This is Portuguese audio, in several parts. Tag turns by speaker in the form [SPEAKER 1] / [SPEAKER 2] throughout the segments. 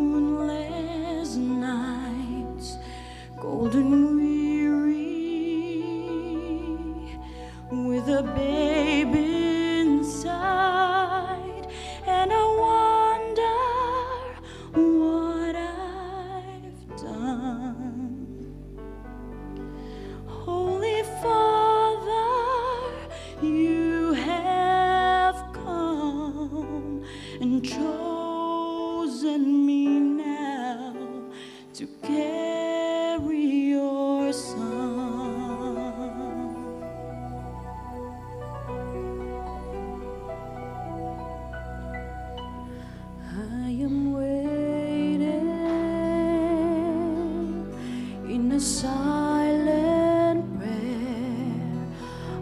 [SPEAKER 1] moonless nights, golden weary, with a babe inside, and I wonder what I've done. Holy Father, you have come and chosen me now to carry your son. I am waiting in a silent prayer.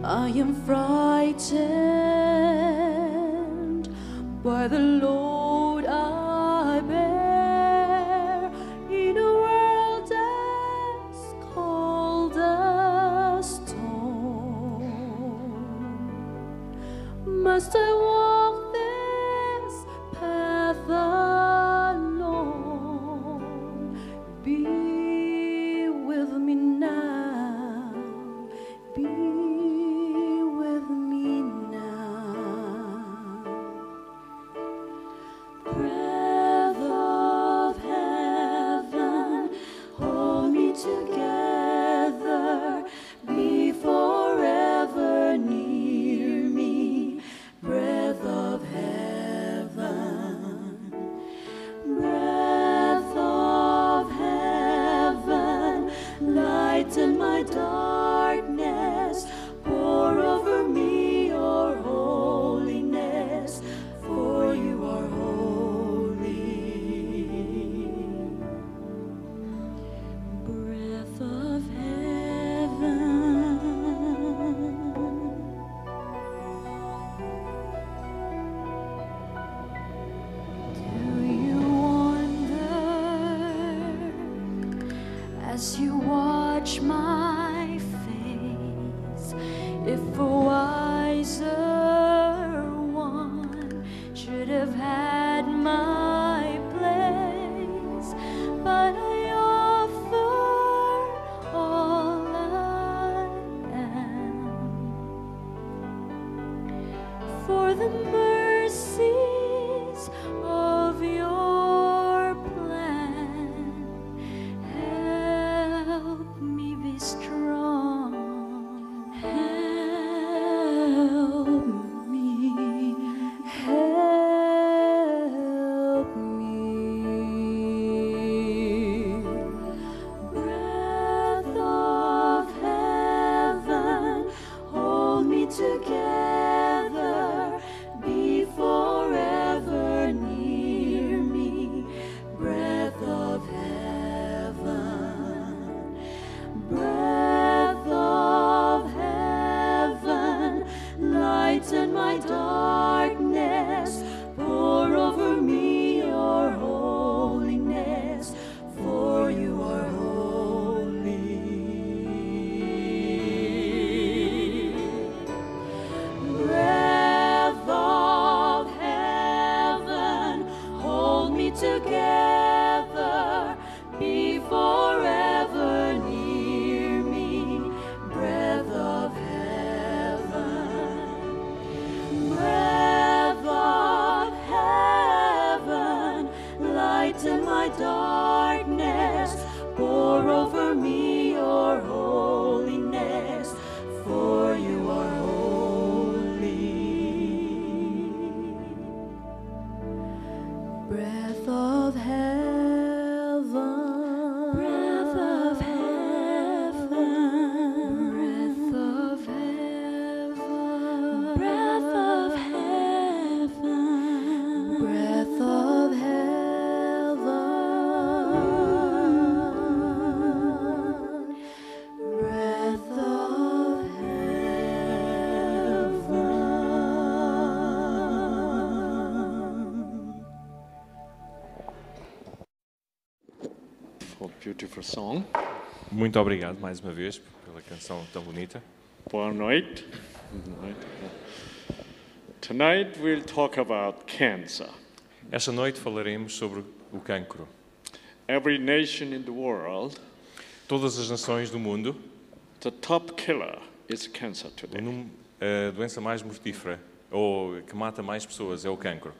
[SPEAKER 1] I am frightened by the load I bear in a world that's cold as stone. Must I walk this path alone? Be with me now. Be with me now. Breath of heaven, hold me together, be forever near me. Breath of heaven, breath of heaven, lighten my darkness, pour over me your holiness, for you are holy. Breath of heaven. Do you wonder as you watch my face if a wiser one should have had my place? But I offer all I am for the mercies of your plan. Help me be strong. Help me. Help me. Breath of heaven, hold me together, be forever near me. Breath of heaven, breath of heaven, lighten my darkness, pour over me your holiness, for you are holy. Breath of heaven, hold me together, be forever near me. Breath of heaven, breath of heaven, lighten my darkness, pour over me your holiness, for you are holy. Breath of heaven, breath of heaven, breath of heaven, breath of heaven, breath of heaven, breath of heaven.
[SPEAKER 2] What beautiful song.
[SPEAKER 3] Muito obrigado mais uma vez pela canção tão bonita.
[SPEAKER 2] Boa noite. Tonight we'll talk about cancer.
[SPEAKER 3] Esta noite falaremos sobre o cancro.
[SPEAKER 2] Every nation in the world,
[SPEAKER 3] Todas as nações do mundo,
[SPEAKER 2] the top killer is cancer
[SPEAKER 3] o
[SPEAKER 2] today.
[SPEAKER 3] num- a doença mais mortífera ou que mata mais pessoas é o cancro.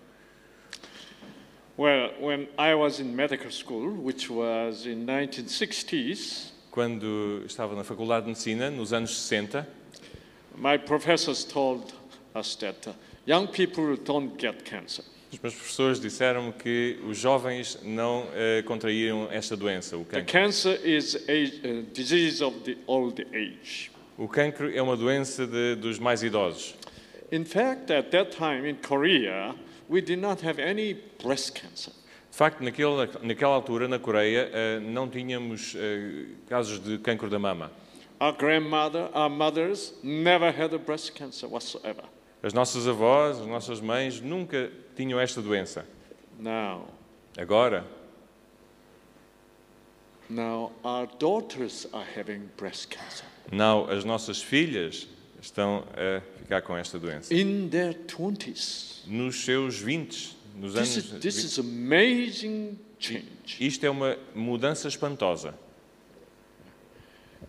[SPEAKER 2] Well, when I was in medical school, which was in 1960s,
[SPEAKER 3] Quando estava na Faculdade de Medicina, nos anos 60,
[SPEAKER 2] my professors told us that uh, young people don't get cancer.
[SPEAKER 3] os meus professores disseram-me que os jovens não eh, contraíram esta doença, o
[SPEAKER 2] The
[SPEAKER 3] cancro.
[SPEAKER 2] cancer is a uh, disease of the old age.
[SPEAKER 3] O cancro é uma doença de- dos mais idosos.
[SPEAKER 2] In fact, at that time in Korea, we did not have any breast cancer.
[SPEAKER 3] De facto, naquela, naquela altura, na Coreia, eh, não tínhamos eh, casos de cancro da mama.
[SPEAKER 2] Our grandmother, our mothers never had a breast cancer whatsoever.
[SPEAKER 3] As nossas avós, as nossas mães nunca tinham esta doença.
[SPEAKER 2] Now,
[SPEAKER 3] Agora,
[SPEAKER 2] now our daughters are having breast cancer
[SPEAKER 3] não, as nossas filhas estão a ficar com esta doença.
[SPEAKER 2] in their 20s.
[SPEAKER 3] Nos seus 20, nos
[SPEAKER 2] This
[SPEAKER 3] anos.
[SPEAKER 2] is, this
[SPEAKER 3] 20,
[SPEAKER 2] is amazing change.
[SPEAKER 3] isto é uma mudança espantosa.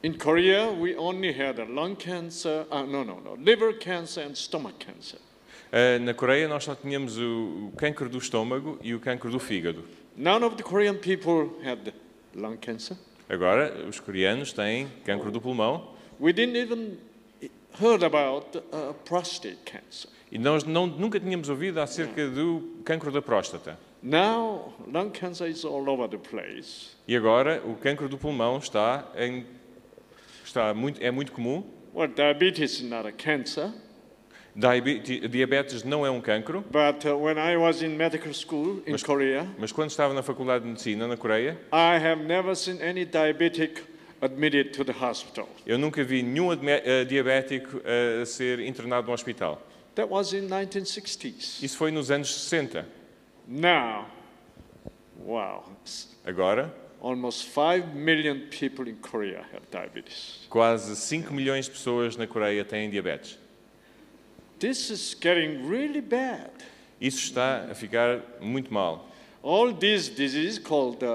[SPEAKER 2] In Korea, we only had a lung cancer, uh, no, no, no, liver cancer and stomach cancer.
[SPEAKER 3] Eh, na Coreia, nós só tínhamos o, o cancro do estômago e o cancro do fígado.
[SPEAKER 2] None of the Korean people had lung cancer.
[SPEAKER 3] Agora, os coreanos têm cancro do pulmão
[SPEAKER 2] We didn't even heard about uh, prostate cancer.
[SPEAKER 3] e nós não, nunca tínhamos ouvido acerca do cancro da próstata.
[SPEAKER 2] Now, lung cancer is all over the place.
[SPEAKER 3] E agora, o cancro do pulmão está em, está muito, é muito comum.
[SPEAKER 2] Well, diabetes is not a cancer,
[SPEAKER 3] Diabe- Diabetes não é um cancro,
[SPEAKER 2] but uh, when I was in medical school in
[SPEAKER 3] Mas-
[SPEAKER 2] Korea,
[SPEAKER 3] mas quando estava na Faculdade de Medicina, na Coreia,
[SPEAKER 2] I have never seen any diabetic admitted to the hospital.
[SPEAKER 3] eu nunca vi nenhum adme- eh, diabético eh, a ser internado no hospital.
[SPEAKER 2] That was in 1960s.
[SPEAKER 3] Isso foi nos anos 60.
[SPEAKER 2] Now, wow, s-
[SPEAKER 3] Agora,
[SPEAKER 2] almost 5 million people in Korea have diabetes.
[SPEAKER 3] quase 5 milhões de pessoas na Coreia têm diabetes.
[SPEAKER 2] This is getting really bad.
[SPEAKER 3] Isso está a ficar muito mal.
[SPEAKER 2] All these diseases called uh,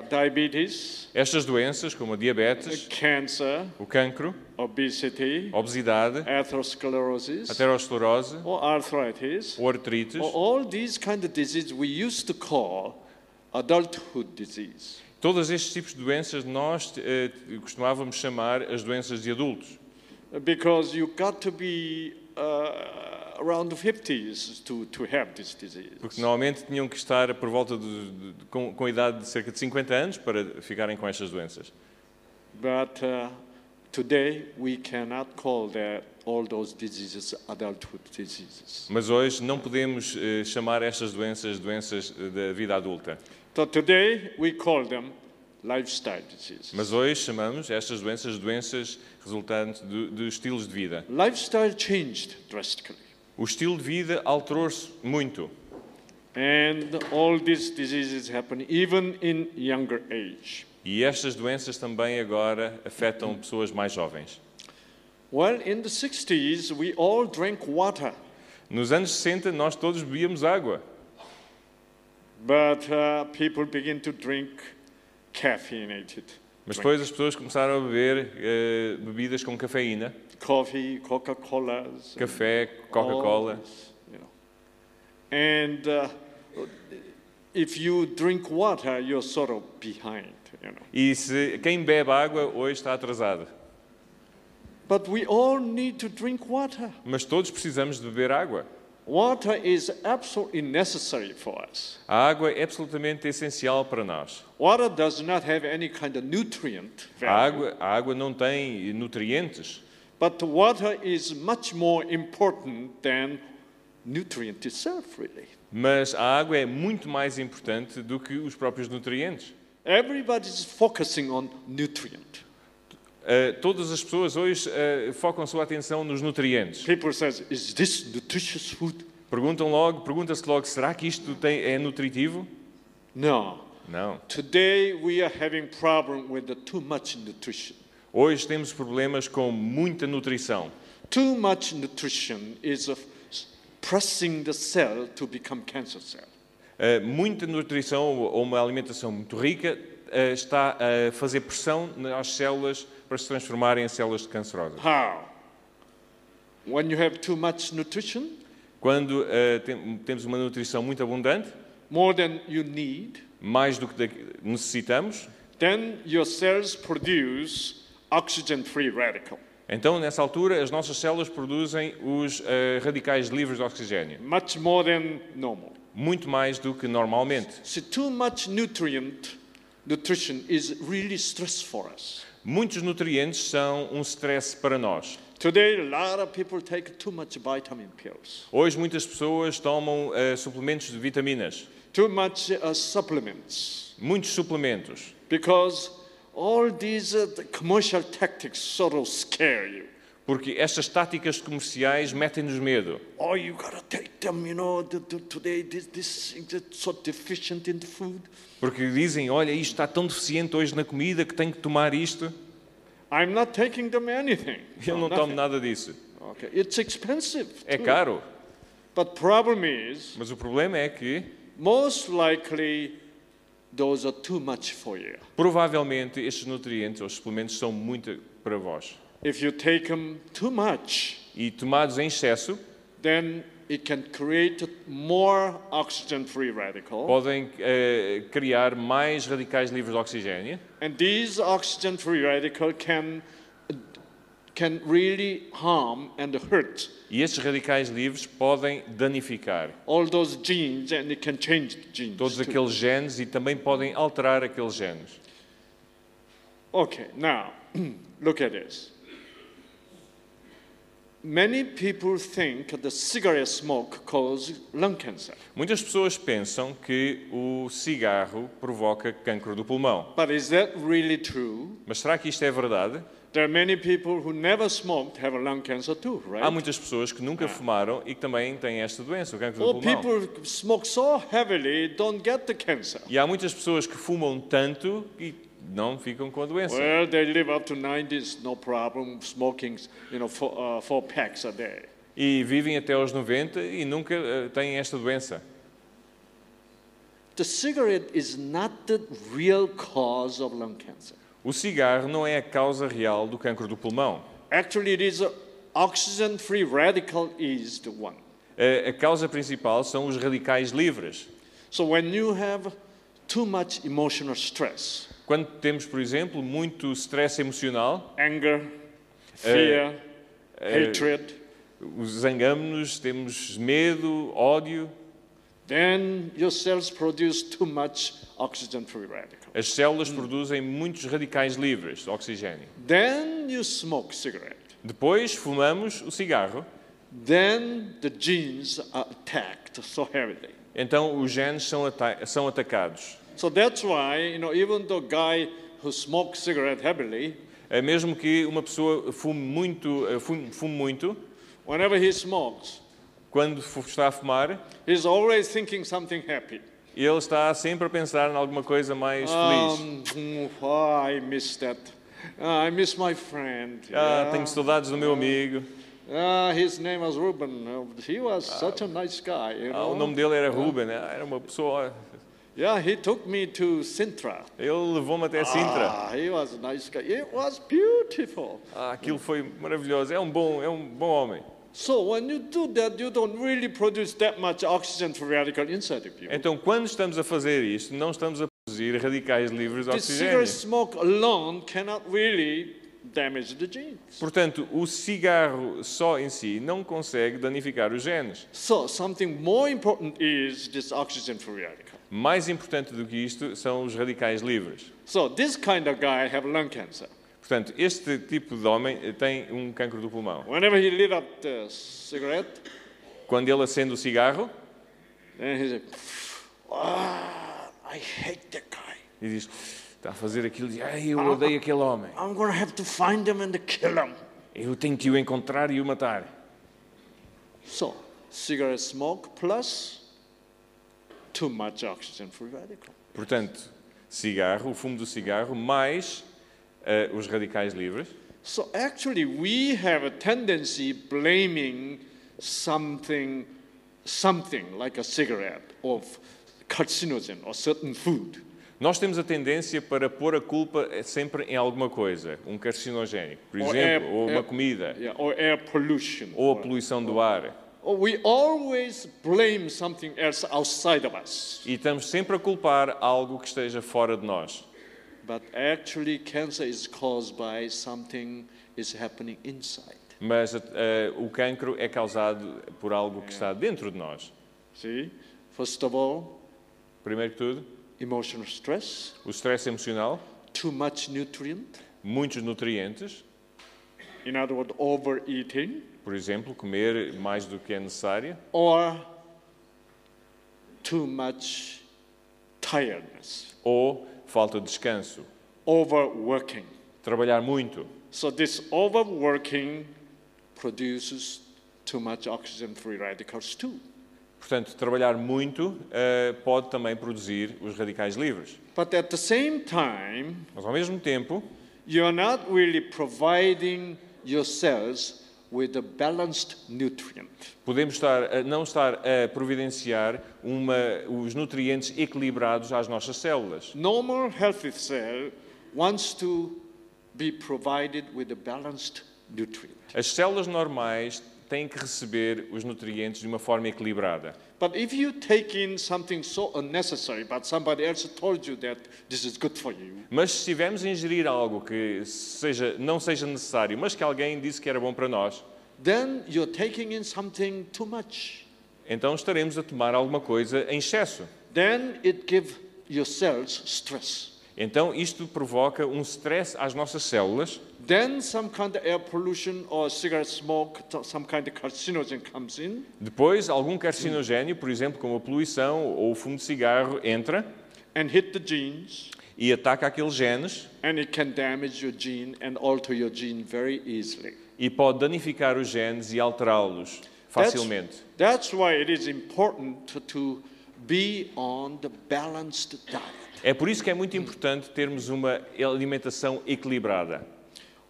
[SPEAKER 2] uh, diabetes,
[SPEAKER 3] Estas doenças, como a
[SPEAKER 2] uh,
[SPEAKER 3] diabetes,
[SPEAKER 2] cancer,
[SPEAKER 3] o cancro,
[SPEAKER 2] obesity,
[SPEAKER 3] a obesidade, a
[SPEAKER 2] atherosclerosis,
[SPEAKER 3] aterosclerose,
[SPEAKER 2] or arthritis,
[SPEAKER 3] ou artrites,
[SPEAKER 2] or all these kind of diseases we used to call adulthood disease.
[SPEAKER 3] Todos estes tipos de doenças nós eh, costumávamos chamar as doenças de adultos,
[SPEAKER 2] Because you got to be uh, around the 50s to, to have this disease.
[SPEAKER 3] porque normalmente tinham que estar por volta de, de- de- com, com a idade de cerca de 50 anos para ficarem com estas doenças.
[SPEAKER 2] But uh, today we cannot call that all those diseases adulthood diseases.
[SPEAKER 3] Mas hoje não podemos eh, chamar estas doenças doenças eh, da vida adulta.
[SPEAKER 2] So today we call them lifestyle diseases.
[SPEAKER 3] Mas hoje chamamos estas doenças doenças resultantes de, de estilos de vida.
[SPEAKER 2] Lifestyle changed drastically.
[SPEAKER 3] O estilo de vida alterou-se muito
[SPEAKER 2] And all these diseases happen even in younger age.
[SPEAKER 3] e estas doenças também agora afetam pessoas mais jovens.
[SPEAKER 2] Well, in the 60s, we all drank water,
[SPEAKER 3] Nos anos 60 nós todos bebíamos água.
[SPEAKER 2] but uh, people begin to drink caffeinated
[SPEAKER 3] Mas
[SPEAKER 2] drink.
[SPEAKER 3] depois as pessoas começaram a beber eh, bebidas com cafeína,
[SPEAKER 2] coffee, Coca-Colas,
[SPEAKER 3] café,
[SPEAKER 2] all
[SPEAKER 3] Coca-Cola.
[SPEAKER 2] this, You know. And uh, if you drink water, you're sort of behind, you know.
[SPEAKER 3] E se quem bebe água hoje está atrasado.
[SPEAKER 2] But we all need to drink water.
[SPEAKER 3] Mas todos precisamos de beber água.
[SPEAKER 2] Water is absolutely necessary for us.
[SPEAKER 3] A água é absolutamente essencial para nós.
[SPEAKER 2] Water does not have any kind of nutrient
[SPEAKER 3] A
[SPEAKER 2] value,
[SPEAKER 3] água, a água não tem nutrientes,
[SPEAKER 2] but water is much more important than nutrient itself, really.
[SPEAKER 3] mas a água é muito mais importante do que os próprios nutrientes.
[SPEAKER 2] Everybody's focusing on nutrient.
[SPEAKER 3] Ah, todas as pessoas hoje ah, focam sua atenção nos nutrientes.
[SPEAKER 2] People says, "Is this nutritious food?"
[SPEAKER 3] Perguntam logo, pergunta-se logo, será que isto tem- é nutritivo?
[SPEAKER 2] No.
[SPEAKER 3] Não.
[SPEAKER 2] Today we are having problem with the too much nutrition.
[SPEAKER 3] Hoje temos problemas com muita nutrição.
[SPEAKER 2] Too much nutrition is of pressing the cell to become cancer cell.
[SPEAKER 3] Eh, muita nutrição ou ou uma alimentação muito rica eh, está a fazer pressão às células para se transformarem em células cancerosas.
[SPEAKER 2] How? When you have too much nutrition,
[SPEAKER 3] Quando eh, tem- temos uma nutrição muito abundante,
[SPEAKER 2] more than you need,
[SPEAKER 3] mais do que da- necessitamos,
[SPEAKER 2] then your cells produce oxygen-free radical,
[SPEAKER 3] então nessa altura as nossas células produzem os eh, radicais livres de oxigênio,
[SPEAKER 2] much more than normal.
[SPEAKER 3] muito mais do que normalmente.
[SPEAKER 2] See, too much nutrient nutrition is really stress for us.
[SPEAKER 3] Muitos nutrientes são um stress para nós.
[SPEAKER 2] Today, a lot of people take too much vitamin pills,
[SPEAKER 3] Hoje muitas pessoas tomam eh, suplementos de vitaminas,
[SPEAKER 2] too much uh, supplements,
[SPEAKER 3] muitos suplementos,
[SPEAKER 2] because all these uh, the commercial tactics sort of scare you.
[SPEAKER 3] porque estas táticas comerciais metem-nos medo.
[SPEAKER 2] Oh, you gotta take them, you know, th- th- today this, this is so deficient in food.
[SPEAKER 3] Porque dizem, olha, isto está tão deficiente hoje na comida que tenho que tomar isto.
[SPEAKER 2] I'm not taking them anything.
[SPEAKER 3] Eu não tomo nada disso.
[SPEAKER 2] Okay, it's expensive.
[SPEAKER 3] É
[SPEAKER 2] too.
[SPEAKER 3] caro.
[SPEAKER 2] But problem is,
[SPEAKER 3] Mas o problema é que,
[SPEAKER 2] most likely, those are too much for you.
[SPEAKER 3] provavelmente, estes nutrientes ou suplementos são muito para vós.
[SPEAKER 2] If you take them too much,
[SPEAKER 3] E tomados em excesso,
[SPEAKER 2] then it can create more oxygen-free radical.
[SPEAKER 3] podem eh, criar mais radicais livres de oxigênio.
[SPEAKER 2] and these oxygen-free radical can can really harm and hurt
[SPEAKER 3] E estes radicais livres podem danificar
[SPEAKER 2] all those genes, and it can change the genes.
[SPEAKER 3] todos
[SPEAKER 2] too.
[SPEAKER 3] aqueles genes e também podem alterar aqueles genes.
[SPEAKER 2] Okay, now look at this. Many people think the cigarette smoke causes lung cancer,
[SPEAKER 3] Muitas pessoas pensam que o cigarro provoca cancro do pulmão.
[SPEAKER 2] but is that really true?
[SPEAKER 3] Mas será que isto é verdade?
[SPEAKER 2] There are many people who never smoked have lung cancer too,
[SPEAKER 3] Há
[SPEAKER 2] right?
[SPEAKER 3] muitas pessoas que nunca fumaram e que também têm esta doença, o cancro do
[SPEAKER 2] Or
[SPEAKER 3] pulmão.
[SPEAKER 2] people who smoke so heavily don't get the cancer.
[SPEAKER 3] E há muitas pessoas que fumam tanto e não ficam com a doença.
[SPEAKER 2] Well, they live up to 90s, no problem, smoking, you know, four, uh, four packs a day.
[SPEAKER 3] E vivem até aos 90 e nunca eh, têm esta doença.
[SPEAKER 2] The cigarette is not the real cause of lung cancer.
[SPEAKER 3] O cigarro não é a causa real do cancro do pulmão.
[SPEAKER 2] Actually, it is uh, oxygen-free radical is the one.
[SPEAKER 3] A, a causa principal são os radicais livres.
[SPEAKER 2] So when you have too much emotional stress,
[SPEAKER 3] Quando temos, por exemplo, muito stress emocional,
[SPEAKER 2] anger, fear, hatred,
[SPEAKER 3] zangamos-nos, temos medo, ódio,
[SPEAKER 2] then your cells produce too much oxygen-free radical.
[SPEAKER 3] as células produzem muitos radicais livres de oxigênio.
[SPEAKER 2] Then you smoke cigarette.
[SPEAKER 3] Depois fumamos o cigarro,
[SPEAKER 2] Then the genes are attacked so heavily.
[SPEAKER 3] então os genes são, ata- são atacados.
[SPEAKER 2] So that's why, you know, even the guy who smokes cigarette heavily,
[SPEAKER 3] É mesmo que uma pessoa fume muito, eh, fume, fume muito,
[SPEAKER 2] whenever he smokes,
[SPEAKER 3] quando fu- está a fumar,
[SPEAKER 2] he's always thinking something happy.
[SPEAKER 3] ele está sempre a pensar em alguma coisa mais feliz.
[SPEAKER 2] Um, mm, oh, I miss that. Ah, I miss my friend.
[SPEAKER 3] Ah,
[SPEAKER 2] yeah.
[SPEAKER 3] tenho saudades do meu amigo.
[SPEAKER 2] Ah, his name was Ruben. Uh, He was such a nice guy. You
[SPEAKER 3] Ah, o
[SPEAKER 2] know?
[SPEAKER 3] nome dele era Ruben, ah, era uma pessoa.
[SPEAKER 2] Yeah, he took me to Sintra.
[SPEAKER 3] Ele levou-me até Sintra.
[SPEAKER 2] Ah, he was a nice guy. It was beautiful.
[SPEAKER 3] Ah, aquilo foi maravilhoso. É um bom, é um bom homem.
[SPEAKER 2] So when you do that, you don't really produce that much oxygen for radical inside of you.
[SPEAKER 3] Então, quando estamos a fazer isto, não estamos a produzir radicais livres de
[SPEAKER 2] The cigarette
[SPEAKER 3] oxigênio.
[SPEAKER 2] smoke alone cannot really damage the genes.
[SPEAKER 3] Portanto, o cigarro só em si não consegue danificar os genes.
[SPEAKER 2] So something more important is this oxygen free radical.
[SPEAKER 3] Mais importante do que isto são os radicais livres.
[SPEAKER 2] So this kind of guy have lung cancer.
[SPEAKER 3] Portanto, este tipo de homem eh, tem um cancro do pulmão.
[SPEAKER 2] Whenever he lit up the cigarette,
[SPEAKER 3] Quando ele acende o cigarro,
[SPEAKER 2] then he's like, ah, I hate that guy.
[SPEAKER 3] e diz: está a fazer aquilo, diz, ai, eu odeio aquele homem.
[SPEAKER 2] I'm gonna have to find him and kill him.
[SPEAKER 3] Eu tenho que o encontrar e o matar.
[SPEAKER 2] So cigarette smoke plus too much oxygen free radical.
[SPEAKER 3] Portanto, cigarro, o fumo do cigarro, mais eh, os radicais livres.
[SPEAKER 2] So actually, we have a tendency blaming something, something like a cigarette or f- carcinogen or certain food.
[SPEAKER 3] Nós temos a tendência para pôr a culpa eh, sempre em alguma coisa, um carcinogénico, por
[SPEAKER 2] Ou
[SPEAKER 3] exemplo,
[SPEAKER 2] é-
[SPEAKER 3] ou uma
[SPEAKER 2] é-
[SPEAKER 3] comida,
[SPEAKER 2] Yeah, or air pollution.
[SPEAKER 3] ou a poluição do ar.
[SPEAKER 2] Or we always blame something else outside of us.
[SPEAKER 3] E estamos sempre a culpar algo que esteja fora de nós.
[SPEAKER 2] But actually, cancer is caused by something is happening inside.
[SPEAKER 3] Mas eh, o cancro é causado por algo que está dentro de nós.
[SPEAKER 2] See? First of all,
[SPEAKER 3] Primeiro que tudo,
[SPEAKER 2] emotional stress,
[SPEAKER 3] o stress emocional,
[SPEAKER 2] too much nutrient,
[SPEAKER 3] muitos nutrientes,
[SPEAKER 2] in other words, overeating,
[SPEAKER 3] por exemplo, comer mais do que é necessário,
[SPEAKER 2] or too much tiredness,
[SPEAKER 3] ou falta de descanso,
[SPEAKER 2] overworking.
[SPEAKER 3] trabalhar muito.
[SPEAKER 2] So this overworking produces too much oxygen-free radicals too.
[SPEAKER 3] Portanto, trabalhar muito eh, pode também produzir os radicais livres.
[SPEAKER 2] But at the same time,
[SPEAKER 3] Mas ao mesmo tempo,
[SPEAKER 2] you're not really providing yourselves with a balanced nutrient.
[SPEAKER 3] podemos estar a- não estar a providenciar uma- os nutrientes equilibrados às nossas células.
[SPEAKER 2] Normal healthy cell wants to be provided with a balanced nutrient.
[SPEAKER 3] As células normais têm que receber os nutrientes de uma forma equilibrada.
[SPEAKER 2] But if you take in something so unnecessary, but somebody else told you that this is good for you,
[SPEAKER 3] Mas se estivermos a ingerir algo que seja- não seja necessário, mas que alguém disse que era bom para nós,
[SPEAKER 2] then you're taking in something too much.
[SPEAKER 3] então estaremos a tomar alguma coisa em excesso.
[SPEAKER 2] Then it gives your cells stress.
[SPEAKER 3] Então isto provoca um stress às nossas células
[SPEAKER 2] Then some kind of air pollution or cigarette smoke, t- some kind of carcinogen comes in,
[SPEAKER 3] Depois, algum carcinogénio, por exemplo, como a poluição ou o fumo de cigarro, entra
[SPEAKER 2] and hit the genes,
[SPEAKER 3] e ataca aqueles genes
[SPEAKER 2] and it can damage your gene and alter your gene very easily.
[SPEAKER 3] e pode danificar os genes e alterá-los facilmente.
[SPEAKER 2] That's, that's why it is important to, to be on the balanced diet.
[SPEAKER 3] É por isso que é muito importante termos uma alimentação equilibrada.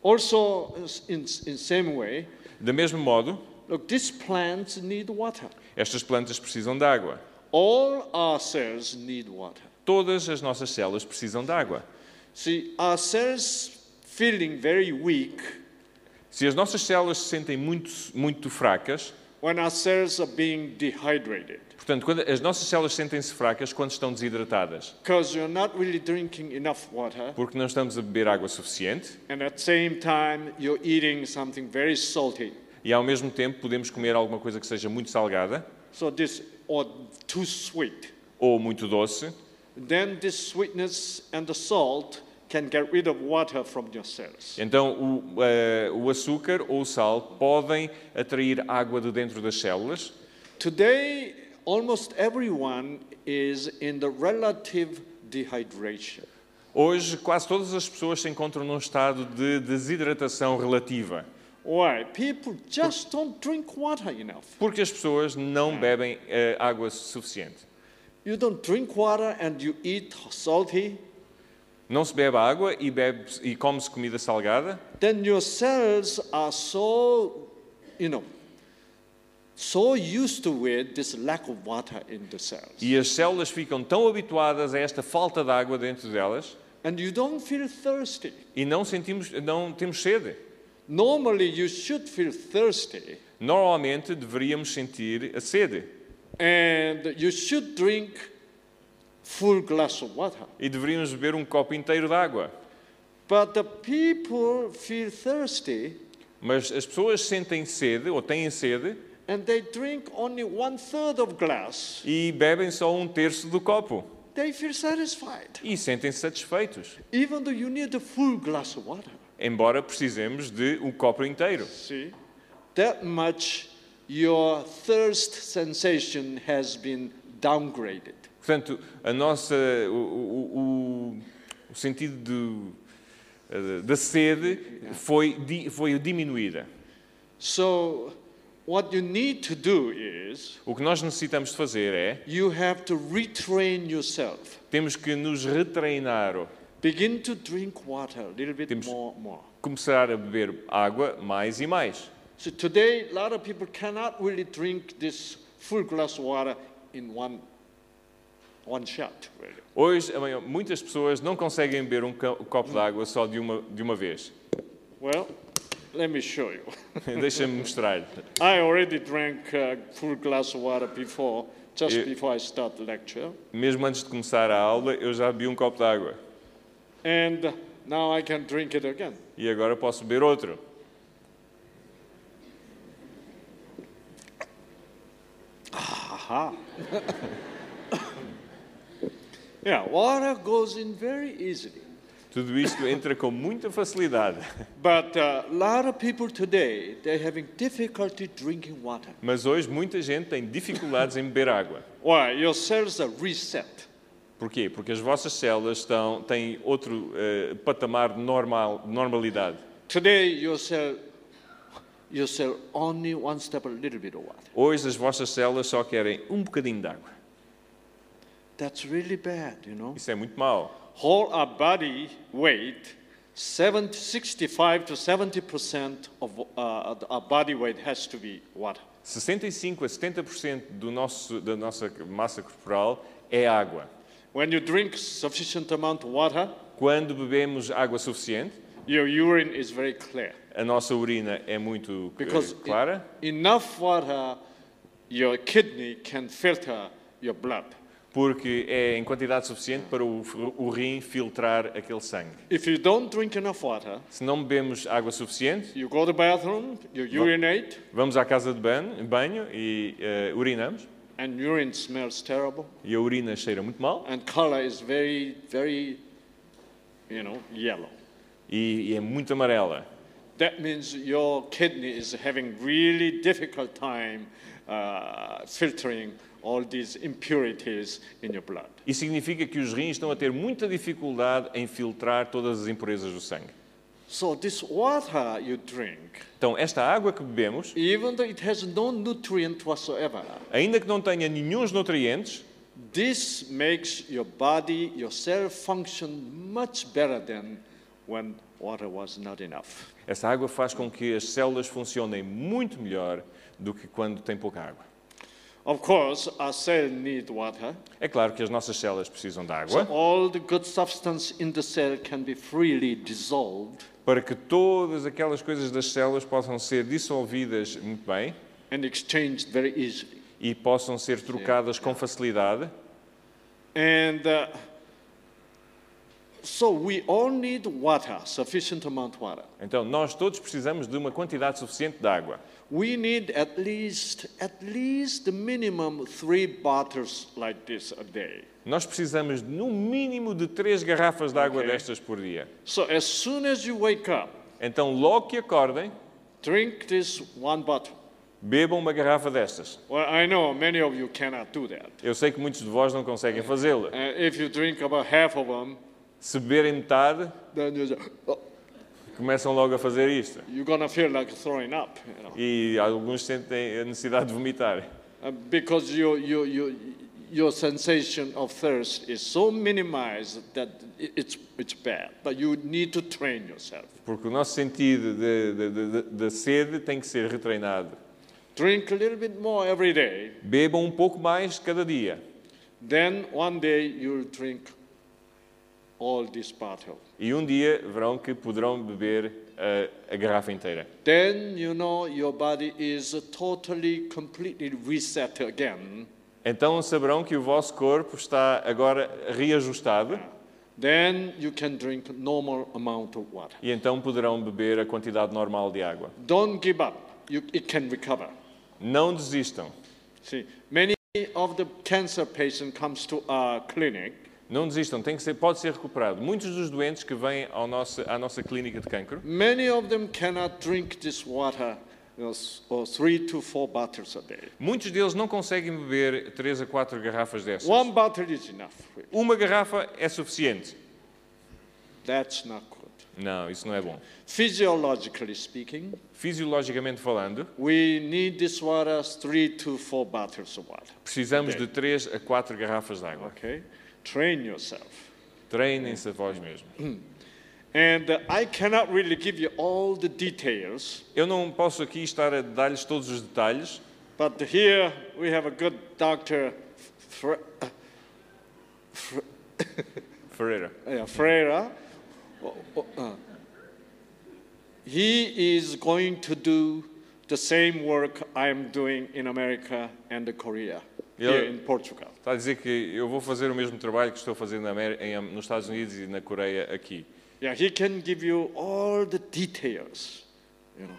[SPEAKER 2] Also, in, in same way,
[SPEAKER 3] Da mesmo modo,
[SPEAKER 2] look, these plants need water.
[SPEAKER 3] estas plantas precisam de água.
[SPEAKER 2] All our cells need water.
[SPEAKER 3] Todas as nossas células precisam de água.
[SPEAKER 2] See, our cells feeling very weak
[SPEAKER 3] Se as nossas células se sentem muito, muito fracas,
[SPEAKER 2] when our cells are being dehydrated
[SPEAKER 3] portanto, quando as nossas células sentem-se fracas quando estão desidratadas,
[SPEAKER 2] because you're not really drinking enough water
[SPEAKER 3] porque não estamos a beber água suficiente
[SPEAKER 2] and at the same time you're eating something very salty
[SPEAKER 3] e ao mesmo tempo podemos comer alguma coisa que seja muito salgada
[SPEAKER 2] so this or too sweet
[SPEAKER 3] ou muito doce,
[SPEAKER 2] then this sweetness and the salt can get rid of water from your cells
[SPEAKER 3] então o, eh, o açúcar ou o sal podem atrair água de dentro das células.
[SPEAKER 2] today almost everyone is in the relative dehydration
[SPEAKER 3] Hoje quase todas as pessoas se encontram num estado de desidratação relativa,
[SPEAKER 2] why people just don't drink water enough
[SPEAKER 3] porque as pessoas não bebem eh, água suficiente.
[SPEAKER 2] you don't drink water and you eat salty
[SPEAKER 3] Não se bebe água e, bebe e come-se comida salgada,
[SPEAKER 2] then your cells are so, you know, so used to it, this lack of water in the cells.
[SPEAKER 3] e as células ficam tão habituadas a esta falta de água dentro delas
[SPEAKER 2] And you don't feel thirsty.
[SPEAKER 3] e não sentimos, não temos sede.
[SPEAKER 2] Normally, you should feel thirsty
[SPEAKER 3] Normalmente deveríamos sentir a sede
[SPEAKER 2] and you should drink full glass of water.
[SPEAKER 3] e deveríamos beber um copo inteiro de água.
[SPEAKER 2] But the people feel thirsty
[SPEAKER 3] Mas as pessoas sentem sede ou têm sede
[SPEAKER 2] and they drink only one third of glass.
[SPEAKER 3] e bebem só um terço do copo
[SPEAKER 2] They feel satisfied,
[SPEAKER 3] e sentem-se satisfeitos,
[SPEAKER 2] even though you need a full glass of water.
[SPEAKER 3] embora precisemos de um copo inteiro.
[SPEAKER 2] See, that much your thirst sensation has been downgraded.
[SPEAKER 3] Portanto, a nossa, o, o- o- o sentido de- eh, da sede foi, di- foi diminuída.
[SPEAKER 2] So, what you need to do is
[SPEAKER 3] O que nós necessitamos de fazer é,
[SPEAKER 2] you have to retrain yourself.
[SPEAKER 3] temos que nos retreinar,
[SPEAKER 2] Begin to drink water a little bit
[SPEAKER 3] Temos-
[SPEAKER 2] more, more.
[SPEAKER 3] começar a beber água mais e mais.
[SPEAKER 2] So today, a lot of people cannot really drink this full glass of water in one one shot, really.
[SPEAKER 3] Hoje, a maior- muitas pessoas não conseguem beber um co- copo de água só de uma, de uma vez.
[SPEAKER 2] Well, let me show you.
[SPEAKER 3] Deixa-me mostrar-lhe.
[SPEAKER 2] I already drank a full glass of water before, just
[SPEAKER 3] Yeah.
[SPEAKER 2] before I start the lecture.
[SPEAKER 3] Mesmo antes de começar a aula, eu já bebi um copo de água.
[SPEAKER 2] And now I can drink it again.
[SPEAKER 3] E agora posso beber outro.
[SPEAKER 2] Aha. yeah, water goes in very easily.
[SPEAKER 3] Tudo isto entra com muita facilidade.
[SPEAKER 2] But uh, a lot of people today, they're having difficulty drinking water.
[SPEAKER 3] Mas hoje muita gente tem dificuldades em beber água.
[SPEAKER 2] Why? Your cells are reset.
[SPEAKER 3] Porquê? Porque as vossas células estão, têm outro eh, patamar de normal, de normalidade.
[SPEAKER 2] Today, your cell, your cell only wants to have a little bit of water.
[SPEAKER 3] Hoje as vossas células só querem um bocadinho de água.
[SPEAKER 2] That's really bad, you know.
[SPEAKER 3] Isso é muito mau.
[SPEAKER 2] Whole our body weight, 70, 65 to 70 percent of uh, our body weight has to be water.
[SPEAKER 3] 65 a 70% do nosso, da nossa massa corporal é água.
[SPEAKER 2] When you drink sufficient amount of water,
[SPEAKER 3] Quando bebemos água suficiente,
[SPEAKER 2] your urine is very clear
[SPEAKER 3] a nossa urina é muito eh,
[SPEAKER 2] because e-
[SPEAKER 3] clara,
[SPEAKER 2] enough water, your kidney can filter your blood.
[SPEAKER 3] porque é em quantidade suficiente para o, f- o rim filtrar aquele sangue.
[SPEAKER 2] If you don't drink enough water,
[SPEAKER 3] Se não bebemos água suficiente,
[SPEAKER 2] you go to bathroom, you urinate,
[SPEAKER 3] vamos à casa de banho, banho e eh, urinamos.
[SPEAKER 2] and urine smells terrible,
[SPEAKER 3] E a urina cheira muito mal
[SPEAKER 2] and color is very, very, you know, yellow.
[SPEAKER 3] e, e é muito amarela.
[SPEAKER 2] That means your kidney is having really difficult time uh, filtering all these impurities in your blood.
[SPEAKER 3] Isso significa que os rins estão a ter muita dificuldade em filtrar todas as impurezas do sangue.
[SPEAKER 2] So this water you drink,
[SPEAKER 3] Então, esta água que bebemos,
[SPEAKER 2] even though it has no nutrient whatsoever,
[SPEAKER 3] ainda que não tenha nenhum dos nutrientes,
[SPEAKER 2] this makes your body, your cell function much better than when water was not enough.
[SPEAKER 3] essa água faz com que as células funcionem muito melhor do que quando tem pouca água.
[SPEAKER 2] Of course, our cell need water,
[SPEAKER 3] É claro que as nossas células precisam de
[SPEAKER 2] so
[SPEAKER 3] água
[SPEAKER 2] all the good substance in the cell can be freely dissolved
[SPEAKER 3] para que todas aquelas coisas das células possam ser dissolvidas muito bem
[SPEAKER 2] and exchanged very easily.
[SPEAKER 3] e possam ser trocadas com facilidade.
[SPEAKER 2] And uh, so we all need water, sufficient amount water.
[SPEAKER 3] Então, nós todos precisamos de uma quantidade suficiente de água.
[SPEAKER 2] We need at least at least the minimum three bottles like this a day.
[SPEAKER 3] Nós precisamos, no mínimo, de três garrafas de água
[SPEAKER 2] Ok.
[SPEAKER 3] destas por dia.
[SPEAKER 2] So as soon as you wake up,
[SPEAKER 3] Então, logo que acordem,
[SPEAKER 2] drink this one bottle.
[SPEAKER 3] bebam uma garrafa destas.
[SPEAKER 2] Well, I know many of you cannot do that.
[SPEAKER 3] Eu sei que muitos de vós não conseguem fazê-la.
[SPEAKER 2] Uh, if you drink about half of them,
[SPEAKER 3] Se beberem metade,
[SPEAKER 2] then you just, oh,
[SPEAKER 3] começam logo a fazer isto.
[SPEAKER 2] you're gonna feel like throwing up, you know,
[SPEAKER 3] E alguns sentem a necessidade de vomitar,
[SPEAKER 2] uh, because your your your your sensation of thirst is so minimized that i- it's it's bad. But you need to train yourself.
[SPEAKER 3] porque o nosso sentido de, de, de, de- de sede tem que ser retreinado.
[SPEAKER 2] Drink a little bit more every day.
[SPEAKER 3] Bebam um pouco mais cada dia
[SPEAKER 2] Then one day you'll drink all this bottle.
[SPEAKER 3] e um dia verão que poderão beber ah, a garrafa inteira.
[SPEAKER 2] Then you know your body is totally, completely reset again.
[SPEAKER 3] Então saberão que o vosso corpo está agora reajustado
[SPEAKER 2] Then you can drink normal amount of water.
[SPEAKER 3] e então poderão beber a quantidade normal de água.
[SPEAKER 2] Don't give up. You, it can recover.
[SPEAKER 3] Não desistam.
[SPEAKER 2] See, many of the cancer patient comes to our clinic.
[SPEAKER 3] Não desistam, tem que ser, pode ser recuperado. Muitos dos doentes que vêm ao nosso, à nossa clínica de cancro,
[SPEAKER 2] Many of them cannot drink this water, you know, s- or three to four bottles a day.
[SPEAKER 3] muitos deles não conseguem beber 3 a 4 garrafas dessas.
[SPEAKER 2] One bottle is enough.
[SPEAKER 3] Uma garrafa é suficiente.
[SPEAKER 2] That's not good.
[SPEAKER 3] Não, isso não é bom.
[SPEAKER 2] Physiologically speaking,
[SPEAKER 3] Fisiologicamente falando,
[SPEAKER 2] We need this water three to four bottles of water.
[SPEAKER 3] precisamos de 3 a 4 garrafas de água.
[SPEAKER 2] Okay? Train yourself.
[SPEAKER 3] Treinem-se a vós mesmos.
[SPEAKER 2] And uh, I cannot really give you all the details,
[SPEAKER 3] Eu não posso aqui estar a dar-lhes todos os detalhes,
[SPEAKER 2] but here we have a good doctor, Fre- uh,
[SPEAKER 3] Ferreira.
[SPEAKER 2] yeah, Eh, Freira, o- o- uh, he is going to do the same work I am doing in America and Korea, here
[SPEAKER 3] Yeah.
[SPEAKER 2] in Portugal.
[SPEAKER 3] Está a dizer que eu vou fazer o mesmo trabalho que estou fazendo na Amer- em- nos Estados Unidos e na Coreia aqui.
[SPEAKER 2] Yeah, he can give you all the details, you know,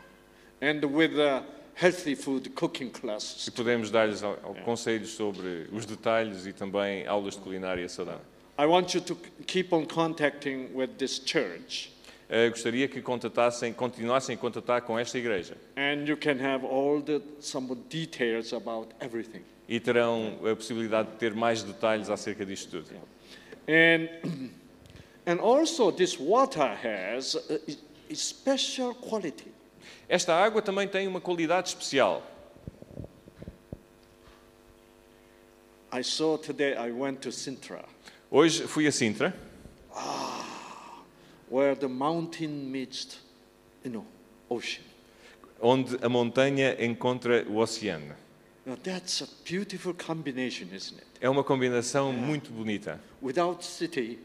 [SPEAKER 2] and with uh, healthy food cooking classes.
[SPEAKER 3] E podemos dar-lhes al- al- conselhos sobre os detalhes e também aulas de culinária saudável.
[SPEAKER 2] I want you to keep on contacting with this church,
[SPEAKER 3] Eh, gostaria que contatassem, continuassem a contatar com esta igreja
[SPEAKER 2] and you can have all the some details about everything.
[SPEAKER 3] e terão a possibilidade de ter mais detalhes acerca disto tudo.
[SPEAKER 2] And and also this water has a, a special quality.
[SPEAKER 3] Esta água também tem uma qualidade especial.
[SPEAKER 2] I saw today. I went to Sintra,
[SPEAKER 3] Hoje fui a Sintra,
[SPEAKER 2] where the mountain meets, you know, ocean.
[SPEAKER 3] onde a montanha encontra o oceano.
[SPEAKER 2] Now that's a beautiful combination, isn't it?
[SPEAKER 3] É uma combinação muito bonita.
[SPEAKER 2] Without city,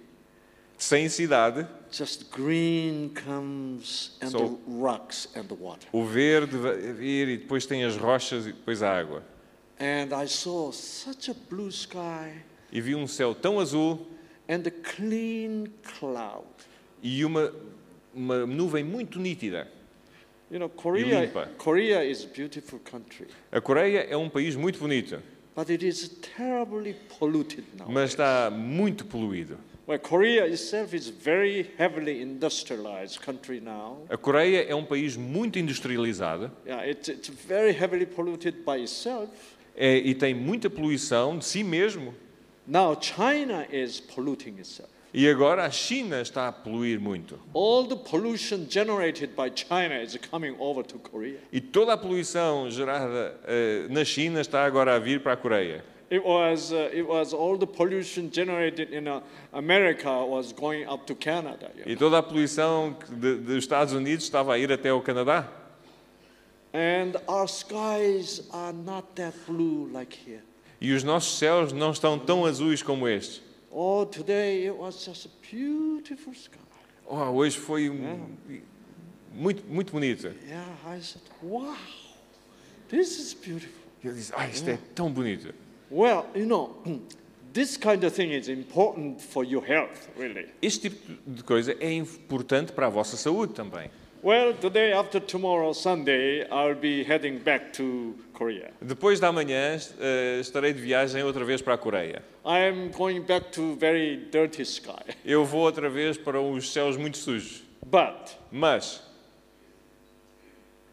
[SPEAKER 3] Sem cidade,
[SPEAKER 2] just green comes and the
[SPEAKER 3] So-
[SPEAKER 2] rocks and the water.
[SPEAKER 3] o verde vai vir e depois tem as rochas e depois a água.
[SPEAKER 2] And I saw such a blue sky
[SPEAKER 3] E vi um céu tão azul
[SPEAKER 2] and a clean cloud.
[SPEAKER 3] e uma, uma nuvem muito nítida.
[SPEAKER 2] You know, Korea,
[SPEAKER 3] limpa.
[SPEAKER 2] Korea is a beautiful country,
[SPEAKER 3] A Coreia é um país muito bonito,
[SPEAKER 2] but it is terribly polluted now.
[SPEAKER 3] mas está muito poluído.
[SPEAKER 2] Well, Korea itself is very heavily industrialized country now.
[SPEAKER 3] A Coreia é um país muito industrializado
[SPEAKER 2] Yeah, it's, it's very heavily polluted by itself.
[SPEAKER 3] é, e tem muita poluição de si mesmo.
[SPEAKER 2] Now China is polluting itself.
[SPEAKER 3] E agora a China está a poluir muito.
[SPEAKER 2] All the pollution generated by China is coming over to Korea.
[SPEAKER 3] E toda a poluição gerada eh, na China está agora a vir para a Coreia.
[SPEAKER 2] It was, uh, it was all the pollution generated in uh, America was going up to Canada. you know.
[SPEAKER 3] E toda a poluição que de- dos Estados Unidos estava a ir até ao Canadá.
[SPEAKER 2] And our skies are not that blue like here.
[SPEAKER 3] E os nossos céus não estão tão azuis como este.
[SPEAKER 2] Oh, today it was just a beautiful sky.
[SPEAKER 3] Oh, hoje foi um- muito, muito bonito.
[SPEAKER 2] Yeah, I said, wow, this is beautiful.
[SPEAKER 3] E eu disse, ah, isto é tão bonito.
[SPEAKER 2] Well, you know, this kind of thing is important for your health, really.
[SPEAKER 3] Este tipo de coisa é importante para a vossa saúde também.
[SPEAKER 2] Well, today after tomorrow, Sunday, I'll be heading back to Korea.
[SPEAKER 3] Depois da manhã eh, estarei de viagem outra vez para a Coreia.
[SPEAKER 2] I am going back to very dirty sky.
[SPEAKER 3] Eu vou outra vez para os céus muito sujos.
[SPEAKER 2] But
[SPEAKER 3] Mas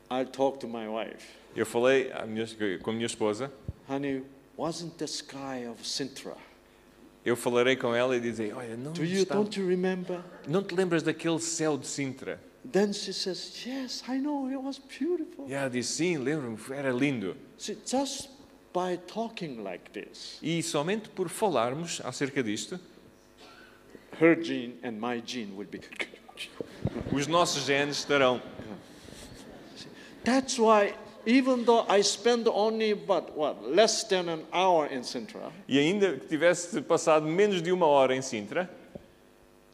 [SPEAKER 2] I'll talk to my wife.
[SPEAKER 3] eu falei à minha- com a minha esposa,
[SPEAKER 2] Honey, wasn't the sky of Sintra?
[SPEAKER 3] eu falarei com ela e dizei, olha, não,
[SPEAKER 2] Do you,
[SPEAKER 3] está-
[SPEAKER 2] don't you remember?
[SPEAKER 3] não te lembras daquele céu de Sintra?
[SPEAKER 2] Then she says, Yes, I know, it was beautiful.
[SPEAKER 3] E ela disse, sim, lembro-me, era lindo.
[SPEAKER 2] See, just by talking like this,
[SPEAKER 3] E somente por falarmos acerca disto,
[SPEAKER 2] her gene and my gene will be.
[SPEAKER 3] os nossos genes estarão.
[SPEAKER 2] That's why, even though I spend only, but what, less than an hour in Sintra,
[SPEAKER 3] E ainda que tivesse passado menos de uma hora em Sintra,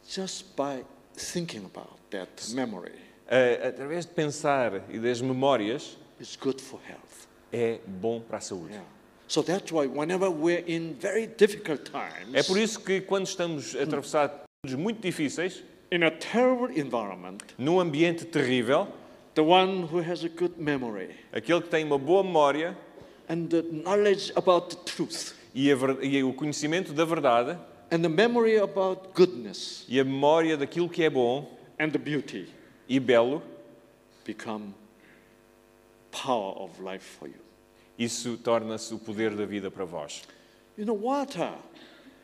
[SPEAKER 2] just by thinking about that memory
[SPEAKER 3] eh, através de pensar e das memórias,
[SPEAKER 2] is good for health.
[SPEAKER 3] é bom para a saúde.
[SPEAKER 2] Yeah. So that's why, whenever we're in very difficult times,
[SPEAKER 3] É por isso que quando estamos a atravessar períodos muito difíceis,
[SPEAKER 2] in a terrible environment,
[SPEAKER 3] num ambiente terrível,
[SPEAKER 2] the one who has a good memory
[SPEAKER 3] aquele que tem uma boa memória
[SPEAKER 2] and the knowledge about the truth
[SPEAKER 3] e, a ver- e o conhecimento da verdade
[SPEAKER 2] and the memory about goodness
[SPEAKER 3] e a memória daquilo que é bom
[SPEAKER 2] and the beauty
[SPEAKER 3] e belo,
[SPEAKER 2] become power of life for you.
[SPEAKER 3] isso torna-se o poder da vida para vós.
[SPEAKER 2] You know, water,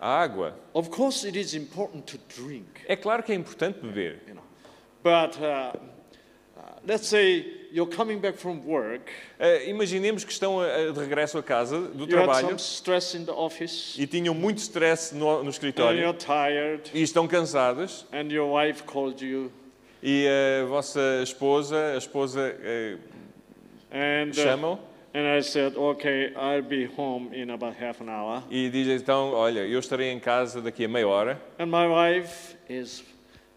[SPEAKER 3] A água,
[SPEAKER 2] of course, it is important to drink,
[SPEAKER 3] é claro que é importante beber,
[SPEAKER 2] you know, but uh, uh, let's say you're coming back from work,
[SPEAKER 3] Eh, imaginemos que estão eh, de regresso a casa do
[SPEAKER 2] you had
[SPEAKER 3] trabalho
[SPEAKER 2] some stress in the office,
[SPEAKER 3] e tinham muito stress no, no
[SPEAKER 2] and you're
[SPEAKER 3] escritório
[SPEAKER 2] tired,
[SPEAKER 3] e estão cansados
[SPEAKER 2] and your wife called you,
[SPEAKER 3] e a vossa esposa, a esposa eh,
[SPEAKER 2] and uh,
[SPEAKER 3] chamam
[SPEAKER 2] And I said, okay, I'll be home in about half an hour.
[SPEAKER 3] E diz então: Olha, eu estarei em casa daqui a meia hora.
[SPEAKER 2] And my wife is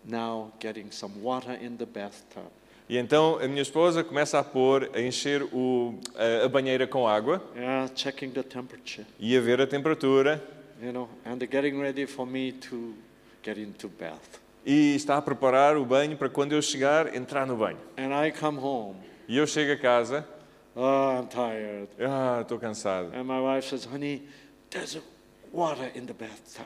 [SPEAKER 2] now getting some water in the bathtub.
[SPEAKER 3] E então a minha esposa começa a pôr, a encher o, a, a banheira com água
[SPEAKER 2] Yeah, checking the temperature,
[SPEAKER 3] e a ver a temperatura.
[SPEAKER 2] you know, and they're getting ready for me to get into bath.
[SPEAKER 3] E está a preparar o banho para quando eu chegar, entrar no banho.
[SPEAKER 2] And I come home.
[SPEAKER 3] E eu chego a casa,
[SPEAKER 2] Oh, I'm tired.
[SPEAKER 3] ah, estou cansado.
[SPEAKER 2] And my wife says, honey, there's water in the bathtub.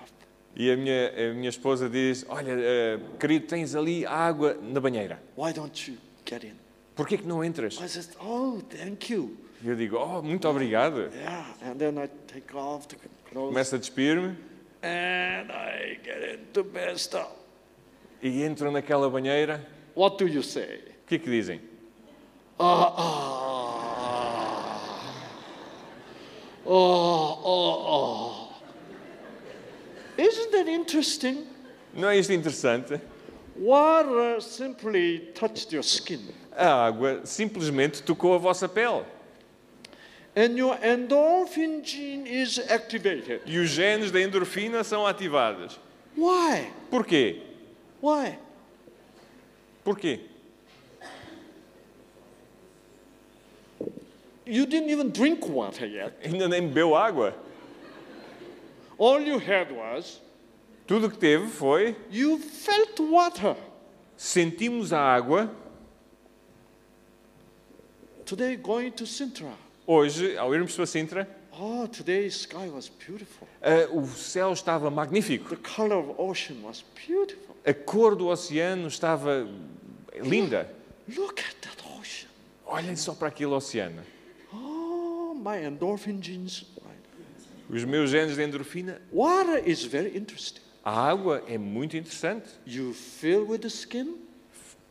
[SPEAKER 3] E a minha, a minha esposa diz: Olha, eh, querido, tens ali água na banheira.
[SPEAKER 2] Why don't you get in?
[SPEAKER 3] Por que que não entras?
[SPEAKER 2] I says, oh, thank you.
[SPEAKER 3] E eu digo: Oh, muito obrigado.
[SPEAKER 2] Yeah, and then I take off the clothes
[SPEAKER 3] Começo a despir-me
[SPEAKER 2] and I get into bathtub.
[SPEAKER 3] e entro naquela banheira.
[SPEAKER 2] What do you say?
[SPEAKER 3] O que é que dizem?
[SPEAKER 2] Ah, ah. Oh, oh, oh. Isn't that interesting?
[SPEAKER 3] Não é isto interessante?
[SPEAKER 2] Water simply touched your skin,
[SPEAKER 3] A água simplesmente tocou a vossa pele
[SPEAKER 2] and your endorphin gene is activated.
[SPEAKER 3] e os genes da endorfina são ativados.
[SPEAKER 2] Why?
[SPEAKER 3] Porquê?
[SPEAKER 2] Why?
[SPEAKER 3] Porquê?
[SPEAKER 2] You didn't even drink water yet.
[SPEAKER 3] Ainda nem bebeu água.
[SPEAKER 2] All you had was
[SPEAKER 3] Tudo que teve foi
[SPEAKER 2] you felt water.
[SPEAKER 3] sentimos a água.
[SPEAKER 2] Today, going to Sintra.
[SPEAKER 3] Hoje, ao irmos para Sintra,
[SPEAKER 2] Oh, today's sky was beautiful.
[SPEAKER 3] ah, o céu estava magnífico.
[SPEAKER 2] The color of ocean was beautiful.
[SPEAKER 3] A cor do oceano estava linda.
[SPEAKER 2] Look at that ocean.
[SPEAKER 3] Olhem só para aquele oceano.
[SPEAKER 2] Oh, my endorphin genes. Right.
[SPEAKER 3] Os meus genes de endorfina.
[SPEAKER 2] Water is very interesting.
[SPEAKER 3] A água é muito interessante.
[SPEAKER 2] You feel with the skin,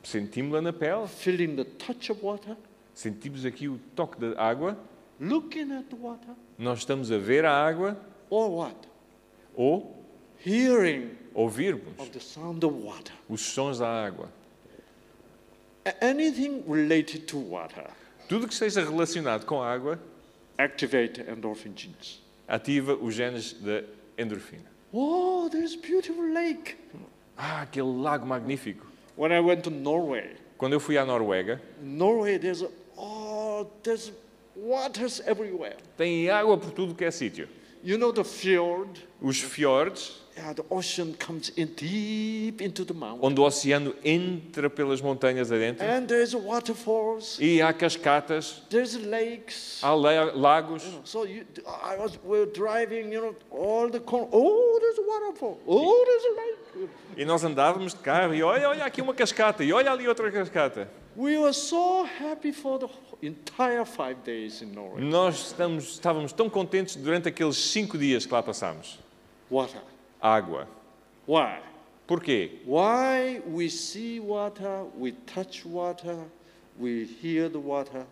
[SPEAKER 3] Sentimos-la na pele,
[SPEAKER 2] feeling the touch of water,
[SPEAKER 3] sentimos aqui o toque da água.
[SPEAKER 2] looking at the water,
[SPEAKER 3] Nós estamos a ver a água
[SPEAKER 2] or what?
[SPEAKER 3] ou
[SPEAKER 2] Hearing
[SPEAKER 3] ouvirmos
[SPEAKER 2] of the sound of water.
[SPEAKER 3] os sons da água.
[SPEAKER 2] A- Anything related to water
[SPEAKER 3] Tudo que seja relacionado com a água
[SPEAKER 2] activate the endorphin genes.
[SPEAKER 3] ativa os genes da endorfina.
[SPEAKER 2] Oh, there's beautiful lake.
[SPEAKER 3] Ah, aquele lago magnífico.
[SPEAKER 2] When I went to Norway,
[SPEAKER 3] Quando eu fui à Noruega,
[SPEAKER 2] Norway there's a, oh there's waters everywhere.
[SPEAKER 3] tem água por tudo que é sítio.
[SPEAKER 2] You know the fjord
[SPEAKER 3] Os fiordes,
[SPEAKER 2] Yeah, the ocean comes in deep into the mountain.
[SPEAKER 3] onde o oceano entra pelas montanhas adentro,
[SPEAKER 2] And there's waterfalls,
[SPEAKER 3] e há cascatas,
[SPEAKER 2] there's lakes.
[SPEAKER 3] há la- lagos.
[SPEAKER 2] So you, I was we were driving, you know, all the corn. Oh, there's a waterfall. Oh, there's a lake.
[SPEAKER 3] E nós andávamos de carro e olha, olha aqui uma cascata e olha ali outra cascata.
[SPEAKER 2] We were so happy for the wh- entire five days in Norway.
[SPEAKER 3] Nós estamos- estávamos tão contentes durante aqueles cinco dias que lá passámos.
[SPEAKER 2] Water.
[SPEAKER 3] Água.
[SPEAKER 2] Why?
[SPEAKER 3] Porquê?
[SPEAKER 2] Why we see water, we touch water, we hear the water,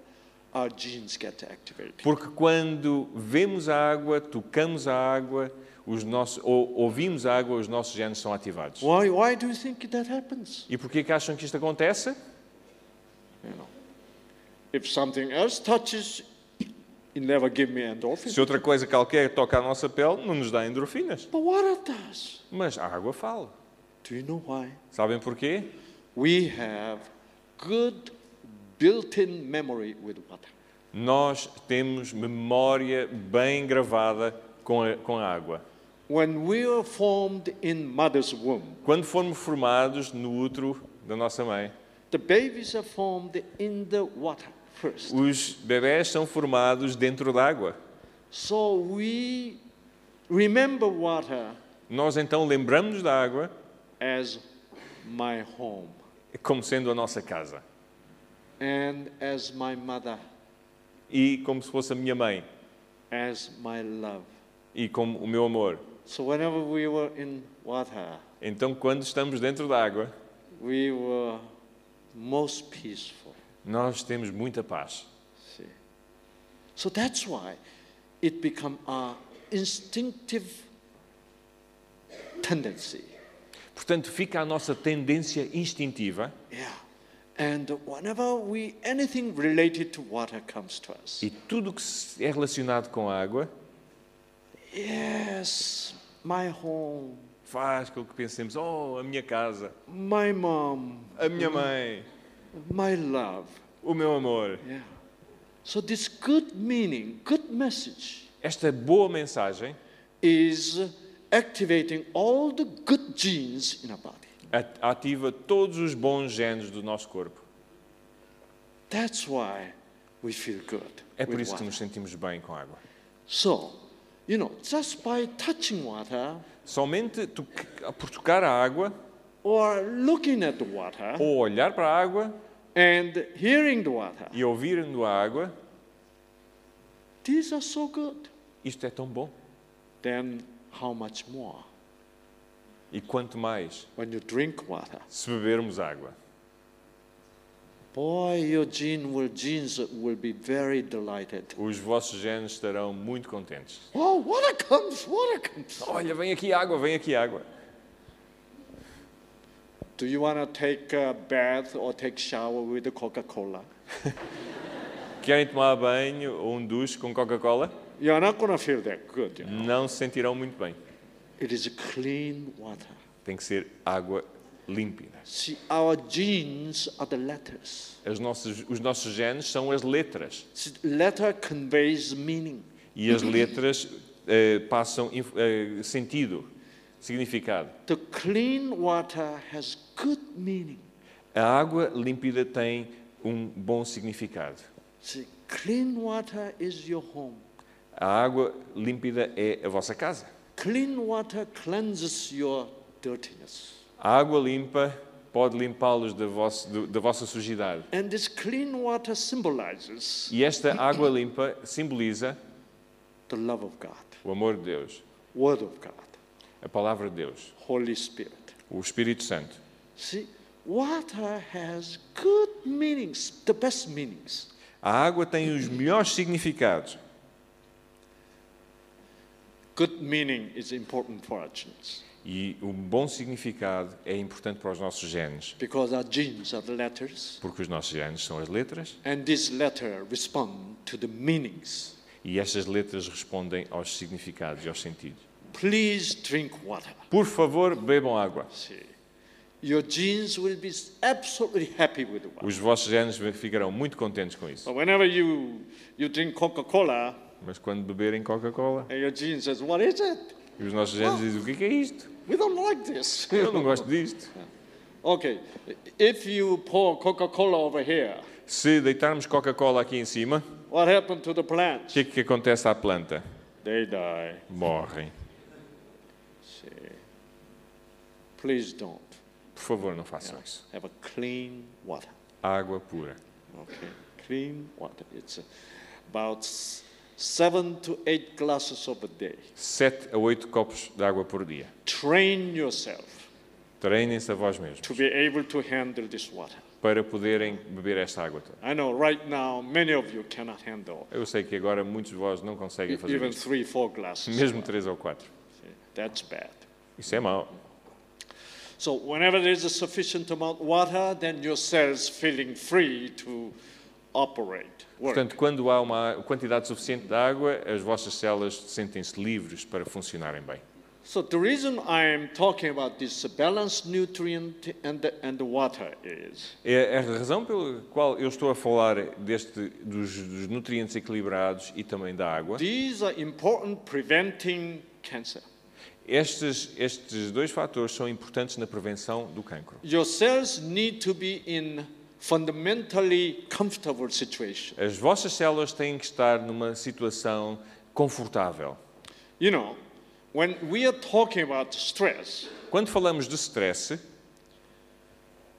[SPEAKER 2] our genes get activated.
[SPEAKER 3] Porque quando vemos a água, tocamos a água, os nossos, ou ouvimos a água, os nossos genes são ativados.
[SPEAKER 2] Why, why do you think that happens?
[SPEAKER 3] E porquê que acham que isto acontece?
[SPEAKER 2] You know, if something else touches, it never give me endorphins.
[SPEAKER 3] Se outra coisa qualquer toca a nossa pele, não nos dá endorfinas.
[SPEAKER 2] But what it does?
[SPEAKER 3] Mas a água fala.
[SPEAKER 2] Do you know why?
[SPEAKER 3] Sabem porquê?
[SPEAKER 2] We have good built-in memory with water.
[SPEAKER 3] Nós temos memória bem gravada com a, com a água.
[SPEAKER 2] When we are formed in mother's womb,
[SPEAKER 3] Quando formos formados no útero da nossa mãe,
[SPEAKER 2] the babies are formed in the water first.
[SPEAKER 3] os bebés são formados dentro da água.
[SPEAKER 2] So we remember water
[SPEAKER 3] Nós então lembramos da água
[SPEAKER 2] as my home
[SPEAKER 3] como sendo a nossa casa
[SPEAKER 2] and as my mother,
[SPEAKER 3] e como se fosse a minha mãe
[SPEAKER 2] as my love.
[SPEAKER 3] e como o meu amor.
[SPEAKER 2] So whenever we were in water,
[SPEAKER 3] Então, quando estamos dentro da água,
[SPEAKER 2] we were most peaceful.
[SPEAKER 3] nós temos muita paz.
[SPEAKER 2] See, so that's why it become our instinctive tendency.
[SPEAKER 3] Portanto, fica a nossa tendência instintiva
[SPEAKER 2] Yeah, And whenever we, anything related to water comes to us,
[SPEAKER 3] E tudo que se- é relacionado com a água
[SPEAKER 2] yes, my home,
[SPEAKER 3] faz com que pensemos: oh, a minha casa,
[SPEAKER 2] my mom,
[SPEAKER 3] a minha mãe,
[SPEAKER 2] my love.
[SPEAKER 3] o meu amor.
[SPEAKER 2] Yeah. So this good meaning, good message
[SPEAKER 3] Esta boa mensagem
[SPEAKER 2] is activating all the good genes in our body.
[SPEAKER 3] at- ativa todos os bons genes do nosso corpo.
[SPEAKER 2] That's why we feel good.
[SPEAKER 3] É por
[SPEAKER 2] with
[SPEAKER 3] isso que
[SPEAKER 2] water.
[SPEAKER 3] nos sentimos bem com a água.
[SPEAKER 2] So, you know, just by touching water
[SPEAKER 3] Somente tu- por tocar a água,
[SPEAKER 2] or looking at the water
[SPEAKER 3] ou olhar para a água
[SPEAKER 2] and hearing the water,
[SPEAKER 3] e ouvindo a água,
[SPEAKER 2] these are so good.
[SPEAKER 3] isto é tão bom.
[SPEAKER 2] Then how much more
[SPEAKER 3] E quanto mais
[SPEAKER 2] when you drink water?
[SPEAKER 3] se bebermos água,
[SPEAKER 2] Boy, your gene will genes will be very delighted.
[SPEAKER 3] os vossos genes estarão muito contentes.
[SPEAKER 2] Oh, water comes, water comes.
[SPEAKER 3] Olha, vem aqui água, vem aqui água.
[SPEAKER 2] Do you want to take a bath or take shower with the Coca-Cola?
[SPEAKER 3] Querem tomar banho ou um duche com Coca-Cola?
[SPEAKER 2] You're not going to feel that good. You know?
[SPEAKER 3] Não se sentirão muito bem.
[SPEAKER 2] It is clean water.
[SPEAKER 3] Tem que ser água límpida.
[SPEAKER 2] See, our genes are the letters.
[SPEAKER 3] As nossas, os nossos genes são as letras.
[SPEAKER 2] See, letter conveys meaning.
[SPEAKER 3] E as letras eh, passam inf- eh, sentido, significado.
[SPEAKER 2] The clean water has good meaning.
[SPEAKER 3] A água límpida tem um bom significado.
[SPEAKER 2] See, clean water is your home.
[SPEAKER 3] A água límpida é a vossa casa.
[SPEAKER 2] Clean water cleanses your dirtiness.
[SPEAKER 3] A água limpa pode limpá-los da, vossa- do- da vossa sujidade.
[SPEAKER 2] And this clean water symbolizes
[SPEAKER 3] E esta água limpa simboliza
[SPEAKER 2] the love of God,
[SPEAKER 3] o amor de Deus,
[SPEAKER 2] Word of God,
[SPEAKER 3] a palavra de Deus,
[SPEAKER 2] Holy Spirit.
[SPEAKER 3] o Espírito Santo.
[SPEAKER 2] See, water has good meanings, the best meanings.
[SPEAKER 3] A água tem os melhores significados.
[SPEAKER 2] Good meaning is important for our genes
[SPEAKER 3] E o bom significado é importante para os nossos genes,
[SPEAKER 2] because our genes are the letters,
[SPEAKER 3] porque os nossos genes são as letras
[SPEAKER 2] and these letters respond to the meanings.
[SPEAKER 3] e estas letras respondem aos significados e aos sentidos.
[SPEAKER 2] Please drink water.
[SPEAKER 3] Por favor, bebam água.
[SPEAKER 2] See, your genes will be absolutely happy with the water.
[SPEAKER 3] Os vossos genes ficarão muito contentes com isso.
[SPEAKER 2] So whenever you you drink Coca-Cola,
[SPEAKER 3] Mas quando beberem Coca-Cola,
[SPEAKER 2] and your gene says, "What is it?
[SPEAKER 3] e os nossos genes dizem: o que é que é isto?
[SPEAKER 2] We don't like this."
[SPEAKER 3] Eu não gosto disto.
[SPEAKER 2] okay, if you pour Coca-Cola over here,
[SPEAKER 3] Se deitarmos Coca-Cola aqui em cima,
[SPEAKER 2] what happened to the
[SPEAKER 3] o
[SPEAKER 2] plants?
[SPEAKER 3] que é que acontece à planta?
[SPEAKER 2] They die.
[SPEAKER 3] Morrem.
[SPEAKER 2] See, please don't
[SPEAKER 3] Por favor, não façam isso.
[SPEAKER 2] have a clean water.
[SPEAKER 3] Água pura.
[SPEAKER 2] Okay, clean water. It's about s- seven to eight glasses of a day.
[SPEAKER 3] 7 a 8 copos de água por dia.
[SPEAKER 2] Train yourself
[SPEAKER 3] Treinem-se a vós mesmos
[SPEAKER 2] to be able to handle this water.
[SPEAKER 3] para poderem beber esta água toda.
[SPEAKER 2] I know right now many of you cannot handle
[SPEAKER 3] Eu sei que agora muitos de vós não
[SPEAKER 2] e-
[SPEAKER 3] conseguem fazer
[SPEAKER 2] even
[SPEAKER 3] isso.
[SPEAKER 2] three, four glasses.
[SPEAKER 3] Mesmo 3 ou 4.
[SPEAKER 2] That's bad.
[SPEAKER 3] Isso é mau.
[SPEAKER 2] So whenever there is a sufficient amount of water, then your cells feeling free to operate, work.
[SPEAKER 3] Portanto, quando há uma quantidade suficiente de água, as vossas células sentem-se livres para funcionarem bem.
[SPEAKER 2] So the reason I am talking about this balanced nutrient and the, and the water is
[SPEAKER 3] É a razão pela qual eu estou a falar deste, dos, dos nutrientes equilibrados e também da água.
[SPEAKER 2] these are important preventing cancer.
[SPEAKER 3] Estes, estes dois fatores são importantes na prevenção do cancro.
[SPEAKER 2] Your cells need to be in fundamentally comfortable situation.
[SPEAKER 3] As vossas células têm que estar numa situação confortável.
[SPEAKER 2] You know, when we are talking about stress,
[SPEAKER 3] Quando falamos de stress,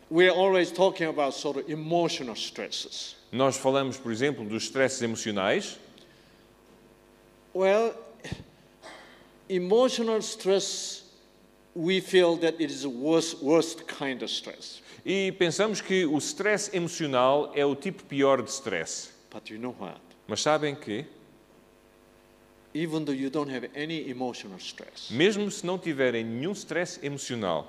[SPEAKER 2] we are always talking about sort of emotional stresses.
[SPEAKER 3] nós falamos, por exemplo, dos stresses emocionais.
[SPEAKER 2] Well, emotional stress, we feel that it is the worst, worst kind of stress.
[SPEAKER 3] E pensamos que o stress emocional é o tipo pior de stress.
[SPEAKER 2] But you know what?
[SPEAKER 3] Mas sabem que,
[SPEAKER 2] Even though you don't have any emotional stress,
[SPEAKER 3] mesmo se não tiverem nenhum stress emocional,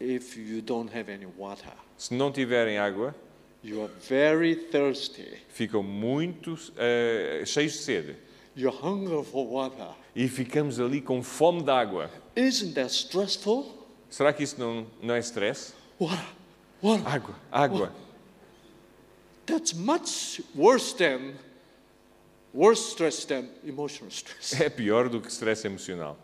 [SPEAKER 2] if you don't have any water.
[SPEAKER 3] Se não tiverem água,
[SPEAKER 2] You are very thirsty.
[SPEAKER 3] ficam muito eh, cheios de sede.
[SPEAKER 2] You hunger for water.
[SPEAKER 3] E ficamos ali com fome de água.
[SPEAKER 2] Isn't that stressful?
[SPEAKER 3] Será que isso não, não é stress?
[SPEAKER 2] Water, water.
[SPEAKER 3] Água, água.
[SPEAKER 2] That's much worse than worse stress than emotional stress.
[SPEAKER 3] É pior do que stress emocional.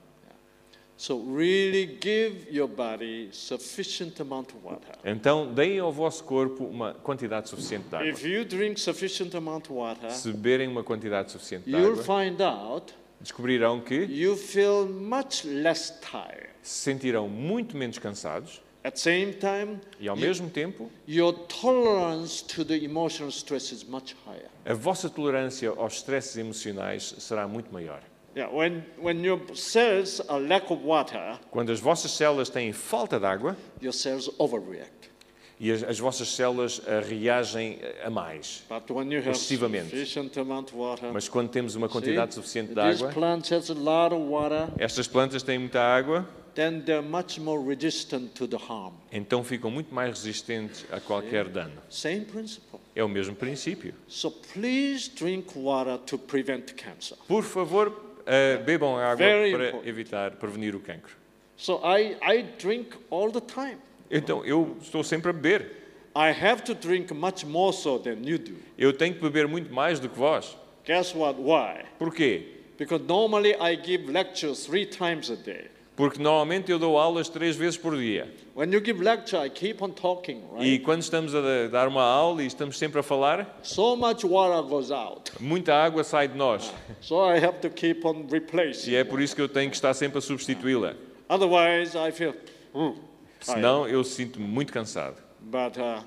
[SPEAKER 2] so really give your body sufficient amount of water.
[SPEAKER 3] Então, deem ao vosso corpo uma quantidade suficiente de água.
[SPEAKER 2] If you drink sufficient amount of water,
[SPEAKER 3] Se beberem uma quantidade suficiente de
[SPEAKER 2] you'll
[SPEAKER 3] água,
[SPEAKER 2] find out
[SPEAKER 3] descobrirão que
[SPEAKER 2] you feel much less tired.
[SPEAKER 3] se sentirão muito menos cansados
[SPEAKER 2] At the same time,
[SPEAKER 3] e, ao
[SPEAKER 2] you-
[SPEAKER 3] mesmo tempo,
[SPEAKER 2] your tolerance to the emotional stress is much higher.
[SPEAKER 3] a vossa tolerância aos stresses emocionais será muito maior.
[SPEAKER 2] Yeah, when, when your cells are lack of water,
[SPEAKER 3] Quando as vossas células têm falta de água
[SPEAKER 2] your cells overreact.
[SPEAKER 3] e as, as vossas células ah, reagem a mais.
[SPEAKER 2] But when you have
[SPEAKER 3] Excessivamente.
[SPEAKER 2] sufficient amount of water,
[SPEAKER 3] Mas quando temos uma
[SPEAKER 2] see,
[SPEAKER 3] quantidade suficiente de
[SPEAKER 2] this
[SPEAKER 3] água,
[SPEAKER 2] plant has a lot of water,
[SPEAKER 3] estas plantas têm muita água,
[SPEAKER 2] then they're much more resistant to the harm.
[SPEAKER 3] então ficam muito mais resistentes a qualquer dano.
[SPEAKER 2] Same principle.
[SPEAKER 3] É o mesmo princípio.
[SPEAKER 2] So please drink water to prevent cancer.
[SPEAKER 3] Por favor, ah, bebam água
[SPEAKER 2] Very
[SPEAKER 3] para
[SPEAKER 2] important.
[SPEAKER 3] evitar, prevenir o cancro.
[SPEAKER 2] So I, I drink all the time.
[SPEAKER 3] Então, eu estou sempre a beber.
[SPEAKER 2] I have to drink much more so than you do.
[SPEAKER 3] Eu tenho que beber muito mais do que vós.
[SPEAKER 2] Guess what? Why?
[SPEAKER 3] Porquê?
[SPEAKER 2] Because normally I give lectures three times a day.
[SPEAKER 3] Porque normalmente eu dou aulas três vezes por dia.
[SPEAKER 2] When you give lecture, I keep on talking, right?
[SPEAKER 3] E quando estamos a da- dar uma aula e estamos sempre a falar,
[SPEAKER 2] So much water goes out.
[SPEAKER 3] muita água sai de nós.
[SPEAKER 2] So I have to keep on replacing.
[SPEAKER 3] E é por isso que eu tenho que estar sempre a substituí-la.
[SPEAKER 2] Otherwise, I feel. "Mm, tired."
[SPEAKER 3] Senão eu sinto-me muito cansado.
[SPEAKER 2] But uh,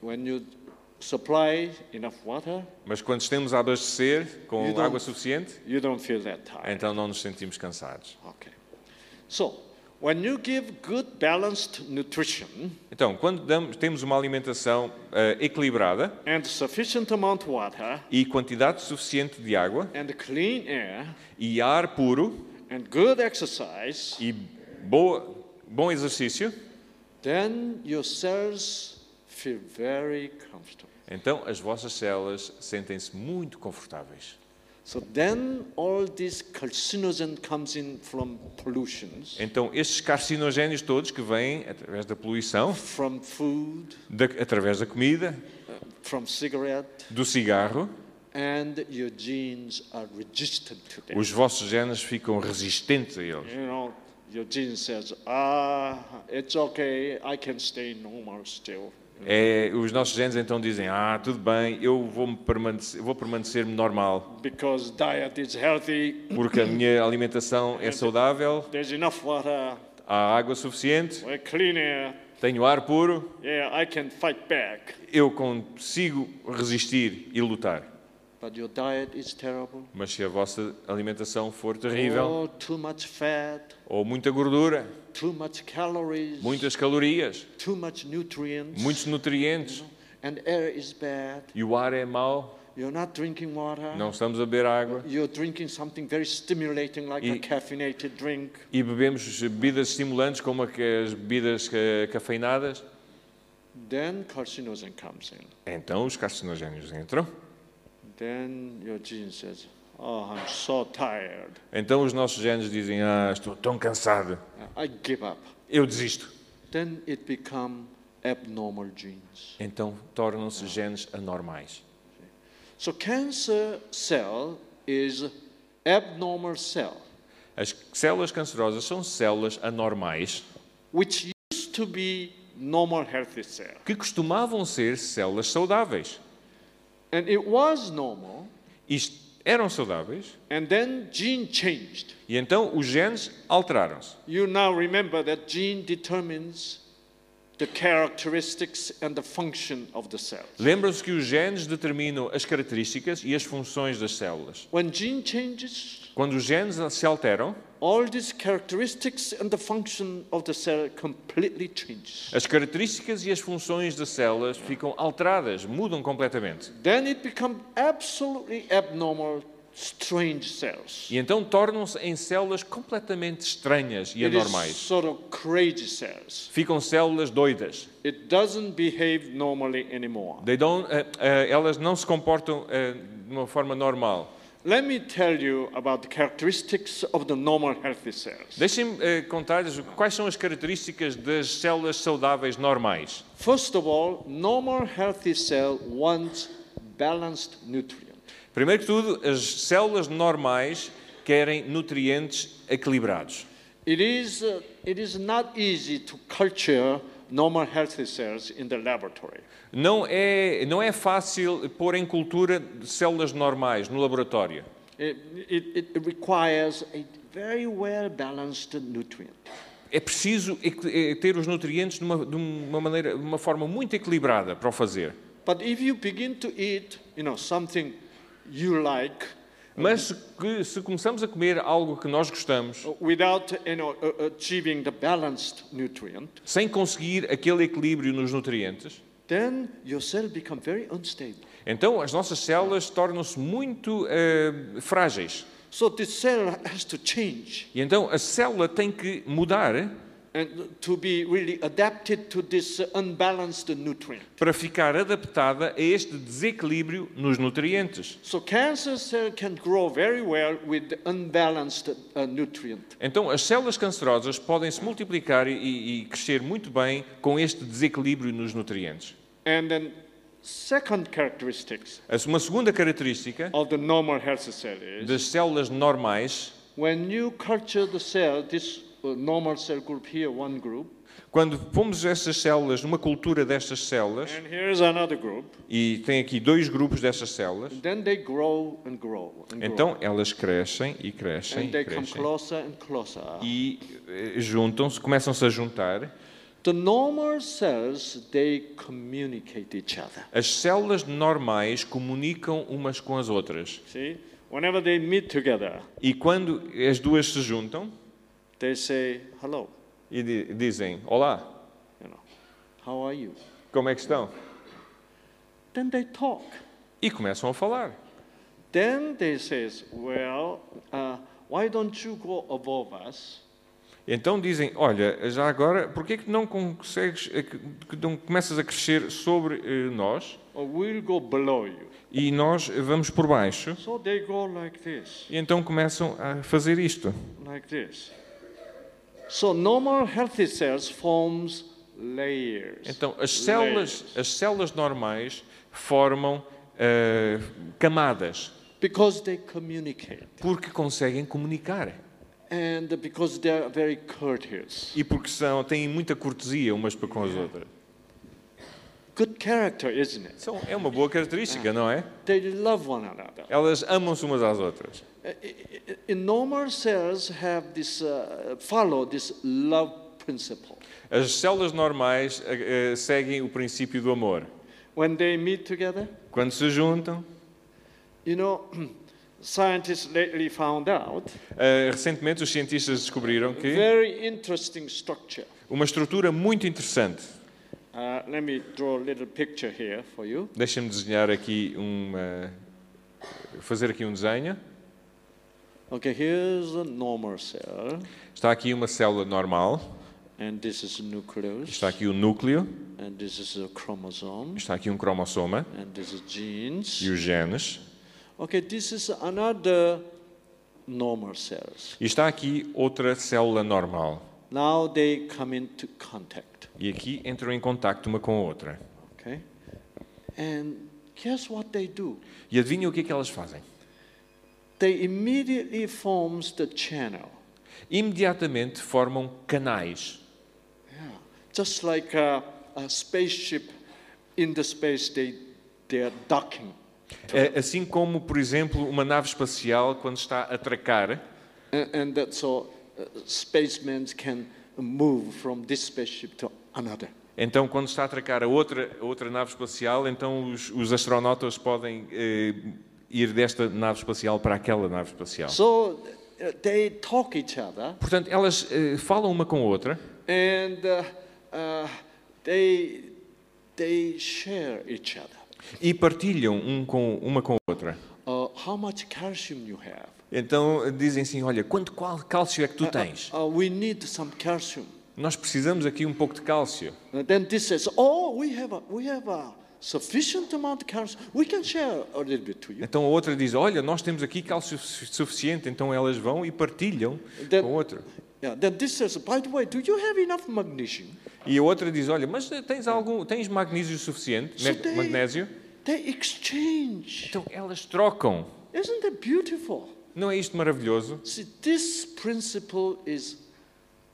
[SPEAKER 2] when you supply enough water,
[SPEAKER 3] Mas quando estamos a abastecer com
[SPEAKER 2] You don't-
[SPEAKER 3] água suficiente,
[SPEAKER 2] you don't feel that tired.
[SPEAKER 3] então não nos sentimos cansados.
[SPEAKER 2] Okay. So when you give good balanced nutrition
[SPEAKER 3] Então, quando damos- temos uma alimentação ah, equilibrada
[SPEAKER 2] and sufficient amount of water
[SPEAKER 3] e quantidade suficiente de água
[SPEAKER 2] and clean air
[SPEAKER 3] e ar puro
[SPEAKER 2] and good exercise,
[SPEAKER 3] e boa, bom exercício,
[SPEAKER 2] then your cells feel very comfortable.
[SPEAKER 3] então as vossas células sentem-se muito confortáveis.
[SPEAKER 2] So then all this carcinogen comes in from pollutions,
[SPEAKER 3] Então, estes carcinogénios todos que vêm através da poluição,
[SPEAKER 2] from food,
[SPEAKER 3] da, através da comida,
[SPEAKER 2] from cigarette,
[SPEAKER 3] do cigarro,
[SPEAKER 2] and your genes are resistant to them.
[SPEAKER 3] os vossos genes ficam resistentes a eles.
[SPEAKER 2] You know, your gene says, ah, it's okay, I can stay normal still.
[SPEAKER 3] É, os nossos genes então dizem: Ah, tudo bem, eu vou-me permanecer, vou permanecer-me normal,
[SPEAKER 2] Because diet is healthy,
[SPEAKER 3] porque a minha alimentação é saudável,
[SPEAKER 2] there's enough water,
[SPEAKER 3] há água suficiente,
[SPEAKER 2] we're clean air,
[SPEAKER 3] tenho ar puro,
[SPEAKER 2] yeah, I can fight back.
[SPEAKER 3] eu consigo resistir e lutar.
[SPEAKER 2] But your diet is terrible.
[SPEAKER 3] Mas se a vossa alimentação for terrível,
[SPEAKER 2] Oh, too much fat,
[SPEAKER 3] ou muita gordura,
[SPEAKER 2] too much calories,
[SPEAKER 3] muitas calorias,
[SPEAKER 2] too much nutrients,
[SPEAKER 3] muitos nutrientes,
[SPEAKER 2] and air is bad.
[SPEAKER 3] e o ar é mau,
[SPEAKER 2] You're not drinking water.
[SPEAKER 3] não estamos a beber água,
[SPEAKER 2] You're drinking something very stimulating, like a
[SPEAKER 3] E-
[SPEAKER 2] caffeinated drink.
[SPEAKER 3] e bebemos bebidas estimulantes como as bebidas eh, cafeinadas,
[SPEAKER 2] Then carcinogen comes in.
[SPEAKER 3] então os carcinogénios entram.
[SPEAKER 2] Then your gene says, "Oh, I'm so tired.
[SPEAKER 3] Então os nossos genes dizem: Ah, estou tão cansado,
[SPEAKER 2] I give up."
[SPEAKER 3] eu desisto.
[SPEAKER 2] Then it become abnormal genes.
[SPEAKER 3] Então tornam-se genes anormais.
[SPEAKER 2] So cancer cell is abnormal cell,
[SPEAKER 3] As células cancerosas são células anormais
[SPEAKER 2] which used to be normal healthy cell,
[SPEAKER 3] que costumavam ser células saudáveis.
[SPEAKER 2] and it was normal,
[SPEAKER 3] Isto eram saudáveis
[SPEAKER 2] and then gene changed.
[SPEAKER 3] e então os genes alteraram-se.
[SPEAKER 2] You now remember that gene determines the characteristics and the function of the cell.
[SPEAKER 3] Lembram-se que os genes determinam as características e as funções das células.
[SPEAKER 2] When gene changes,
[SPEAKER 3] Quando os genes se alteram,
[SPEAKER 2] all these characteristics and the function of the cell completely changes.
[SPEAKER 3] as características e as funções das células ficam alteradas, mudam completamente.
[SPEAKER 2] Then it becomes absolutely abnormal strange cells.
[SPEAKER 3] E então tornam-se em células completamente estranhas e
[SPEAKER 2] It is
[SPEAKER 3] anormais.
[SPEAKER 2] sort of crazy cells.
[SPEAKER 3] Ficam células doidas.
[SPEAKER 2] It doesn't behave normally anymore.
[SPEAKER 3] They don't, eh, eh, elas não se comportam eh, de uma forma normal.
[SPEAKER 2] Let me tell you about the characteristics of the normal healthy cells.
[SPEAKER 3] Deixem-me eh, contar-lhes quais são as características das células saudáveis normais.
[SPEAKER 2] First of all, normal healthy cell wants balanced nutrient.
[SPEAKER 3] Primeiro que tudo, as células normais querem nutrientes equilibrados.
[SPEAKER 2] It is, uh, it is not easy to culture normal healthy cells in the laboratory.
[SPEAKER 3] Não é, não é fácil pôr em cultura de células normais no laboratório.
[SPEAKER 2] It, it, it requires a very well balanced nutrient.
[SPEAKER 3] É preciso equi- eh, ter os nutrientes de uma, de uma maneira, de uma forma muito equilibrada para o fazer.
[SPEAKER 2] But if you begin to eat, you know, something you like
[SPEAKER 3] Mas se, que- se começamos a comer algo que nós gostamos,
[SPEAKER 2] uh, without you know, uh, achieving the balanced nutrient,
[SPEAKER 3] sem conseguir aquele equilíbrio nos nutrientes,
[SPEAKER 2] then your cell become very unstable.
[SPEAKER 3] então as nossas células tornam-se muito eh, frágeis.
[SPEAKER 2] So this cell has to change
[SPEAKER 3] E então a célula tem que mudar
[SPEAKER 2] and to be really adapted to this unbalanced nutrient.
[SPEAKER 3] para ficar adaptada a este desequilíbrio nos nutrientes.
[SPEAKER 2] So cancer cell can grow very well with unbalanced uh, nutrient.
[SPEAKER 3] Então, as células cancerosas podem se multiplicar e, e crescer muito bem com este desequilíbrio nos nutrientes.
[SPEAKER 2] And then second characteristics
[SPEAKER 3] A se- Uma segunda característica
[SPEAKER 2] of the normal healthy cell is
[SPEAKER 3] das células normais,
[SPEAKER 2] when you culture the cell, this uh, normal cell group here, one group,
[SPEAKER 3] quando pomos essas células numa cultura destas células,
[SPEAKER 2] and here's another group,
[SPEAKER 3] e tem aqui dois grupos dessas células,
[SPEAKER 2] then they grow and grow and grow.
[SPEAKER 3] então elas crescem e crescem
[SPEAKER 2] And
[SPEAKER 3] e
[SPEAKER 2] they come
[SPEAKER 3] crescem.
[SPEAKER 2] closer and closer.
[SPEAKER 3] E eh, juntam-se, começam-se a juntar.
[SPEAKER 2] The normal cells, they communicate each other.
[SPEAKER 3] As células normais comunicam umas com as outras.
[SPEAKER 2] See, whenever they meet together,
[SPEAKER 3] E quando as duas se juntam
[SPEAKER 2] they say, hello,
[SPEAKER 3] e di- dizem: Olá,
[SPEAKER 2] you know, how are you?
[SPEAKER 3] como é que estão?
[SPEAKER 2] Then they talk.
[SPEAKER 3] E começam a falar.
[SPEAKER 2] Then they says, well, uh, why don't you go above us?
[SPEAKER 3] Então dizem: Olha, já agora, por que é que não consegues, eh, que que não começas a crescer sobre eh, nós
[SPEAKER 2] Or we'll go below you.
[SPEAKER 3] e nós vamos por baixo?
[SPEAKER 2] So they go like this,
[SPEAKER 3] E então começam a fazer isto.
[SPEAKER 2] like this. So normal healthy cells forms layers.
[SPEAKER 3] Então as células, as células normais formam eh, camadas
[SPEAKER 2] Because they communicate.
[SPEAKER 3] porque conseguem comunicar
[SPEAKER 2] And because they are very courteous.
[SPEAKER 3] e porque são, têm muita cortesia umas para com as outras.
[SPEAKER 2] Good character, isn't it?
[SPEAKER 3] São- é uma boa característica, não é?
[SPEAKER 2] They love one another.
[SPEAKER 3] Elas amam-se umas às outras.
[SPEAKER 2] I- I- I- normal cells have this, uh, follow this love principle.
[SPEAKER 3] As células normais eh, eh, seguem o princípio do amor.
[SPEAKER 2] When they meet together,
[SPEAKER 3] Quando se juntam,
[SPEAKER 2] You know, scientists lately found out
[SPEAKER 3] eh, recentemente os cientistas descobriram que
[SPEAKER 2] very interesting structure.
[SPEAKER 3] uma estrutura muito interessante.
[SPEAKER 2] Uh, let me draw a little picture here for you.
[SPEAKER 3] Deixa-me desenhar aqui uma. fazer aqui um desenho.
[SPEAKER 2] Okay, here's a normal cell,
[SPEAKER 3] Está aqui uma célula normal,
[SPEAKER 2] and this is a nucleus,
[SPEAKER 3] está aqui o núcleo,
[SPEAKER 2] and this is a chromosome,
[SPEAKER 3] está aqui um cromossoma
[SPEAKER 2] and this is genes.
[SPEAKER 3] e os genes,
[SPEAKER 2] Okay, this is another normal cells.
[SPEAKER 3] e está aqui outra célula normal.
[SPEAKER 2] Now they come into contact.
[SPEAKER 3] E aqui entram em contacto uma com a outra.
[SPEAKER 2] Okay, and guess what they do?
[SPEAKER 3] E adivinha o que é que elas fazem?
[SPEAKER 2] They immediately forms the channel.
[SPEAKER 3] imediatamente formam canais.
[SPEAKER 2] Yeah. Just like a, a spaceship in the space, they, they are docking.
[SPEAKER 3] É, Assim como, por exemplo, uma nave espacial, quando está a atracar,
[SPEAKER 2] And, and that's so uh, spacemen can move from this spaceship to another.
[SPEAKER 3] então, quando está a atracar a outra, a outra nave espacial, então os, os astronautas podem eh, ir desta nave espacial para aquela nave espacial.
[SPEAKER 2] So uh, they talk each other
[SPEAKER 3] Portanto, elas eh, falam uma com a outra
[SPEAKER 2] and uh, uh, they, they share each other.
[SPEAKER 3] e partilham um com, uma com a outra.
[SPEAKER 2] Uh, how much calcium you have.
[SPEAKER 3] Então dizem assim: olha, quanto qual cálcio é que tu tens?
[SPEAKER 2] Uh, we need some calcium.
[SPEAKER 3] Nós precisamos aqui um pouco de cálcio.
[SPEAKER 2] And Uh, then this says, oh, we have a, we have a sufficient amount of calcium. We can share a little bit to you.
[SPEAKER 3] Então a outra diz: olha, nós temos aqui cálcio su- suficiente. Então elas vão e partilham
[SPEAKER 2] That-
[SPEAKER 3] com a outra.
[SPEAKER 2] Yeah, then this says, by the way, do you have enough magnesium?
[SPEAKER 3] E a outra diz: olha, mas tens algum, tens magnésio suficiente?
[SPEAKER 2] So
[SPEAKER 3] Ma-
[SPEAKER 2] they-
[SPEAKER 3] Magnésio?
[SPEAKER 2] They exchange.
[SPEAKER 3] Então elas trocam.
[SPEAKER 2] Isn't that beautiful?
[SPEAKER 3] Não é isto maravilhoso?
[SPEAKER 2] See, this principle is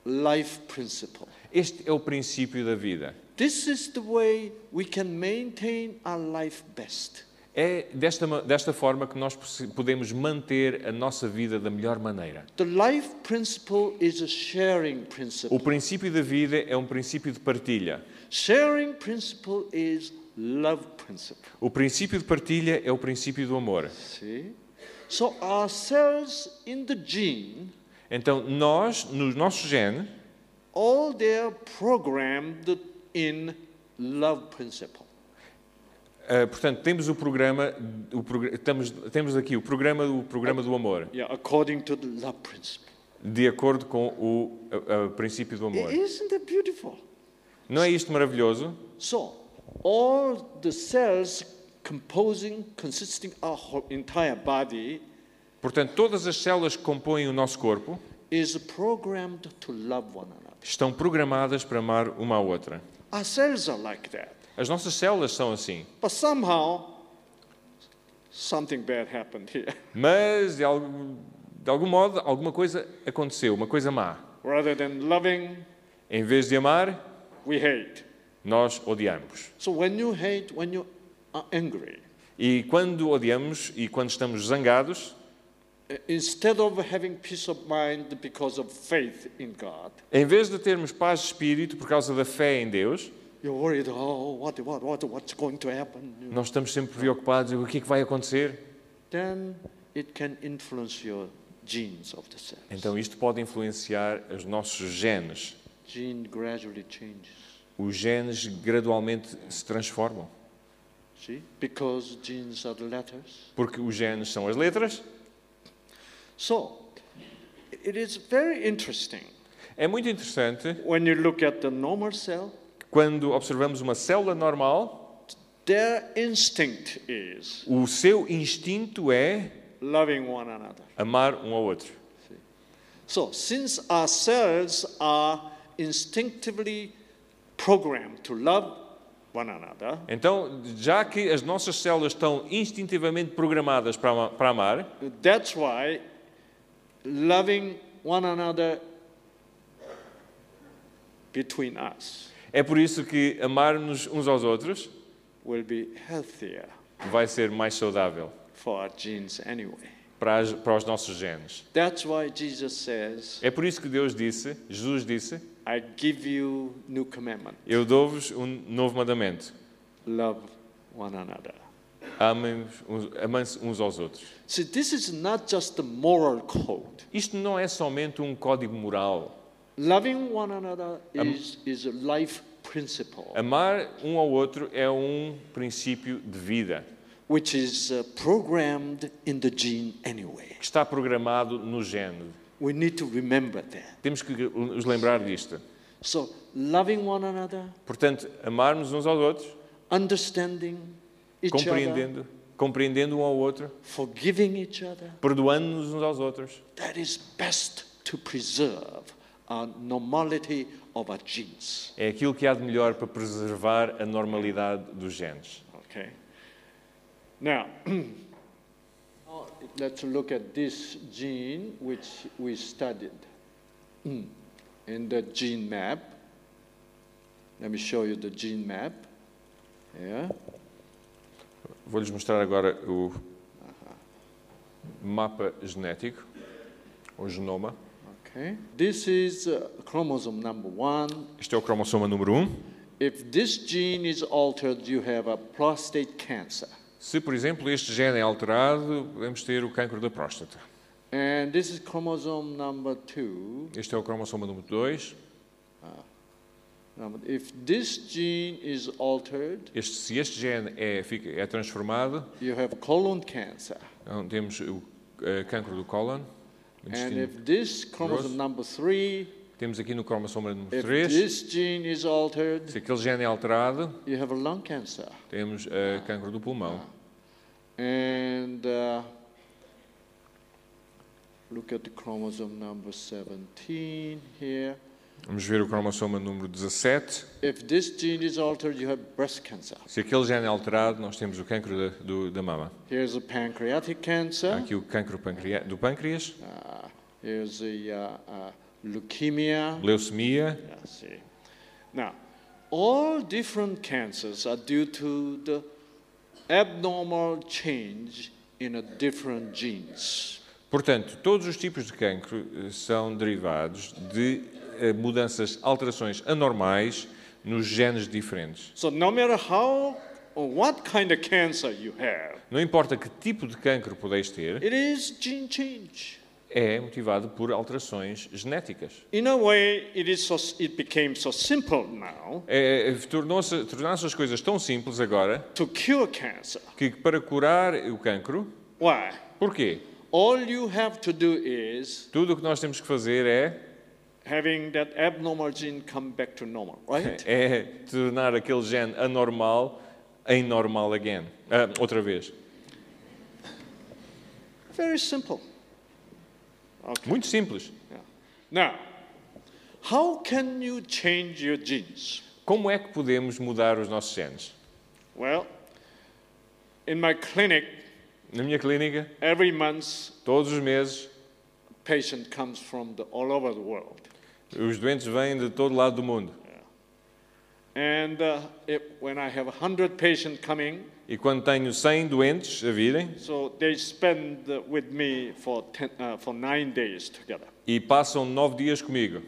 [SPEAKER 2] life principle.
[SPEAKER 3] Este é o princípio da vida.
[SPEAKER 2] This is the way we can maintain our life best.
[SPEAKER 3] É desta, ma- desta forma que nós possi- podemos manter a nossa vida da melhor maneira.
[SPEAKER 2] The life principle is a sharing principle.
[SPEAKER 3] O princípio da vida é um princípio de partilha.
[SPEAKER 2] Sharing principle is love principle.
[SPEAKER 3] O princípio de partilha é o princípio do amor.
[SPEAKER 2] See? So our cells in the gene,
[SPEAKER 3] Então, nós, no nosso gene,
[SPEAKER 2] all they're programmed in love principle.
[SPEAKER 3] ah, portanto, temos o programa, o progra- estamos, temos aqui o programa, o programa do amor,
[SPEAKER 2] Yeah, according to the love principle.
[SPEAKER 3] de acordo com o ah, ah, princípio do amor.
[SPEAKER 2] I- Isn't that beautiful?
[SPEAKER 3] Não é isto maravilhoso?
[SPEAKER 2] So, all the cells composing, consisting our whole entire body,
[SPEAKER 3] Portanto, todas as células que compõem o nosso corpo
[SPEAKER 2] is programmed to love one another.
[SPEAKER 3] estão programadas para amar uma à outra.
[SPEAKER 2] Our cells are like that.
[SPEAKER 3] As nossas células são assim,
[SPEAKER 2] But somehow, something bad happened here.
[SPEAKER 3] mas de algum, de algum modo alguma coisa aconteceu, uma coisa má.
[SPEAKER 2] Rather than loving,
[SPEAKER 3] Em vez de amar,
[SPEAKER 2] we hate.
[SPEAKER 3] nós odiamos.
[SPEAKER 2] So when you hate, when you are angry,
[SPEAKER 3] E quando odiamos e quando estamos zangados,
[SPEAKER 2] i- eh, instead of having peace of mind because of faith in God,
[SPEAKER 3] em vez de termos paz de espírito por causa da fé em Deus,
[SPEAKER 2] you're worried, oh, what, what, what, what's going to happen?
[SPEAKER 3] nós estamos sempre preocupados: o que é que vai acontecer?
[SPEAKER 2] Then it can influence your genes of the cells.
[SPEAKER 3] Então isto pode influenciar os nossos genes.
[SPEAKER 2] Gene gradually changes.
[SPEAKER 3] Os genes gradualmente se transformam,
[SPEAKER 2] See? Because genes are the letters.
[SPEAKER 3] porque os genes são as letras.
[SPEAKER 2] So, it is very interesting
[SPEAKER 3] É muito interessante
[SPEAKER 2] when you look at the normal cell,
[SPEAKER 3] quando observamos uma célula normal,
[SPEAKER 2] their instinct is
[SPEAKER 3] o seu instinto é
[SPEAKER 2] loving one another.
[SPEAKER 3] amar um ao outro.
[SPEAKER 2] So, since our cells are instinctively programmed to love one another,
[SPEAKER 3] Então, já que as nossas células estão instintivamente programadas para ama- para amar,
[SPEAKER 2] that's why loving one another between us
[SPEAKER 3] é por isso que amarmos uns aos outros
[SPEAKER 2] will be healthier
[SPEAKER 3] vai ser mais saudável
[SPEAKER 2] for our genes anyway.
[SPEAKER 3] para, as- para os nossos genes.
[SPEAKER 2] That's why Jesus says,
[SPEAKER 3] É por isso que Deus disse, Jesus disse,
[SPEAKER 2] I give you new commandment
[SPEAKER 3] eu dou-vos um novo mandamento,
[SPEAKER 2] love one another.
[SPEAKER 3] amem uns, amem-se uns aos outros.
[SPEAKER 2] See, this is not just the moral code.
[SPEAKER 3] Isto não é somente um código moral.
[SPEAKER 2] Loving one another
[SPEAKER 3] Um,
[SPEAKER 2] is, is a life principle,
[SPEAKER 3] Amar um ao outro é um princípio de vida
[SPEAKER 2] which is uh, programmed in the gene anyway.
[SPEAKER 3] que está programado no gene.
[SPEAKER 2] We need to remember that.
[SPEAKER 3] Temos que nos lembrar disto.
[SPEAKER 2] So, loving one another,
[SPEAKER 3] Portanto, amarmos uns aos outros,
[SPEAKER 2] understanding each other,
[SPEAKER 3] compreendendo, compreendendo um ao outro,
[SPEAKER 2] forgiving each other,
[SPEAKER 3] perdoando-nos uns aos outros.
[SPEAKER 2] that is best to preserve our normality of our genes.
[SPEAKER 3] É aquilo que há de melhor para preservar a normalidade dos genes.
[SPEAKER 2] Okay? Now, now Oh, let's look at this gene which we studied Mm. in the gene map. Let me show you the gene map. Yeah.
[SPEAKER 3] Vou-lhes mostrar agora o mapa genético, ou genoma.
[SPEAKER 2] Okay. This is uh, chromosome number one.
[SPEAKER 3] Este é o cromossoma número 1.
[SPEAKER 2] If this gene is altered, you have a prostate cancer.
[SPEAKER 3] Se, por exemplo, este gene é alterado, podemos ter o cancro da próstata.
[SPEAKER 2] And this is chromosome number two.
[SPEAKER 3] Este é o cromossoma número 2.
[SPEAKER 2] Now, but if this gene is altered,
[SPEAKER 3] Este- se este gene é, fica- é transformado,
[SPEAKER 2] you have colon cancer.
[SPEAKER 3] então temos o eh, cancro do cólon.
[SPEAKER 2] And
[SPEAKER 3] o intestino.
[SPEAKER 2] if this chromosome number three,
[SPEAKER 3] Temos aqui no cromossoma número
[SPEAKER 2] if
[SPEAKER 3] 3,
[SPEAKER 2] this gene is altered,
[SPEAKER 3] se aquele gene é alterado,
[SPEAKER 2] you have lung cancer.
[SPEAKER 3] temos eh, cancro do pulmão.
[SPEAKER 2] And uh, look at the chromosome number 17 here.
[SPEAKER 3] Vamos ver o cromossoma número 17.
[SPEAKER 2] If this gene is altered, you have breast cancer.
[SPEAKER 3] Se aquele gene é alterado, nós temos o cancro da, do- da mama.
[SPEAKER 2] Here's a pancreatic
[SPEAKER 3] Há
[SPEAKER 2] cancer.
[SPEAKER 3] aqui o cancro pancrea- do pâncreas,
[SPEAKER 2] Uh, here's a uh, uh, leukemia.
[SPEAKER 3] leucemia.
[SPEAKER 2] Yeah, see. Now, all different cancers are due to the abnormal change in a different genes.
[SPEAKER 3] Portanto, todos os tipos de cancro eh, são derivados de eh, mudanças, alterações anormais nos genes diferentes.
[SPEAKER 2] So no matter how or what kind of cancer you have,
[SPEAKER 3] Não importa que tipo de cancro podeis ter,
[SPEAKER 2] it is gene change.
[SPEAKER 3] é motivado por alterações genéticas.
[SPEAKER 2] In a way, it, is so, it became so simple now
[SPEAKER 3] É, tornou-se- Tornaram-se as coisas tão simples agora
[SPEAKER 2] to cure cancer.
[SPEAKER 3] que para curar o cancro,
[SPEAKER 2] Why?
[SPEAKER 3] porquê?
[SPEAKER 2] All you have to do is
[SPEAKER 3] Tudo o que nós temos que fazer é,
[SPEAKER 2] having that abnormal gene come back to normal, right?
[SPEAKER 3] é tornar aquele gene anormal em normal again. Ah, outra vez.
[SPEAKER 2] Very simple.
[SPEAKER 3] Muito simples.
[SPEAKER 2] Now, how can you change your genes?
[SPEAKER 3] Como é que podemos mudar os nossos genes?
[SPEAKER 2] Well, in my clinic,
[SPEAKER 3] Na minha clínica,
[SPEAKER 2] every month,
[SPEAKER 3] todos os meses,
[SPEAKER 2] patient comes from the, all over the world.
[SPEAKER 3] os doentes vêm de todo lado do mundo.
[SPEAKER 2] And uh, if, when I have 100 patients coming,
[SPEAKER 3] E quando tenho 100 doentes a virem
[SPEAKER 2] so they spend uh, with me for, ten, uh, for nine days together.
[SPEAKER 3] e passam 9 dias comigo,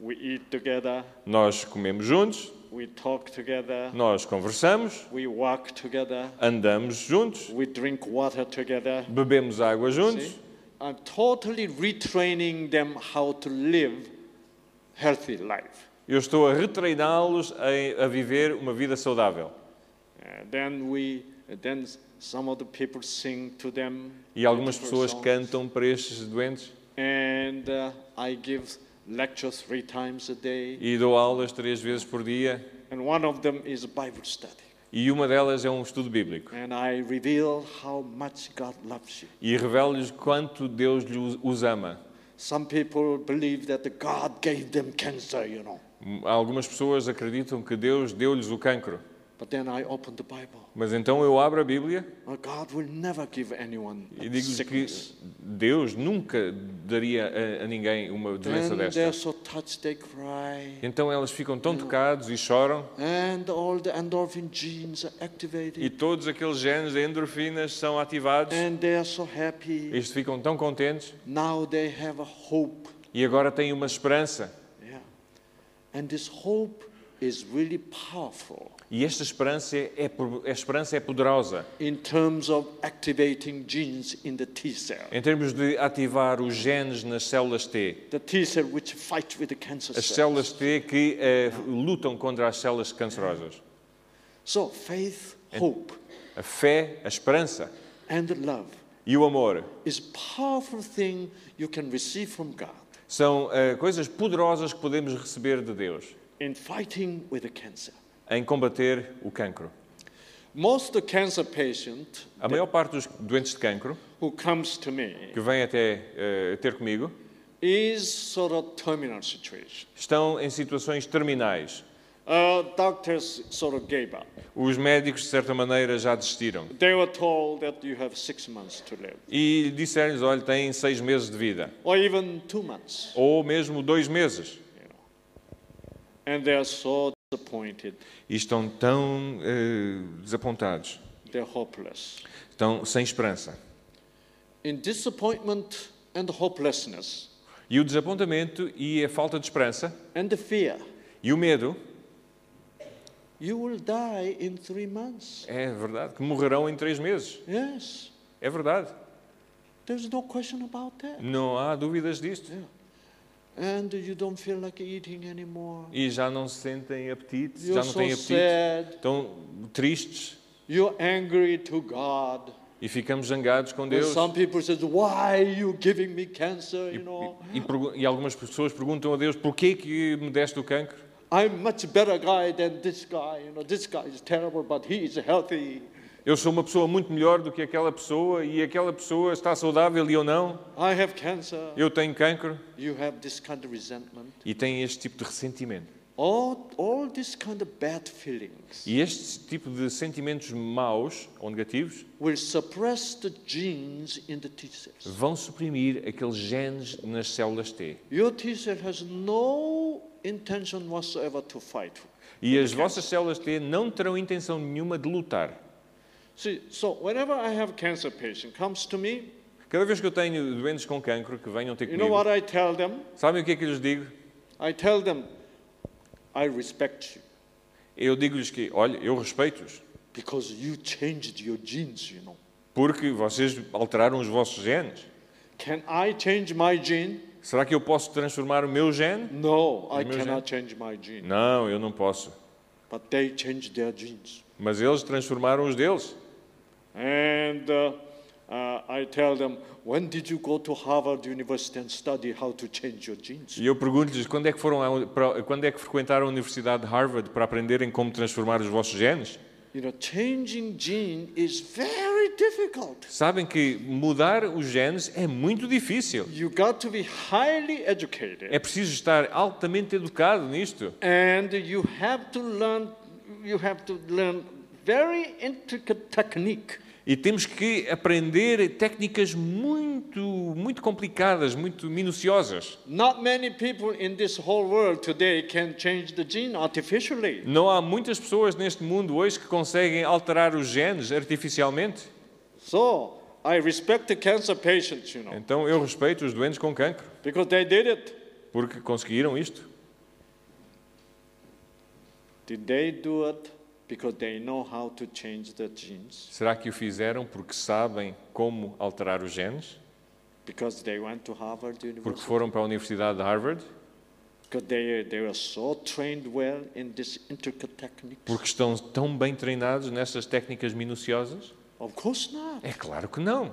[SPEAKER 2] We eat together,
[SPEAKER 3] nós comemos juntos,
[SPEAKER 2] we talk together,
[SPEAKER 3] nós conversamos,
[SPEAKER 2] we walk together,
[SPEAKER 3] andamos juntos,
[SPEAKER 2] we drink water together.
[SPEAKER 3] bebemos água juntos.
[SPEAKER 2] See? I'm totally retraining them how to live healthy life.
[SPEAKER 3] Eu estou a retreiná-los a, a viver uma vida saudável.
[SPEAKER 2] And Uh, then we, uh, then some of the people sing to them.
[SPEAKER 3] E algumas
[SPEAKER 2] beautiful
[SPEAKER 3] pessoas
[SPEAKER 2] songs.
[SPEAKER 3] cantam para estes doentes
[SPEAKER 2] And uh, I give lectures three times a day.
[SPEAKER 3] e dou aulas três vezes por dia.
[SPEAKER 2] And one of them is Bible study.
[SPEAKER 3] E uma delas é um estudo bíblico.
[SPEAKER 2] And I reveal how much God loves you.
[SPEAKER 3] E revelo-lhes quanto Deus lhe- os ama.
[SPEAKER 2] Some people believe that the God gave them cancer, you know.
[SPEAKER 3] Algumas pessoas acreditam que Deus deu-lhes o cancro.
[SPEAKER 2] But then I open the Bible.
[SPEAKER 3] Mas então eu abro a Bíblia
[SPEAKER 2] Oh, God will never give anyone
[SPEAKER 3] e digo-lhes que
[SPEAKER 2] sickness.
[SPEAKER 3] Deus nunca daria a, a ninguém uma doença
[SPEAKER 2] Then they're
[SPEAKER 3] desta.
[SPEAKER 2] so touched, they cry.
[SPEAKER 3] Então elas ficam tão tocados e choram.
[SPEAKER 2] And all the endorphin genes are activated.
[SPEAKER 3] E todos aqueles genes de endorfinas são ativados.
[SPEAKER 2] And they are so happy.
[SPEAKER 3] Eles ficam tão contentes
[SPEAKER 2] Now they have a hope.
[SPEAKER 3] e agora têm uma esperança.
[SPEAKER 2] Yeah. And this hope is really powerful
[SPEAKER 3] E esta esperança é, po- a esperança é poderosa
[SPEAKER 2] in terms of activating genes in the T cell.
[SPEAKER 3] em termos de ativar os genes nas células T.
[SPEAKER 2] The T cell which fight with the cancer
[SPEAKER 3] As
[SPEAKER 2] cells.
[SPEAKER 3] células T que eh, lutam contra as células cancerosas.
[SPEAKER 2] So faith, hope,
[SPEAKER 3] A fé, a esperança
[SPEAKER 2] and love
[SPEAKER 3] e o amor
[SPEAKER 2] is powerful thing you can receive from God
[SPEAKER 3] são eh, coisas poderosas que podemos receber de Deus
[SPEAKER 2] in fighting with the cancer.
[SPEAKER 3] em combater o cancro.
[SPEAKER 2] Most of the cancer patient
[SPEAKER 3] A maior parte dos doentes de cancro
[SPEAKER 2] who comes to me
[SPEAKER 3] que vêm até eh, ter comigo
[SPEAKER 2] is sort of terminal situation.
[SPEAKER 3] estão em situações terminais.
[SPEAKER 2] Uh, doctors sort of gave up.
[SPEAKER 3] Os médicos, de certa maneira, já desistiram.
[SPEAKER 2] They were told that you have six months to live,
[SPEAKER 3] E disseram-lhes: olha, têm seis meses de vida,
[SPEAKER 2] or even two months.
[SPEAKER 3] ou mesmo dois meses.
[SPEAKER 2] And they are so disappointed,
[SPEAKER 3] E estão tão eh, desapontados,
[SPEAKER 2] they're hopeless.
[SPEAKER 3] estão sem esperança.
[SPEAKER 2] In disappointment and hopelessness
[SPEAKER 3] E o desapontamento e a falta de esperança
[SPEAKER 2] and the fear,
[SPEAKER 3] e o medo,
[SPEAKER 2] you will die in three months.
[SPEAKER 3] é verdade, que morrerão em três meses.
[SPEAKER 2] Yes,
[SPEAKER 3] É verdade.
[SPEAKER 2] there's no question about that.
[SPEAKER 3] Não há dúvidas disto.
[SPEAKER 2] and you don't feel like eating anymore.
[SPEAKER 3] e já não sentem apetite, já
[SPEAKER 2] You're
[SPEAKER 3] não têm
[SPEAKER 2] so
[SPEAKER 3] apetite,
[SPEAKER 2] sad.
[SPEAKER 3] estão tristes
[SPEAKER 2] You're angry to God.
[SPEAKER 3] e ficamos zangados com
[SPEAKER 2] When
[SPEAKER 3] Deus.
[SPEAKER 2] some people says, "Why are you giving me cancer?" You know,
[SPEAKER 3] E, pergu- e algumas pessoas perguntam a Deus: porquê que me deste o cancro?
[SPEAKER 2] I'm much better guy than this guy. You know, this guy is terrible, but he is healthy.
[SPEAKER 3] Eu sou uma pessoa muito melhor do que aquela pessoa e aquela pessoa está saudável e eu não.
[SPEAKER 2] I have cancer.
[SPEAKER 3] Eu tenho cancro
[SPEAKER 2] You have this kind of resentment.
[SPEAKER 3] e tenho este tipo de ressentimento.
[SPEAKER 2] All all this kind of bad feelings
[SPEAKER 3] E este tipo de sentimentos maus ou negativos
[SPEAKER 2] will suppress the genes in the T cells.
[SPEAKER 3] vão suprimir aqueles genes nas células T.
[SPEAKER 2] Your T cell has no intention whatsoever to fight.
[SPEAKER 3] E as vossas células T não terão intenção nenhuma de lutar.
[SPEAKER 2] See, so whenever I have cancer patient comes to me,
[SPEAKER 3] Cada vez que eu tenho doentes com cancro que venham ter
[SPEAKER 2] you know
[SPEAKER 3] comigo,
[SPEAKER 2] what I tell them?
[SPEAKER 3] sabem o que é que eu lhes digo?
[SPEAKER 2] I tell them, I respect you
[SPEAKER 3] Eu digo-lhes que, olha, eu respeito-os,
[SPEAKER 2] because you changed your genes, you know.
[SPEAKER 3] porque vocês alteraram os vossos genes.
[SPEAKER 2] Can I change my gene?
[SPEAKER 3] Será que eu posso transformar o meu gene?
[SPEAKER 2] No, I
[SPEAKER 3] Remove
[SPEAKER 2] cannot change my gene.
[SPEAKER 3] Não, eu não posso.
[SPEAKER 2] But they changed their genes.
[SPEAKER 3] Mas eles transformaram os deles.
[SPEAKER 2] And uh, uh, I tell them, when did you go to Harvard University and study how to change your genes?
[SPEAKER 3] E eu pergunto-lhes quando é que foram à- para- quando é que frequentaram a Universidade de Harvard para aprenderem como transformar os vossos genes?
[SPEAKER 2] You know, changing gene is very difficult.
[SPEAKER 3] Sabem que mudar os genes é muito difícil.
[SPEAKER 2] You got to be highly educated.
[SPEAKER 3] É preciso estar altamente educado nisto.
[SPEAKER 2] and you have to learn you have to learn very intricate technique
[SPEAKER 3] E temos que aprender técnicas muito, muito complicadas, muito minuciosas.
[SPEAKER 2] not many people in this whole world today can change the gene artificially
[SPEAKER 3] Não há muitas pessoas neste mundo hoje que conseguem alterar os genes artificialmente.
[SPEAKER 2] so i respect the cancer patients you know
[SPEAKER 3] Então eu respeito os doentes com cancro,
[SPEAKER 2] because they did it
[SPEAKER 3] porque conseguiram isto.
[SPEAKER 2] did they do it because they know how to change the genes
[SPEAKER 3] Será que o fizeram porque sabem como alterar os genes?
[SPEAKER 2] because they went to harvard
[SPEAKER 3] Porque
[SPEAKER 2] university
[SPEAKER 3] foram para a Universidade de Harvard?
[SPEAKER 2] because they, they were so trained well in this intricate technique
[SPEAKER 3] Porque estão tão bem treinados nessas técnicas minuciosas?
[SPEAKER 2] of course not
[SPEAKER 3] É claro que não.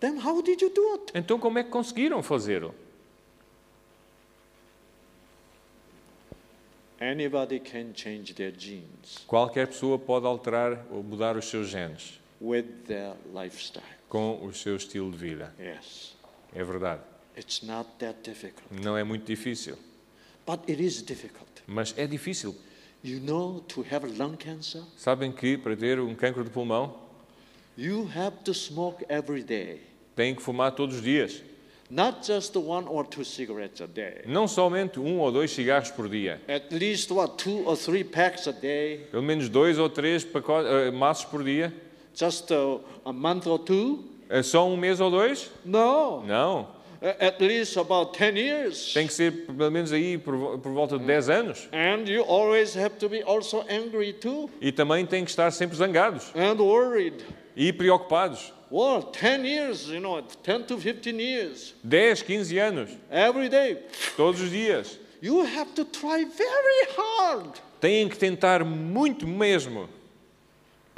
[SPEAKER 2] then how did you do it
[SPEAKER 3] Então como é que conseguiram fazê-lo?
[SPEAKER 2] anybody can change their genes
[SPEAKER 3] Qualquer pessoa pode alterar ou mudar os seus genes
[SPEAKER 2] with their lifestyle.
[SPEAKER 3] com o seu estilo de vida.
[SPEAKER 2] Yes,
[SPEAKER 3] É verdade.
[SPEAKER 2] it's not that difficult,
[SPEAKER 3] Não é muito difícil,
[SPEAKER 2] but it is difficult.
[SPEAKER 3] mas é difícil.
[SPEAKER 2] You know, to have lung cancer,
[SPEAKER 3] Sabem que para ter um cancro de pulmão
[SPEAKER 2] you have to smoke every day,
[SPEAKER 3] têm que fumar todos os dias.
[SPEAKER 2] not just one or two cigarettes a day.
[SPEAKER 3] Não somente um ou dois cigarros por dia.
[SPEAKER 2] At least what two or three packs a day,
[SPEAKER 3] Pelo menos dois ou três pacotes, eh, maços por dia.
[SPEAKER 2] just uh, a month or two.
[SPEAKER 3] É só um mês ou dois?
[SPEAKER 2] No,
[SPEAKER 3] Não.
[SPEAKER 2] a- at least about 10 years.
[SPEAKER 3] Tem que ser pelo menos aí por, vo- por volta de 10 anos.
[SPEAKER 2] And you always have to be also angry too
[SPEAKER 3] E também tem que estar sempre zangados
[SPEAKER 2] and worried.
[SPEAKER 3] e preocupados.
[SPEAKER 2] Well, 10 years, you know, 10 to 15 years,
[SPEAKER 3] 10, 15 anos,
[SPEAKER 2] every day.
[SPEAKER 3] todos os dias.
[SPEAKER 2] You have to try very hard
[SPEAKER 3] Têm que tentar muito mesmo.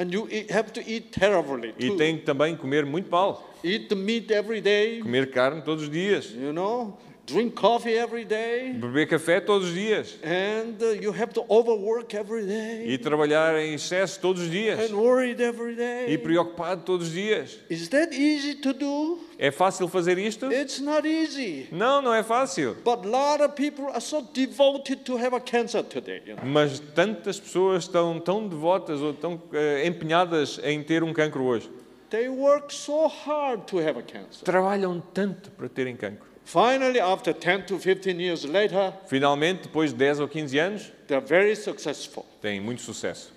[SPEAKER 2] and you eat, have to eat terribly
[SPEAKER 3] E
[SPEAKER 2] too.
[SPEAKER 3] têm que também comer muito mal.
[SPEAKER 2] eat the meat every day,
[SPEAKER 3] Comer carne todos os dias.
[SPEAKER 2] you know, drink coffee every day
[SPEAKER 3] Beber café todos os dias.
[SPEAKER 2] and uh, you have to overwork every day
[SPEAKER 3] E trabalhar em excesso todos os dias.
[SPEAKER 2] and worried every
[SPEAKER 3] E
[SPEAKER 2] day.
[SPEAKER 3] preocupado todos os dias.
[SPEAKER 2] Is that easy to do?
[SPEAKER 3] É fácil fazer isto?
[SPEAKER 2] It's not easy.
[SPEAKER 3] Não, não é fácil.
[SPEAKER 2] But a lot of people are so devoted to have a cancer today. You know?
[SPEAKER 3] Mas tantas pessoas estão tão devotas ou tão eh, empenhadas em ter um cancro hoje.
[SPEAKER 2] They work so hard to have a cancer.
[SPEAKER 3] Trabalham tanto para terem cancro.
[SPEAKER 2] Finally, after 10 to 15 years later,
[SPEAKER 3] Finalmente, depois de 10 ou 15 anos,
[SPEAKER 2] they're very successful.
[SPEAKER 3] têm muito sucesso.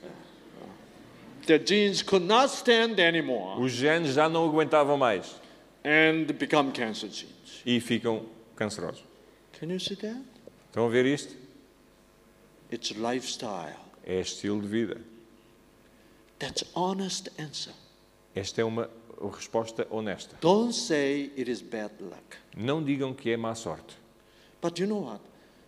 [SPEAKER 2] Their genes could not stand anymore.
[SPEAKER 3] Os genes já não aguentavam mais
[SPEAKER 2] and become cancer genes.
[SPEAKER 3] e ficam cancerosos.
[SPEAKER 2] Can you see that?
[SPEAKER 3] Estão a ver isto?
[SPEAKER 2] It's lifestyle.
[SPEAKER 3] É estilo de vida.
[SPEAKER 2] That's honest answer.
[SPEAKER 3] Esta é uma resposta honesta.
[SPEAKER 2] Don't say it is bad luck
[SPEAKER 3] Não digam que é má sorte,
[SPEAKER 2] But you know what?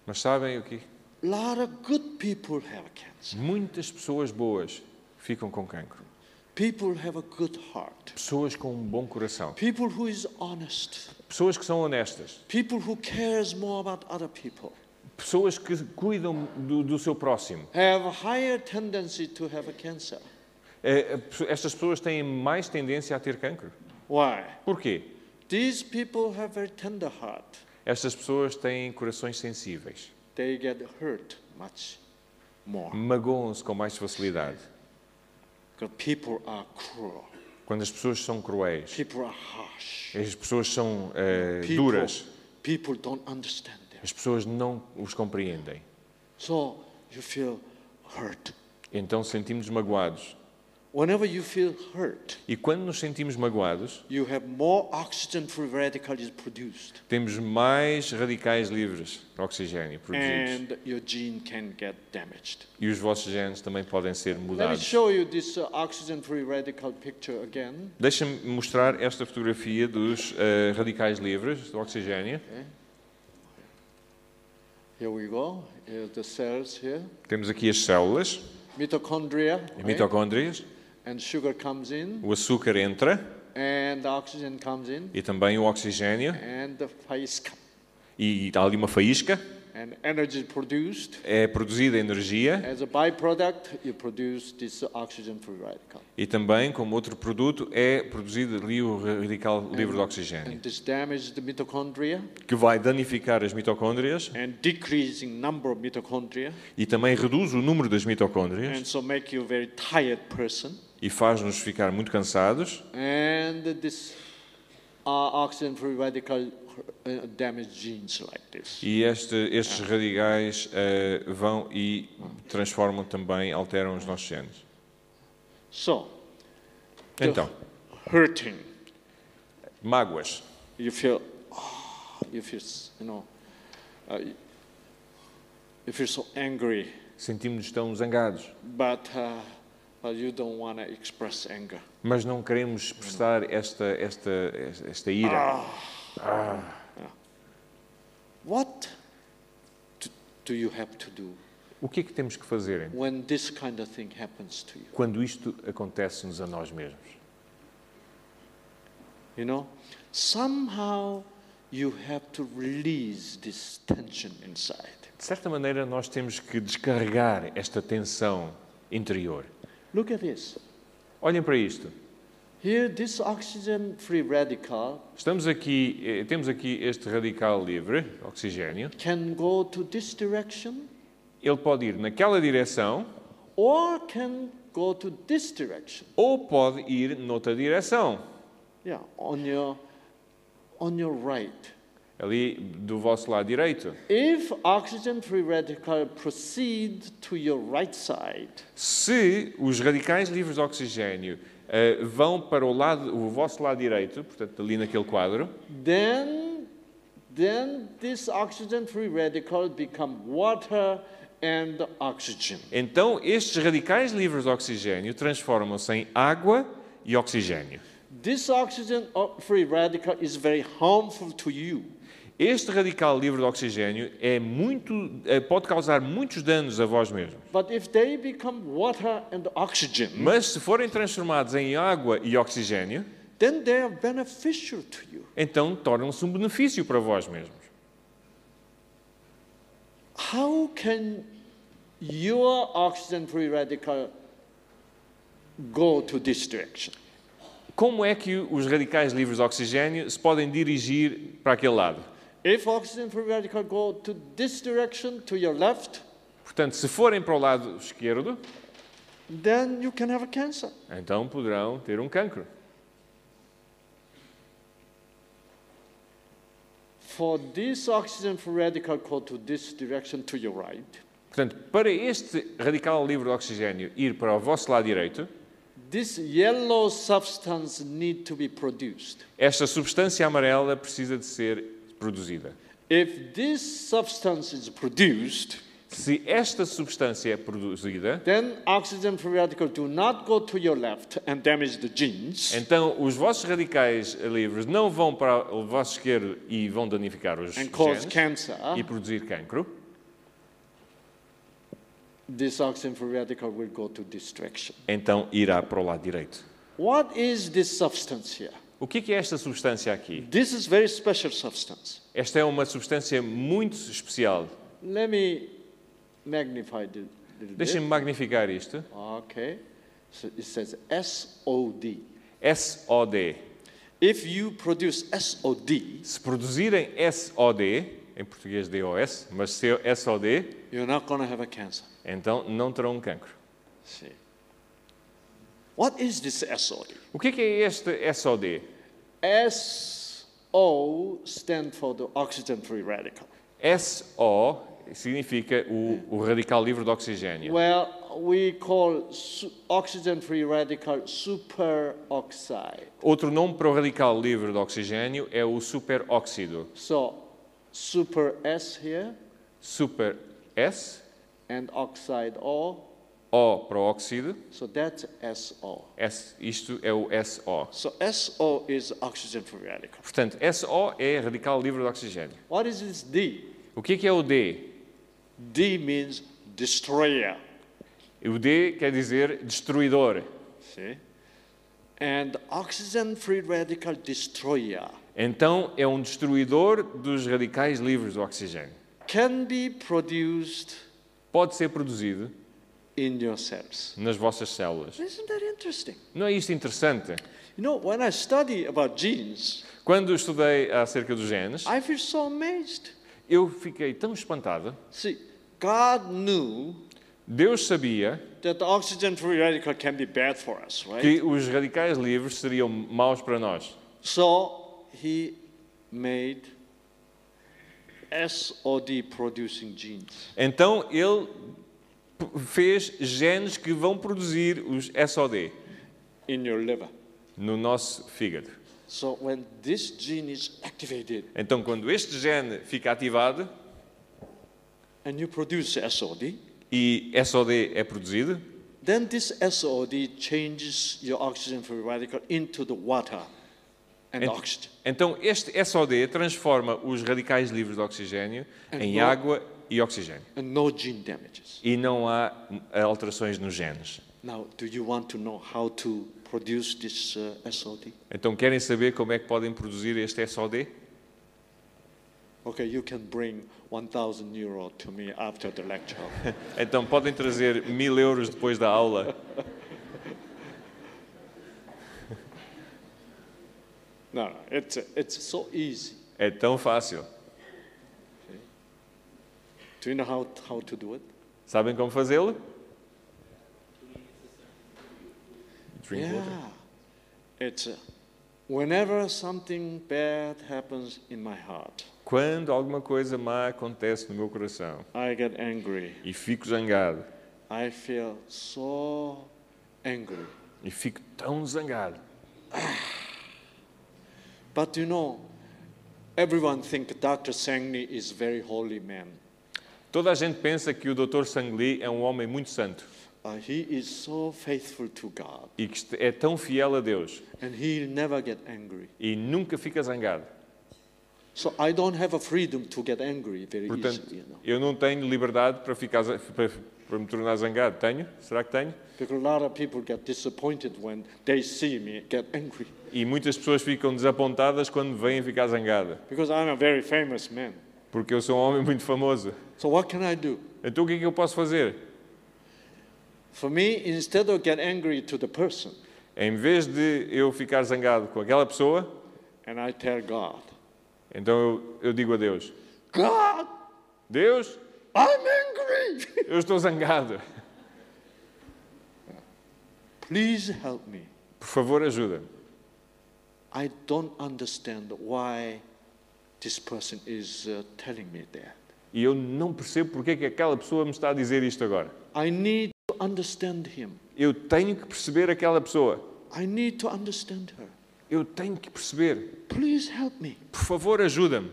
[SPEAKER 3] Mas sabem o quê?
[SPEAKER 2] A lot of good people have cancer.
[SPEAKER 3] Muitas pessoas boas ficam com cancro.
[SPEAKER 2] People have a good heart.
[SPEAKER 3] Pessoas com um bom coração.
[SPEAKER 2] People who is honest.
[SPEAKER 3] Pessoas que são honestas.
[SPEAKER 2] People who cares more about other people
[SPEAKER 3] Pessoas que cuidam do, do seu próximo.
[SPEAKER 2] have a higher tendency to have a cancer.
[SPEAKER 3] Eh, eh, pesso- Estas pessoas têm mais tendência a ter cancro.
[SPEAKER 2] Why?
[SPEAKER 3] Porquê?
[SPEAKER 2] These people have very tender heart.
[SPEAKER 3] Estas pessoas têm corações sensíveis.
[SPEAKER 2] They get hurt much more.
[SPEAKER 3] Magoam-se com mais facilidade.
[SPEAKER 2] Because people are cruel.
[SPEAKER 3] Quando as pessoas são cruéis.
[SPEAKER 2] People are harsh.
[SPEAKER 3] As pessoas são eh,
[SPEAKER 2] People,
[SPEAKER 3] duras.
[SPEAKER 2] people don't understand them.
[SPEAKER 3] As pessoas não os compreendem.
[SPEAKER 2] So you feel hurt.
[SPEAKER 3] Então sentimos magoados.
[SPEAKER 2] Whenever you feel hurt,
[SPEAKER 3] E quando nos sentimos magoados,
[SPEAKER 2] you have more oxygen free radicals produced.
[SPEAKER 3] temos mais radicais livres de oxigênio produzidos.
[SPEAKER 2] And your gene can get damaged.
[SPEAKER 3] E os vossos genes também podem ser
[SPEAKER 2] Let me
[SPEAKER 3] mudados.
[SPEAKER 2] show you this uh, oxygen free radical picture again.
[SPEAKER 3] Deixa-me mostrar esta fotografia dos eh, radicais livres de oxigênio.
[SPEAKER 2] Here we go. Here's the cells here.
[SPEAKER 3] Temos aqui as células,
[SPEAKER 2] Mitochondria.
[SPEAKER 3] as
[SPEAKER 2] right?
[SPEAKER 3] mitocôndrias.
[SPEAKER 2] And sugar comes in,
[SPEAKER 3] O açúcar entra
[SPEAKER 2] and the oxygen comes in,
[SPEAKER 3] e também o oxigênio.
[SPEAKER 2] and the ice comes.
[SPEAKER 3] E há ali uma faísca.
[SPEAKER 2] And energy produced.
[SPEAKER 3] É produzida energia
[SPEAKER 2] As a byproduct, you produce this oxygen free radical.
[SPEAKER 3] e também, como outro produto, é produzido ali o radical livre de oxigênio.
[SPEAKER 2] And this damages the mitochondria
[SPEAKER 3] que vai danificar as mitocôndrias
[SPEAKER 2] and decreasing number of mitochondria,
[SPEAKER 3] e também reduz o número das
[SPEAKER 2] and
[SPEAKER 3] mitocôndrias
[SPEAKER 2] so make you a very tired person.
[SPEAKER 3] e faz-nos ficar muito cansados
[SPEAKER 2] And this uh, oxygen free radical uh, damage genes like this.
[SPEAKER 3] e este, estes radicais eh, vão e transformam também, alteram os nossos genes.
[SPEAKER 2] So,
[SPEAKER 3] Então,
[SPEAKER 2] hurting,
[SPEAKER 3] mágoas.
[SPEAKER 2] you feel, ah, you feel, s- you know, uh, you feel so angry,
[SPEAKER 3] Sentimos-nos tão zangados,
[SPEAKER 2] but, uh, but you don't want to express anger.
[SPEAKER 3] mas não queremos expressar esta, esta, esta ira.
[SPEAKER 2] What d- do you have to do
[SPEAKER 3] O que é que temos que fazer então,
[SPEAKER 2] when this kind of thing happens to you?
[SPEAKER 3] quando isto acontece-nos a nós mesmos?
[SPEAKER 2] You know, somehow you have to release this tension inside.
[SPEAKER 3] De certa maneira, nós temos que descarregar esta tensão interior.
[SPEAKER 2] Look at this.
[SPEAKER 3] Olhem para isto.
[SPEAKER 2] Here, this oxygen free radical
[SPEAKER 3] Estamos aqui, eh, temos aqui este radical livre, oxigênio.
[SPEAKER 2] can go to this direction
[SPEAKER 3] Ele pode ir naquela direção
[SPEAKER 2] or can go to this direction.
[SPEAKER 3] ou pode ir noutra direção.
[SPEAKER 2] Yeah, on your, on your right.
[SPEAKER 3] Ali do vosso lado direito.
[SPEAKER 2] If oxygen free radical proceed to your right side,
[SPEAKER 3] Se os radicais livres de oxigênio eh, vão para o, lado, o vosso lado direito, portanto ali naquele quadro,
[SPEAKER 2] then then this oxygen free radical become water and oxygen
[SPEAKER 3] então estes radicais livres de oxigênio transformam-se em água e oxigênio.
[SPEAKER 2] this oxygen o- free radical is very harmful to you
[SPEAKER 3] Este radical livre de oxigênio é muito, eh, pode causar muitos danos a vós mesmos.
[SPEAKER 2] but if they become water and oxygen
[SPEAKER 3] Mas se forem transformados em água e oxigênio,
[SPEAKER 2] then they are beneficial to you
[SPEAKER 3] então tornam-se um benefício para vós mesmos.
[SPEAKER 2] how can your oxygen free radical go to this direction
[SPEAKER 3] Como é que os radicais livres de oxigênio se podem dirigir para aquele lado?
[SPEAKER 2] if oxygen free radical go to this direction to your left
[SPEAKER 3] Portanto, se forem para o lado esquerdo,
[SPEAKER 2] then you can have a cancer
[SPEAKER 3] então poderão ter um cancro.
[SPEAKER 2] For this oxygen free radical go to this direction to your right,
[SPEAKER 3] Portanto, para este radical livre de oxigênio ir para o vosso lado direito,
[SPEAKER 2] this yellow substance need to be produced.
[SPEAKER 3] esta substância amarela precisa de ser produzida.
[SPEAKER 2] If this substance is produced,
[SPEAKER 3] Se esta substância é produzida,
[SPEAKER 2] Then oxygen free radicals do not go to your left and damage the genes.
[SPEAKER 3] então os vossos radicais livres não vão para o vosso esquerdo e vão danificar os
[SPEAKER 2] and cause
[SPEAKER 3] genes
[SPEAKER 2] cancer.
[SPEAKER 3] e produzir cancro.
[SPEAKER 2] This oxygen free radical will go to destruction.
[SPEAKER 3] Então irá para o lado direito.
[SPEAKER 2] What is this substance here?
[SPEAKER 3] O que é que é esta substância aqui?
[SPEAKER 2] This is very special substance.
[SPEAKER 3] Esta é uma substância muito especial.
[SPEAKER 2] Let me magnify it a little bit.
[SPEAKER 3] Deixem-me magnificar isto.
[SPEAKER 2] Okay. So it says SOD.
[SPEAKER 3] SOD.
[SPEAKER 2] If you produce SOD,
[SPEAKER 3] Se produzirem SOD, em português DOS, mas se é SOD,
[SPEAKER 2] you're not going to have a cancer.
[SPEAKER 3] então não terão um cancro.
[SPEAKER 2] See. What is this SOD?
[SPEAKER 3] O que é que é este SOD?
[SPEAKER 2] SO stands for the oxygen free radical.
[SPEAKER 3] SO significa o, o radical livre de oxigênio.
[SPEAKER 2] Well, we call su- oxygen-free radical superoxide.
[SPEAKER 3] Outro nome para o radical livre de oxigênio é o superóxido.
[SPEAKER 2] So, super S here
[SPEAKER 3] Super S,
[SPEAKER 2] and oxide O.
[SPEAKER 3] O para o óxido,
[SPEAKER 2] So that's SO.
[SPEAKER 3] S, isto é o SO.
[SPEAKER 2] So SO is oxygen-free radical.
[SPEAKER 3] Portanto, SO é radical livre de oxigênio.
[SPEAKER 2] What is this D?
[SPEAKER 3] O que é que é o D?
[SPEAKER 2] D means destroyer.
[SPEAKER 3] O D quer dizer destruidor.
[SPEAKER 2] See? And oxygen-free radical destroyer
[SPEAKER 3] Então é um destruidor dos radicais livres do oxigênio.
[SPEAKER 2] can be produced
[SPEAKER 3] Pode ser produzido
[SPEAKER 2] in your cells.
[SPEAKER 3] nas vossas células.
[SPEAKER 2] Isn't that interesting?
[SPEAKER 3] Não é isto interessante?
[SPEAKER 2] You know, when I study about genes,
[SPEAKER 3] Quando estudei acerca dos genes,
[SPEAKER 2] I feel so amazed.
[SPEAKER 3] eu fiquei tão espantado.
[SPEAKER 2] See, God knew
[SPEAKER 3] Deus sabia
[SPEAKER 2] that the oxygen free radical can be bad for us, right?
[SPEAKER 3] que os radicais livres seriam maus para nós.
[SPEAKER 2] so he made SOD producing genes.
[SPEAKER 3] Então ele p- fez genes que vão produzir os SOD
[SPEAKER 2] In your liver.
[SPEAKER 3] no nosso fígado.
[SPEAKER 2] So when this gene is activated
[SPEAKER 3] Então quando este gene fica ativado
[SPEAKER 2] and you produce SOD,
[SPEAKER 3] e SOD é produzido,
[SPEAKER 2] then this SOD changes your oxygen free radical into the water and
[SPEAKER 3] Ent-
[SPEAKER 2] oxygen.
[SPEAKER 3] Então, este SOD transforma os radicais livres de oxigênio em
[SPEAKER 2] Então-
[SPEAKER 3] água e oxigênio.
[SPEAKER 2] And no gene damages.
[SPEAKER 3] E não há alterações nos genes.
[SPEAKER 2] Now, do you want to know how to produce this uh, SOD?
[SPEAKER 3] Então, querem saber como é que podem produzir este SOD?
[SPEAKER 2] Okay, you can bring 1,000 euro to me after the lecture.
[SPEAKER 3] Então, podem trazer mil euros depois da aula.
[SPEAKER 2] no, no, it's, it's so easy.
[SPEAKER 3] É tão fácil.
[SPEAKER 2] Do you know how, how to do it?
[SPEAKER 3] Sabem como fazê-lo? Drink
[SPEAKER 2] yeah.
[SPEAKER 3] water.
[SPEAKER 2] It's uh, whenever something bad happens in my heart,
[SPEAKER 3] Ah. Quando alguma coisa má acontece no meu coração
[SPEAKER 2] I get angry.
[SPEAKER 3] e fico zangado,
[SPEAKER 2] I feel so angry.
[SPEAKER 3] e fico tão zangado.
[SPEAKER 2] But you know, everyone think Dr. Sangni is very holy man.
[SPEAKER 3] Toda a gente pensa que o Dr. Sang Lee é um homem muito santo.
[SPEAKER 2] Uh, he is so faithful to God,
[SPEAKER 3] e que este- é tão fiel a Deus
[SPEAKER 2] and he'll never get angry.
[SPEAKER 3] e nunca fica zangado.
[SPEAKER 2] So I don't have a freedom to get angry very
[SPEAKER 3] Portanto,
[SPEAKER 2] easily, you know.
[SPEAKER 3] eu não tenho liberdade para, ficar, za- para, para me tornar zangado. Tenho? Será que tenho?
[SPEAKER 2] Because a lot of people get disappointed when they see me get angry.
[SPEAKER 3] E muitas pessoas ficam desapontadas quando vêm ficar zangada,
[SPEAKER 2] Because I'm a very famous man.
[SPEAKER 3] porque eu sou um homem muito famoso.
[SPEAKER 2] So what can I do?
[SPEAKER 3] Então o que é que eu posso fazer?
[SPEAKER 2] For me, instead of get angry to the person,
[SPEAKER 3] Em vez de eu ficar zangado com aquela pessoa,
[SPEAKER 2] and I tell God,
[SPEAKER 3] então eu, eu digo a Deus:
[SPEAKER 2] God,
[SPEAKER 3] Deus,
[SPEAKER 2] I'm angry.
[SPEAKER 3] eu estou zangado.
[SPEAKER 2] Please help me.
[SPEAKER 3] Por favor, ajuda-me.
[SPEAKER 2] I don't understand why this person is uh, telling me that.
[SPEAKER 3] E eu não percebo porque é que aquela pessoa me está a dizer isto agora.
[SPEAKER 2] I need to understand him.
[SPEAKER 3] Eu tenho que perceber aquela pessoa.
[SPEAKER 2] I need to understand her.
[SPEAKER 3] Eu tenho que perceber.
[SPEAKER 2] Please help me.
[SPEAKER 3] Por favor, ajuda-me.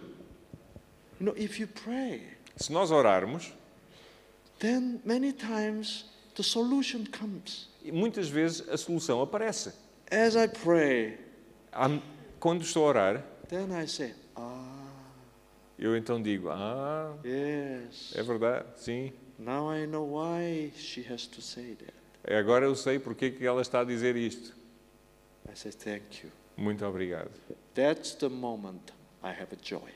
[SPEAKER 2] You know, if you pray,
[SPEAKER 3] Se nós orarmos,
[SPEAKER 2] then many times the solution comes.
[SPEAKER 3] E muitas vezes a solução aparece.
[SPEAKER 2] As I pray,
[SPEAKER 3] Há- Quando estou a orar,
[SPEAKER 2] then I say, ah,
[SPEAKER 3] eu então digo: Ah,
[SPEAKER 2] yes.
[SPEAKER 3] é verdade, sim.
[SPEAKER 2] Now I know why she has to say that.
[SPEAKER 3] É, Agora eu sei porque é que ela está a dizer isto.
[SPEAKER 2] I say, thank you.
[SPEAKER 3] Muito obrigado.
[SPEAKER 2] That's the moment I have a joy.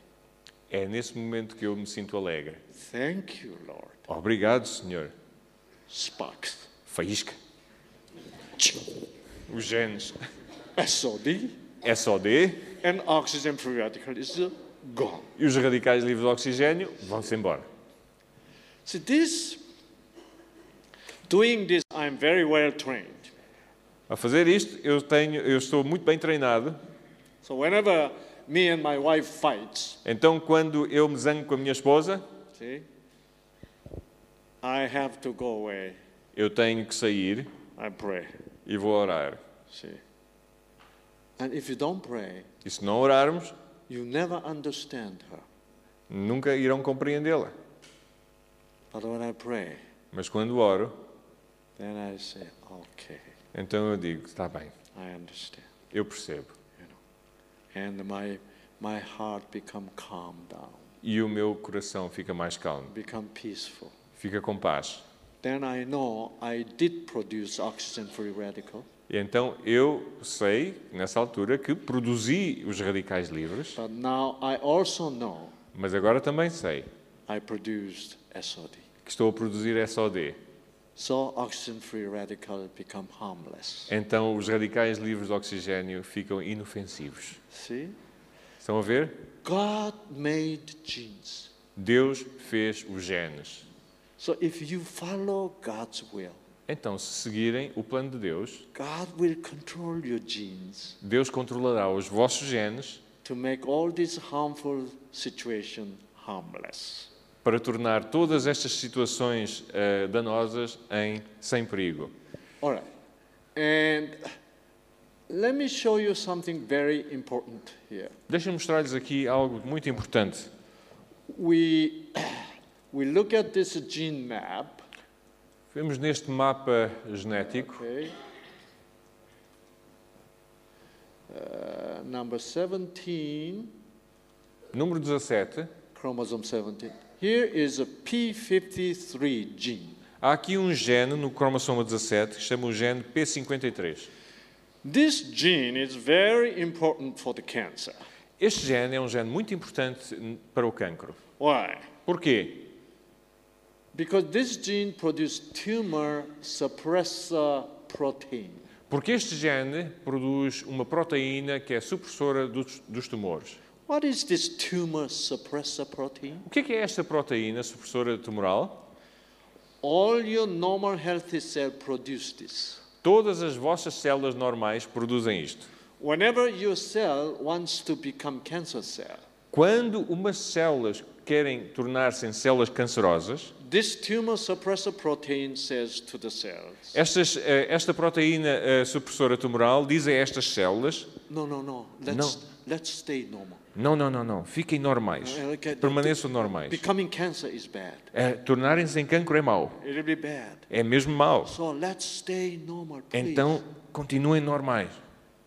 [SPEAKER 3] É nesse momento que eu me sinto alegre.
[SPEAKER 2] Thank you, Lord.
[SPEAKER 3] Obrigado, Senhor.
[SPEAKER 2] Sparks.
[SPEAKER 3] Faísca. Os genes. É
[SPEAKER 2] SOD
[SPEAKER 3] SOD
[SPEAKER 2] and oxygen free radical is uh, gone.
[SPEAKER 3] e os radicais livres de oxigênio vão-se embora.
[SPEAKER 2] See, this, doing this, I'm very well trained.
[SPEAKER 3] A fazer isto, eu, tenho, eu estou muito bem treinado.
[SPEAKER 2] So whenever me and my wife fights,
[SPEAKER 3] Então, quando eu me zango com a minha esposa,
[SPEAKER 2] see, I have to go away.
[SPEAKER 3] eu tenho que sair
[SPEAKER 2] I pray,
[SPEAKER 3] e vou orar.
[SPEAKER 2] see. And if you don't pray,
[SPEAKER 3] E se não orarmos,
[SPEAKER 2] you never understand her.
[SPEAKER 3] nunca irão compreendê-la.
[SPEAKER 2] But when I pray,
[SPEAKER 3] Mas quando oro,
[SPEAKER 2] then I say, okay,
[SPEAKER 3] então eu digo: está bem,
[SPEAKER 2] I understand.
[SPEAKER 3] eu percebo.
[SPEAKER 2] And my, my heart become calm down,
[SPEAKER 3] E o meu coração fica mais calmo,
[SPEAKER 2] become peaceful.
[SPEAKER 3] fica com paz.
[SPEAKER 2] Then I know I did produce oxygen-free radical,
[SPEAKER 3] E então eu sei, nessa altura, que produzi os radicais livres,
[SPEAKER 2] but now I also know
[SPEAKER 3] mas agora também sei
[SPEAKER 2] I produced SOD.
[SPEAKER 3] que estou a produzir SOD.
[SPEAKER 2] So oxygen-free radical become harmless.
[SPEAKER 3] Então os radicais livres de oxigênio ficam inofensivos.
[SPEAKER 2] See?
[SPEAKER 3] Estão a ver?
[SPEAKER 2] God made genes.
[SPEAKER 3] Deus fez os genes.
[SPEAKER 2] So if you follow God's will,
[SPEAKER 3] Então, se seguirem o plano de Deus,
[SPEAKER 2] God will control your genes
[SPEAKER 3] Deus controlará os vossos genes
[SPEAKER 2] to make all this harmful situation harmless.
[SPEAKER 3] para tornar todas estas situações eh, danosas em sem perigo.
[SPEAKER 2] All right. And let me show you something very important here.
[SPEAKER 3] Deixem-me mostrar-lhes aqui algo muito importante.
[SPEAKER 2] We, we look at this gene map,
[SPEAKER 3] Vemos neste mapa genético,
[SPEAKER 2] okay? Uh, number 17,
[SPEAKER 3] número 17,
[SPEAKER 2] chromosome 17. Here is a P53 gene.
[SPEAKER 3] há aqui um gene no cromossoma 17 que se chama o gene P53.
[SPEAKER 2] This gene is very important for the cancer.
[SPEAKER 3] Este gene é um gene muito importante n- para o cancro.
[SPEAKER 2] Why?
[SPEAKER 3] Porquê?
[SPEAKER 2] Because this gene produces tumor suppressor protein.
[SPEAKER 3] Porque este gene produz uma proteína que é supressora dos, dos tumores.
[SPEAKER 2] What is this tumor suppressor protein?
[SPEAKER 3] O que é, que é esta proteína supressora tumoral?
[SPEAKER 2] All your normal healthy cell produce this.
[SPEAKER 3] Todas as vossas células normais produzem isto.
[SPEAKER 2] Whenever your cell wants to become cancer cell,
[SPEAKER 3] Quando umas células querem tornar-se em células cancerosas,
[SPEAKER 2] this tumor suppressor protein says to the cells,
[SPEAKER 3] Estas, eh, esta proteína eh, supressora tumoral diz a estas células:
[SPEAKER 2] no, no, no, let's, let's stay normal.
[SPEAKER 3] não, não, não, não, fiquem normais,
[SPEAKER 2] Eh, ok.
[SPEAKER 3] permaneçam normais.
[SPEAKER 2] Becoming cancer is bad.
[SPEAKER 3] Eh, Tornarem-se em cancro é mau,
[SPEAKER 2] It'll be bad.
[SPEAKER 3] é mesmo mau.
[SPEAKER 2] So let's stay normal, please.
[SPEAKER 3] Então continuem normais.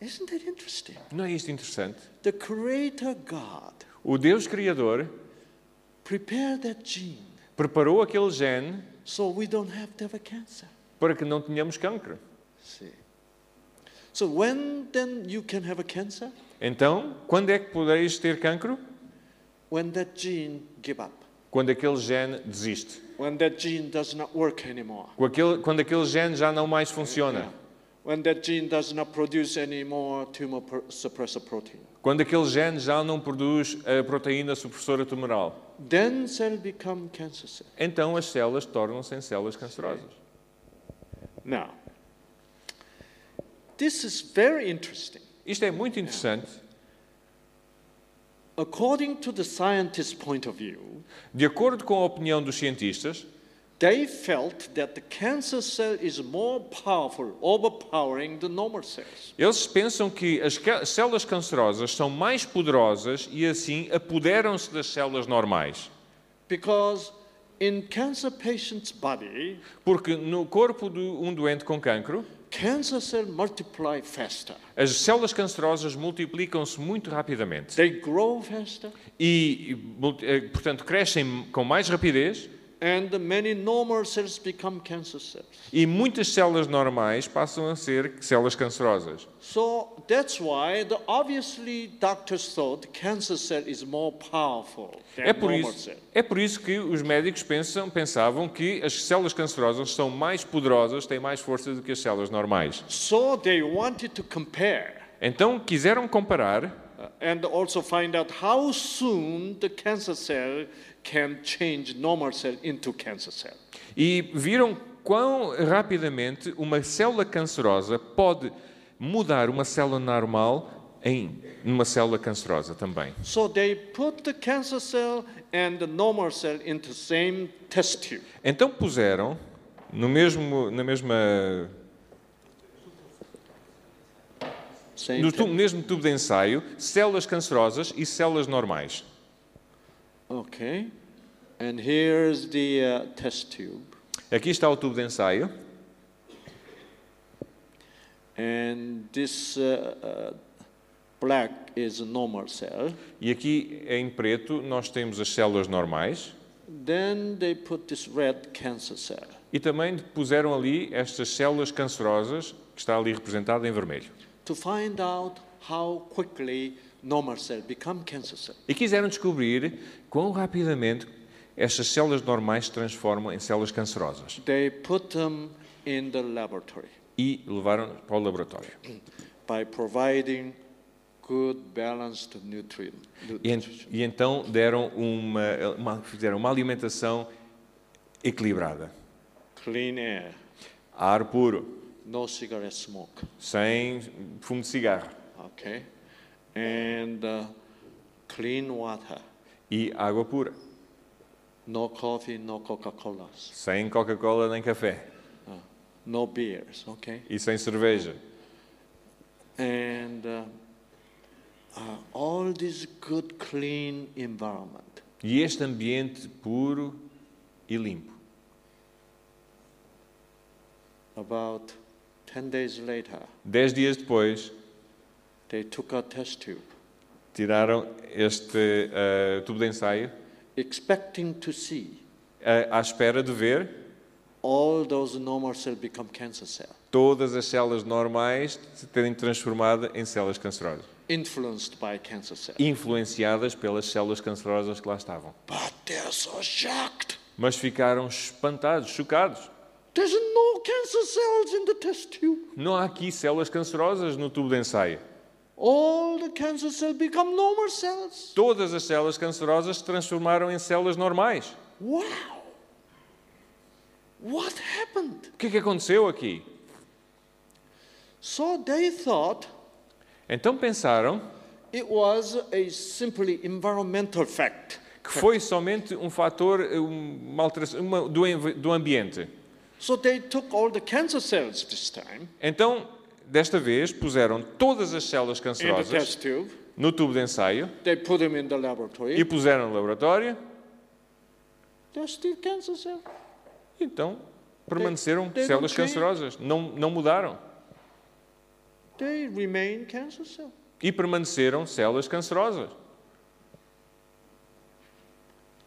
[SPEAKER 2] Isn't that interesting?
[SPEAKER 3] Não é isto interessante?
[SPEAKER 2] The creator God
[SPEAKER 3] O Deus Criador
[SPEAKER 2] prepared that gene
[SPEAKER 3] preparou aquele gene
[SPEAKER 2] so we don't have to have a cancer.
[SPEAKER 3] para que não tenhamos cancro.
[SPEAKER 2] See. So when then you can have a cancer?
[SPEAKER 3] Então, quando é que podeis ter cancro?
[SPEAKER 2] When that gene give up.
[SPEAKER 3] Quando aquele gene desiste.
[SPEAKER 2] When that gene does not work anymore.
[SPEAKER 3] Com aquele- Quando aquele gene já não mais funciona.
[SPEAKER 2] When that gene does not produce any more tumor pro- suppressor protein.
[SPEAKER 3] Quando aquele gene já não produz a proteína supressora tumoral.
[SPEAKER 2] Then cell become cancer cell.
[SPEAKER 3] Então as células tornam-se em células cancerosas.
[SPEAKER 2] Now, this is very interesting.
[SPEAKER 3] Isto é muito interessante.
[SPEAKER 2] According to the scientist's point of view,
[SPEAKER 3] De acordo com a opinião dos cientistas,
[SPEAKER 2] They felt that the cancer cell is more powerful, overpowering the normal cells.
[SPEAKER 3] eles pensam que as ca- células cancerosas são mais poderosas e assim apoderam-se das células normais.
[SPEAKER 2] Because in cancer patient's body,
[SPEAKER 3] Porque no corpo de um doente com cancro,
[SPEAKER 2] cancer cells multiply faster.
[SPEAKER 3] as células cancerosas multiplicam-se muito rapidamente.
[SPEAKER 2] They grow faster,
[SPEAKER 3] E, e, multi- eh, portanto, crescem com mais rapidez
[SPEAKER 2] and many normal cells become cancer cells.
[SPEAKER 3] e muitas células normais passam a ser células cancerosas.
[SPEAKER 2] So that's why the obviously doctors thought cancer cell is more powerful than
[SPEAKER 3] É por
[SPEAKER 2] normal
[SPEAKER 3] isso,
[SPEAKER 2] cell.
[SPEAKER 3] é por isso que os médicos pensam, pensavam que as células cancerosas são mais poderosas, têm mais força do que as células normais.
[SPEAKER 2] So they wanted to compare
[SPEAKER 3] Então quiseram comparar
[SPEAKER 2] uh, and also find out how soon the cancer cell can change normal cell into cancer cell.
[SPEAKER 3] e viram quão rapidamente uma célula cancerosa pode mudar uma célula normal em uma célula cancerosa também.
[SPEAKER 2] So they put the cancer cell and the normal cell into same test tube.
[SPEAKER 3] Então puseram no mesmo, na mesma,
[SPEAKER 2] Same
[SPEAKER 3] no
[SPEAKER 2] test-
[SPEAKER 3] tu- mesmo tubo de ensaio células cancerosas e células normais.
[SPEAKER 2] Okay. And here's the uh, test tube.
[SPEAKER 3] Aqui está o tubo de ensaio.
[SPEAKER 2] And this uh, uh, black is normal cell.
[SPEAKER 3] E aqui em preto nós temos as células normais
[SPEAKER 2] Then they put this red cancer cell.
[SPEAKER 3] e também puseram ali estas células cancerosas que está ali representada em vermelho.
[SPEAKER 2] to find out how quickly normal cell become cancer cell.
[SPEAKER 3] E quiseram descobrir quão rapidamente estas células normais se transformam em células cancerosas
[SPEAKER 2] They put them in the laboratory
[SPEAKER 3] e levaram para o laboratório.
[SPEAKER 2] by providing good balanced nutrient.
[SPEAKER 3] E, en-
[SPEAKER 2] nutrition.
[SPEAKER 3] e então deram uma, uma- fizeram uma alimentação equilibrada,
[SPEAKER 2] Clean air,
[SPEAKER 3] ar puro,
[SPEAKER 2] no cigarette smoke.
[SPEAKER 3] sem fumo de cigarro
[SPEAKER 2] Okay, and uh, clean water,
[SPEAKER 3] e água pura,
[SPEAKER 2] no coffee, no Coca Colas,
[SPEAKER 3] sem Coca-Cola nem café
[SPEAKER 2] no beers. Okay,
[SPEAKER 3] e sem cerveja.
[SPEAKER 2] and uh, uh, all this good clean environment.
[SPEAKER 3] E este ambiente puro e limpo.
[SPEAKER 2] About 10 days later,
[SPEAKER 3] Dez dias depois,
[SPEAKER 2] they took a test tube,
[SPEAKER 3] tiraram este ah, tubo de ensaio
[SPEAKER 2] expecting to see
[SPEAKER 3] ah, à espera de ver
[SPEAKER 2] all those normal cells become cancer cells,
[SPEAKER 3] todas as células normais se terem transformado em células cancerosas,
[SPEAKER 2] influenced by cancer cells.
[SPEAKER 3] influenciadas pelas células cancerosas que lá estavam.
[SPEAKER 2] But they're so shocked.
[SPEAKER 3] Mas ficaram espantados, chocados.
[SPEAKER 2] There's no cancer cells in the test tube.
[SPEAKER 3] Não há aqui células cancerosas no tubo de ensaio.
[SPEAKER 2] All the cancer cells become normal cells.
[SPEAKER 3] Todas as células cancerosas se transformaram em células normais.
[SPEAKER 2] Wow. What happened?
[SPEAKER 3] O que é que aconteceu aqui?
[SPEAKER 2] So they thought
[SPEAKER 3] Então pensaram
[SPEAKER 2] it was a simply environmental fact.
[SPEAKER 3] que foi somente um fator um, uma alteração, uma- do, env- do ambiente.
[SPEAKER 2] So they took all the cancer cells this time
[SPEAKER 3] Então, desta vez, puseram todas as células
[SPEAKER 2] in the
[SPEAKER 3] cancerosas
[SPEAKER 2] test tube.
[SPEAKER 3] no tubo de ensaio
[SPEAKER 2] They put them in the laboratory.
[SPEAKER 3] e puseram no laboratório.
[SPEAKER 2] They're still cancer cells.
[SPEAKER 3] Então, permaneceram
[SPEAKER 2] they
[SPEAKER 3] células
[SPEAKER 2] don't change.
[SPEAKER 3] cancerosas. Não, não mudaram.
[SPEAKER 2] They remain cancer cells.
[SPEAKER 3] E permaneceram células cancerosas.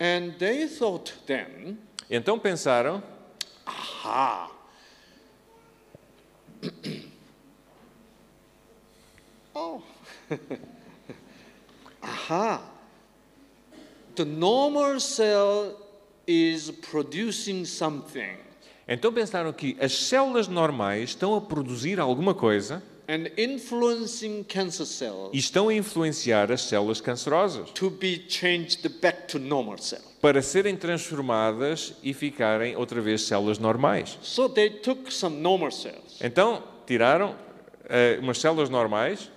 [SPEAKER 2] And they thought then,
[SPEAKER 3] Então pensaram,
[SPEAKER 2] ha, oh, aha, the normal cell is producing something.
[SPEAKER 3] então pensaram que as células normais estão a produzir alguma coisa
[SPEAKER 2] And influencing cancer
[SPEAKER 3] e
[SPEAKER 2] cells
[SPEAKER 3] estão a influenciar as células cancerosas
[SPEAKER 2] to be changed back to normal cell.
[SPEAKER 3] para serem transformadas e ficarem outra vez células normais.
[SPEAKER 2] So they took some normal cells.
[SPEAKER 3] Então, tiraram eh, umas células normais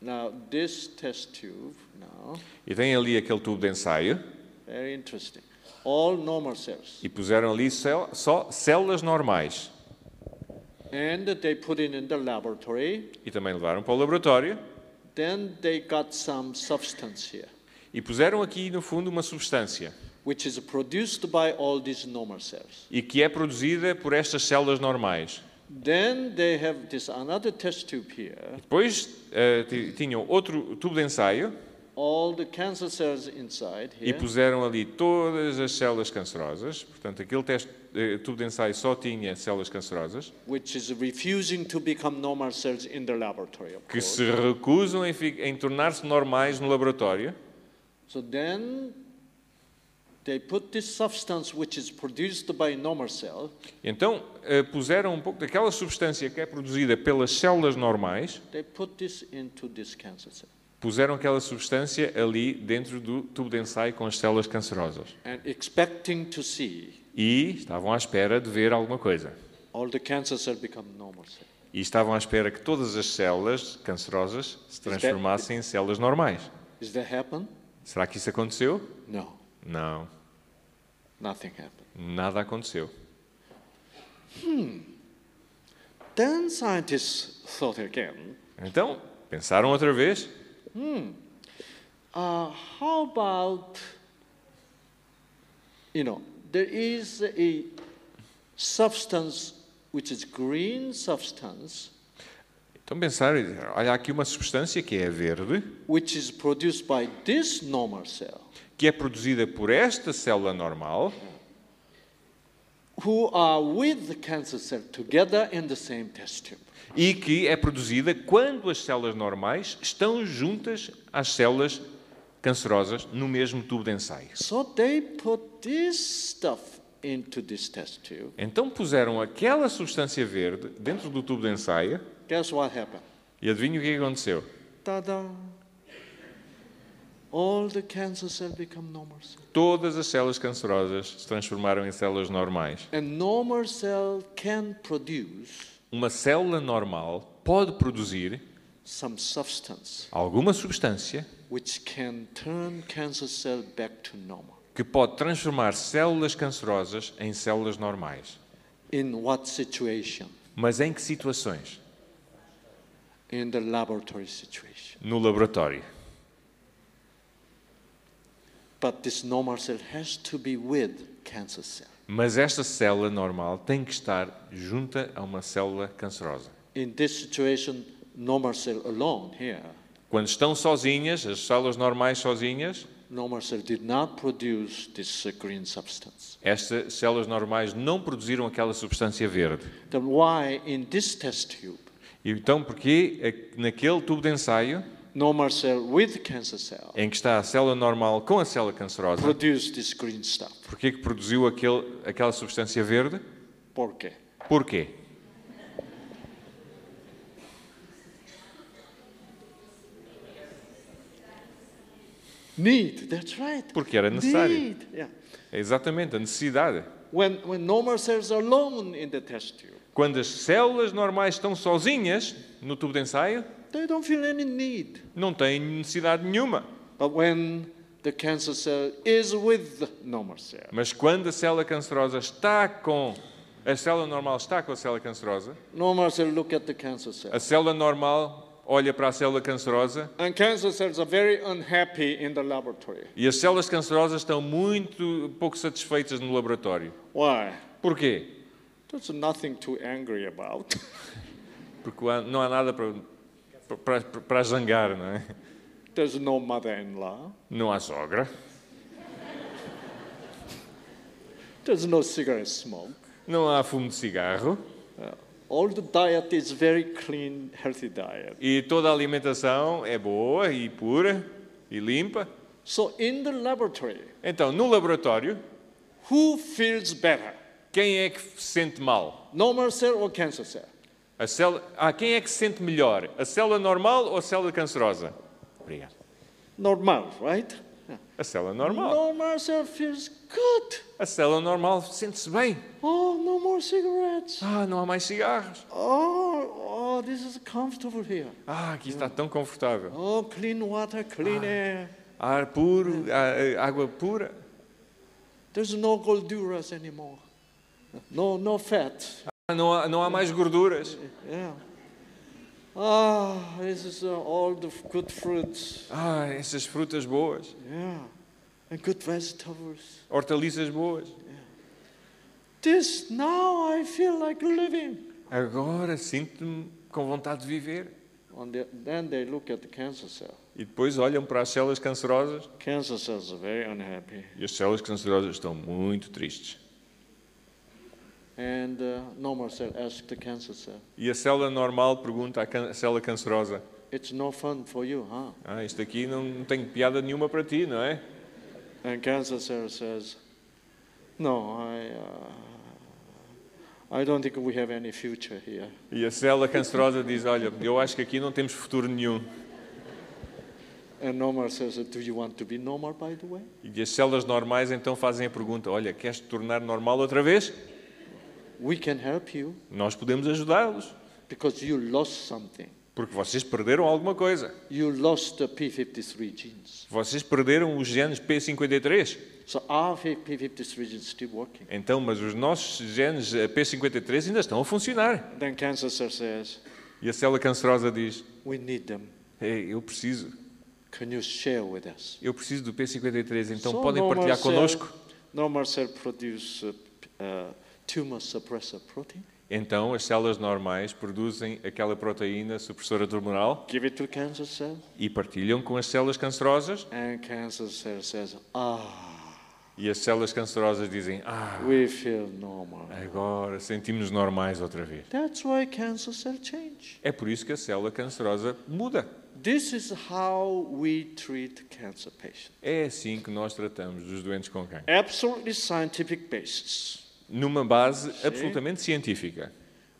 [SPEAKER 2] Now this test tube now
[SPEAKER 3] e têm ali aquele tubo de ensaio
[SPEAKER 2] Very interesting. All normal cells.
[SPEAKER 3] e puseram ali cel- só células normais
[SPEAKER 2] And they put it in the laboratory.
[SPEAKER 3] e também levaram para o laboratório
[SPEAKER 2] Then they got some substance here.
[SPEAKER 3] e puseram aqui no fundo uma substância
[SPEAKER 2] which is produced by all these normal cells.
[SPEAKER 3] e que é produzida por estas células normais.
[SPEAKER 2] Then they have this another test tube here,
[SPEAKER 3] Depois eh, ti- tinham outro tubo de ensaio
[SPEAKER 2] all the cancer cells inside
[SPEAKER 3] e
[SPEAKER 2] here.
[SPEAKER 3] puseram ali todas as células cancerosas. Portanto, aquele teste, eh, tubo de ensaio só tinha células cancerosas
[SPEAKER 2] which is refusing to become normal cells in the laboratory, of
[SPEAKER 3] que
[SPEAKER 2] course.
[SPEAKER 3] se recusam em, fi- em tornar-se normais no laboratório.
[SPEAKER 2] So then they put this substance which is produced by normal cell
[SPEAKER 3] Então, eh, puseram um pouco daquela substância que é produzida pelas células normais,
[SPEAKER 2] They put this into this cancer cell.
[SPEAKER 3] puseram aquela substância ali dentro do tubo de ensaio com as células cancerosas.
[SPEAKER 2] And expecting to see
[SPEAKER 3] E estavam à espera de ver alguma coisa.
[SPEAKER 2] all the cancer cells become normal cells.
[SPEAKER 3] E estavam à espera que todas as células cancerosas se transformassem em células normais.
[SPEAKER 2] Is that happen?
[SPEAKER 3] Será que isso aconteceu?
[SPEAKER 2] No,
[SPEAKER 3] Não,
[SPEAKER 2] nothing happened.
[SPEAKER 3] nada aconteceu.
[SPEAKER 2] Then scientists thought again,
[SPEAKER 3] Então, pensaram outra vez,
[SPEAKER 2] uh, how about, you know, there is a substance which is green substance
[SPEAKER 3] então pensaram e disseram, olha, há aqui uma substância que é verde,
[SPEAKER 2] which is produced by this normal cell
[SPEAKER 3] que é produzida por esta célula normal,
[SPEAKER 2] who are with the cancer cell together in the same test tube.
[SPEAKER 3] e que é produzida quando as células normais estão juntas às células cancerosas no mesmo tubo de ensaio.
[SPEAKER 2] So they put this stuff into this test tube.
[SPEAKER 3] Então puseram aquela substância verde dentro do tubo de ensaio
[SPEAKER 2] Guess what happened?
[SPEAKER 3] e adivinha o que aconteceu?
[SPEAKER 2] Ta-da! All the cancer cells become normal cells.
[SPEAKER 3] Todas as células cancerosas se transformaram em células normais.
[SPEAKER 2] And normal cell can produce
[SPEAKER 3] Uma célula normal pode produzir
[SPEAKER 2] some substance
[SPEAKER 3] alguma substância
[SPEAKER 2] which can turn cancer cell back to normal.
[SPEAKER 3] que pode transformar células cancerosas em células normais.
[SPEAKER 2] In what situation?
[SPEAKER 3] Mas em que situações?
[SPEAKER 2] In the laboratory situation.
[SPEAKER 3] No laboratório.
[SPEAKER 2] But this normal cell has to be with cancer cell.
[SPEAKER 3] Mas esta célula normal tem que estar junta a uma célula cancerosa.
[SPEAKER 2] In this situation, normal cell alone here
[SPEAKER 3] Quando estão sozinhas, as células normais sozinhas,
[SPEAKER 2] normal cell did not produce this uh, green substance.
[SPEAKER 3] estas células normais não produziram aquela substância verde.
[SPEAKER 2] Then why in this test tube,
[SPEAKER 3] E Então, porquê a- naquele tubo de ensaio
[SPEAKER 2] normal cell with cancer cell
[SPEAKER 3] em que está a célula normal com a célula cancerosa,
[SPEAKER 2] produce this green stuff?
[SPEAKER 3] porquê que produziu aquele, aquela substância verde?
[SPEAKER 2] Porque
[SPEAKER 3] Porquê?
[SPEAKER 2] need, that's right.
[SPEAKER 3] Porque era necessário.
[SPEAKER 2] Need, yeah.
[SPEAKER 3] É exatamente, a necessidade.
[SPEAKER 2] When, when normal cells are alone in the test tube,
[SPEAKER 3] Quando as células normais estão sozinhas no tubo de ensaio,
[SPEAKER 2] they don't feel any need.
[SPEAKER 3] não têm necessidade nenhuma.
[SPEAKER 2] But when the cancer cell is with normal cell,
[SPEAKER 3] Mas quando a célula cancerosa está com a célula normal está com a célula cancerosa,
[SPEAKER 2] normal cell look at the cancer
[SPEAKER 3] a
[SPEAKER 2] cell.
[SPEAKER 3] célula normal olha para a célula cancerosa
[SPEAKER 2] And cancer cells are very unhappy in the laboratory.
[SPEAKER 3] e as células cancerosas estão muito pouco satisfeitas no laboratório.
[SPEAKER 2] Why?
[SPEAKER 3] Porquê?
[SPEAKER 2] There's nothing to angry about.
[SPEAKER 3] Porque há- não há nada para, para, para- para zangar, não é?
[SPEAKER 2] There's no mother-in-law.
[SPEAKER 3] Não há sogra,
[SPEAKER 2] There's no cigarette smoke.
[SPEAKER 3] não há fumo de cigarro
[SPEAKER 2] All the diet is very clean, healthy diet.
[SPEAKER 3] e toda a alimentação é boa e pura e limpa.
[SPEAKER 2] So in the laboratory,
[SPEAKER 3] Então, no laboratório,
[SPEAKER 2] who feels better?
[SPEAKER 3] quem é que se sente mal?
[SPEAKER 2] Normal cell or cancer cell?
[SPEAKER 3] A célula... Ah, quem é que se sente melhor? A célula normal ou a célula cancerosa? Obrigado.
[SPEAKER 2] Normal, right? Yeah.
[SPEAKER 3] A célula normal.
[SPEAKER 2] Normal cell feels good.
[SPEAKER 3] A célula normal sente-se bem.
[SPEAKER 2] Oh, no more cigarettes.
[SPEAKER 3] Ah, não há mais cigarros.
[SPEAKER 2] Oh, oh, this is comfortable here.
[SPEAKER 3] Ah, aqui está tão confortável.
[SPEAKER 2] Oh, clean water, clean air.
[SPEAKER 3] Ar puro, a- a- água pura.
[SPEAKER 2] There's no gorduras anymore. No, no fat.
[SPEAKER 3] Ah, não, há, não há mais gorduras.
[SPEAKER 2] Yeah. Ah, this is uh, all the f- good fruits.
[SPEAKER 3] Ah, essas frutas boas.
[SPEAKER 2] Yeah. and good vegetables.
[SPEAKER 3] hortaliças boas.
[SPEAKER 2] This now I feel like living.
[SPEAKER 3] Agora sinto-me com vontade de viver.
[SPEAKER 2] On the, then they look at the cancer cell.
[SPEAKER 3] E depois olham para as células cancerosas
[SPEAKER 2] Cancer cells are very unhappy,
[SPEAKER 3] e as células cancerosas estão muito tristes.
[SPEAKER 2] and uh, normal cell ask the cancer cell,
[SPEAKER 3] E a célula normal pergunta à can- à célula cancerosa:
[SPEAKER 2] "It's no fun for you, huh?"
[SPEAKER 3] Ah, isto aqui não, não tem piada nenhuma para ti, não é?
[SPEAKER 2] And cancer cell says, "No, I, uh, I don't think we have any future here."
[SPEAKER 3] E a célula cancerosa diz: Olha, eu acho que aqui não temos futuro nenhum.
[SPEAKER 2] And normal says, "Do you want to be normal, by the way?"
[SPEAKER 3] E as células normais então fazem a pergunta: Olha, queres te tornar normal outra vez?
[SPEAKER 2] We can help you
[SPEAKER 3] Nós podemos ajudá-los,
[SPEAKER 2] because you lost something.
[SPEAKER 3] porque vocês perderam alguma coisa.
[SPEAKER 2] You lost the p53 genes.
[SPEAKER 3] Vocês perderam os genes P53.
[SPEAKER 2] So our p53 genes still working.
[SPEAKER 3] Então, mas os nossos genes eh, P53 ainda estão a funcionar.
[SPEAKER 2] Then cancer cell says,
[SPEAKER 3] E a célula cancerosa diz:
[SPEAKER 2] "We need them.
[SPEAKER 3] Ei, eu preciso,
[SPEAKER 2] Can you share with us?"
[SPEAKER 3] eu preciso do P53, então
[SPEAKER 2] So
[SPEAKER 3] podem
[SPEAKER 2] normal
[SPEAKER 3] partilhar
[SPEAKER 2] cell-
[SPEAKER 3] connosco.
[SPEAKER 2] Normal cell produce uh, p- uh, tumor suppressor protein.
[SPEAKER 3] Então, as células normais produzem aquela proteína supressora tumoral
[SPEAKER 2] Give it to cancer cell,
[SPEAKER 3] e partilham com as células cancerosas.
[SPEAKER 2] and cancer cell says, "Ah,
[SPEAKER 3] E as células cancerosas dizem: Ah,
[SPEAKER 2] we feel normal."
[SPEAKER 3] Agora sentimos normais outra vez.
[SPEAKER 2] That's why cancer cell change.
[SPEAKER 3] É por isso que a célula cancerosa muda.
[SPEAKER 2] This is how we treat cancer patients.
[SPEAKER 3] É assim que nós tratamos dos doentes com cancro.
[SPEAKER 2] Absolutely scientific basis.
[SPEAKER 3] Numa base absolutamente científica.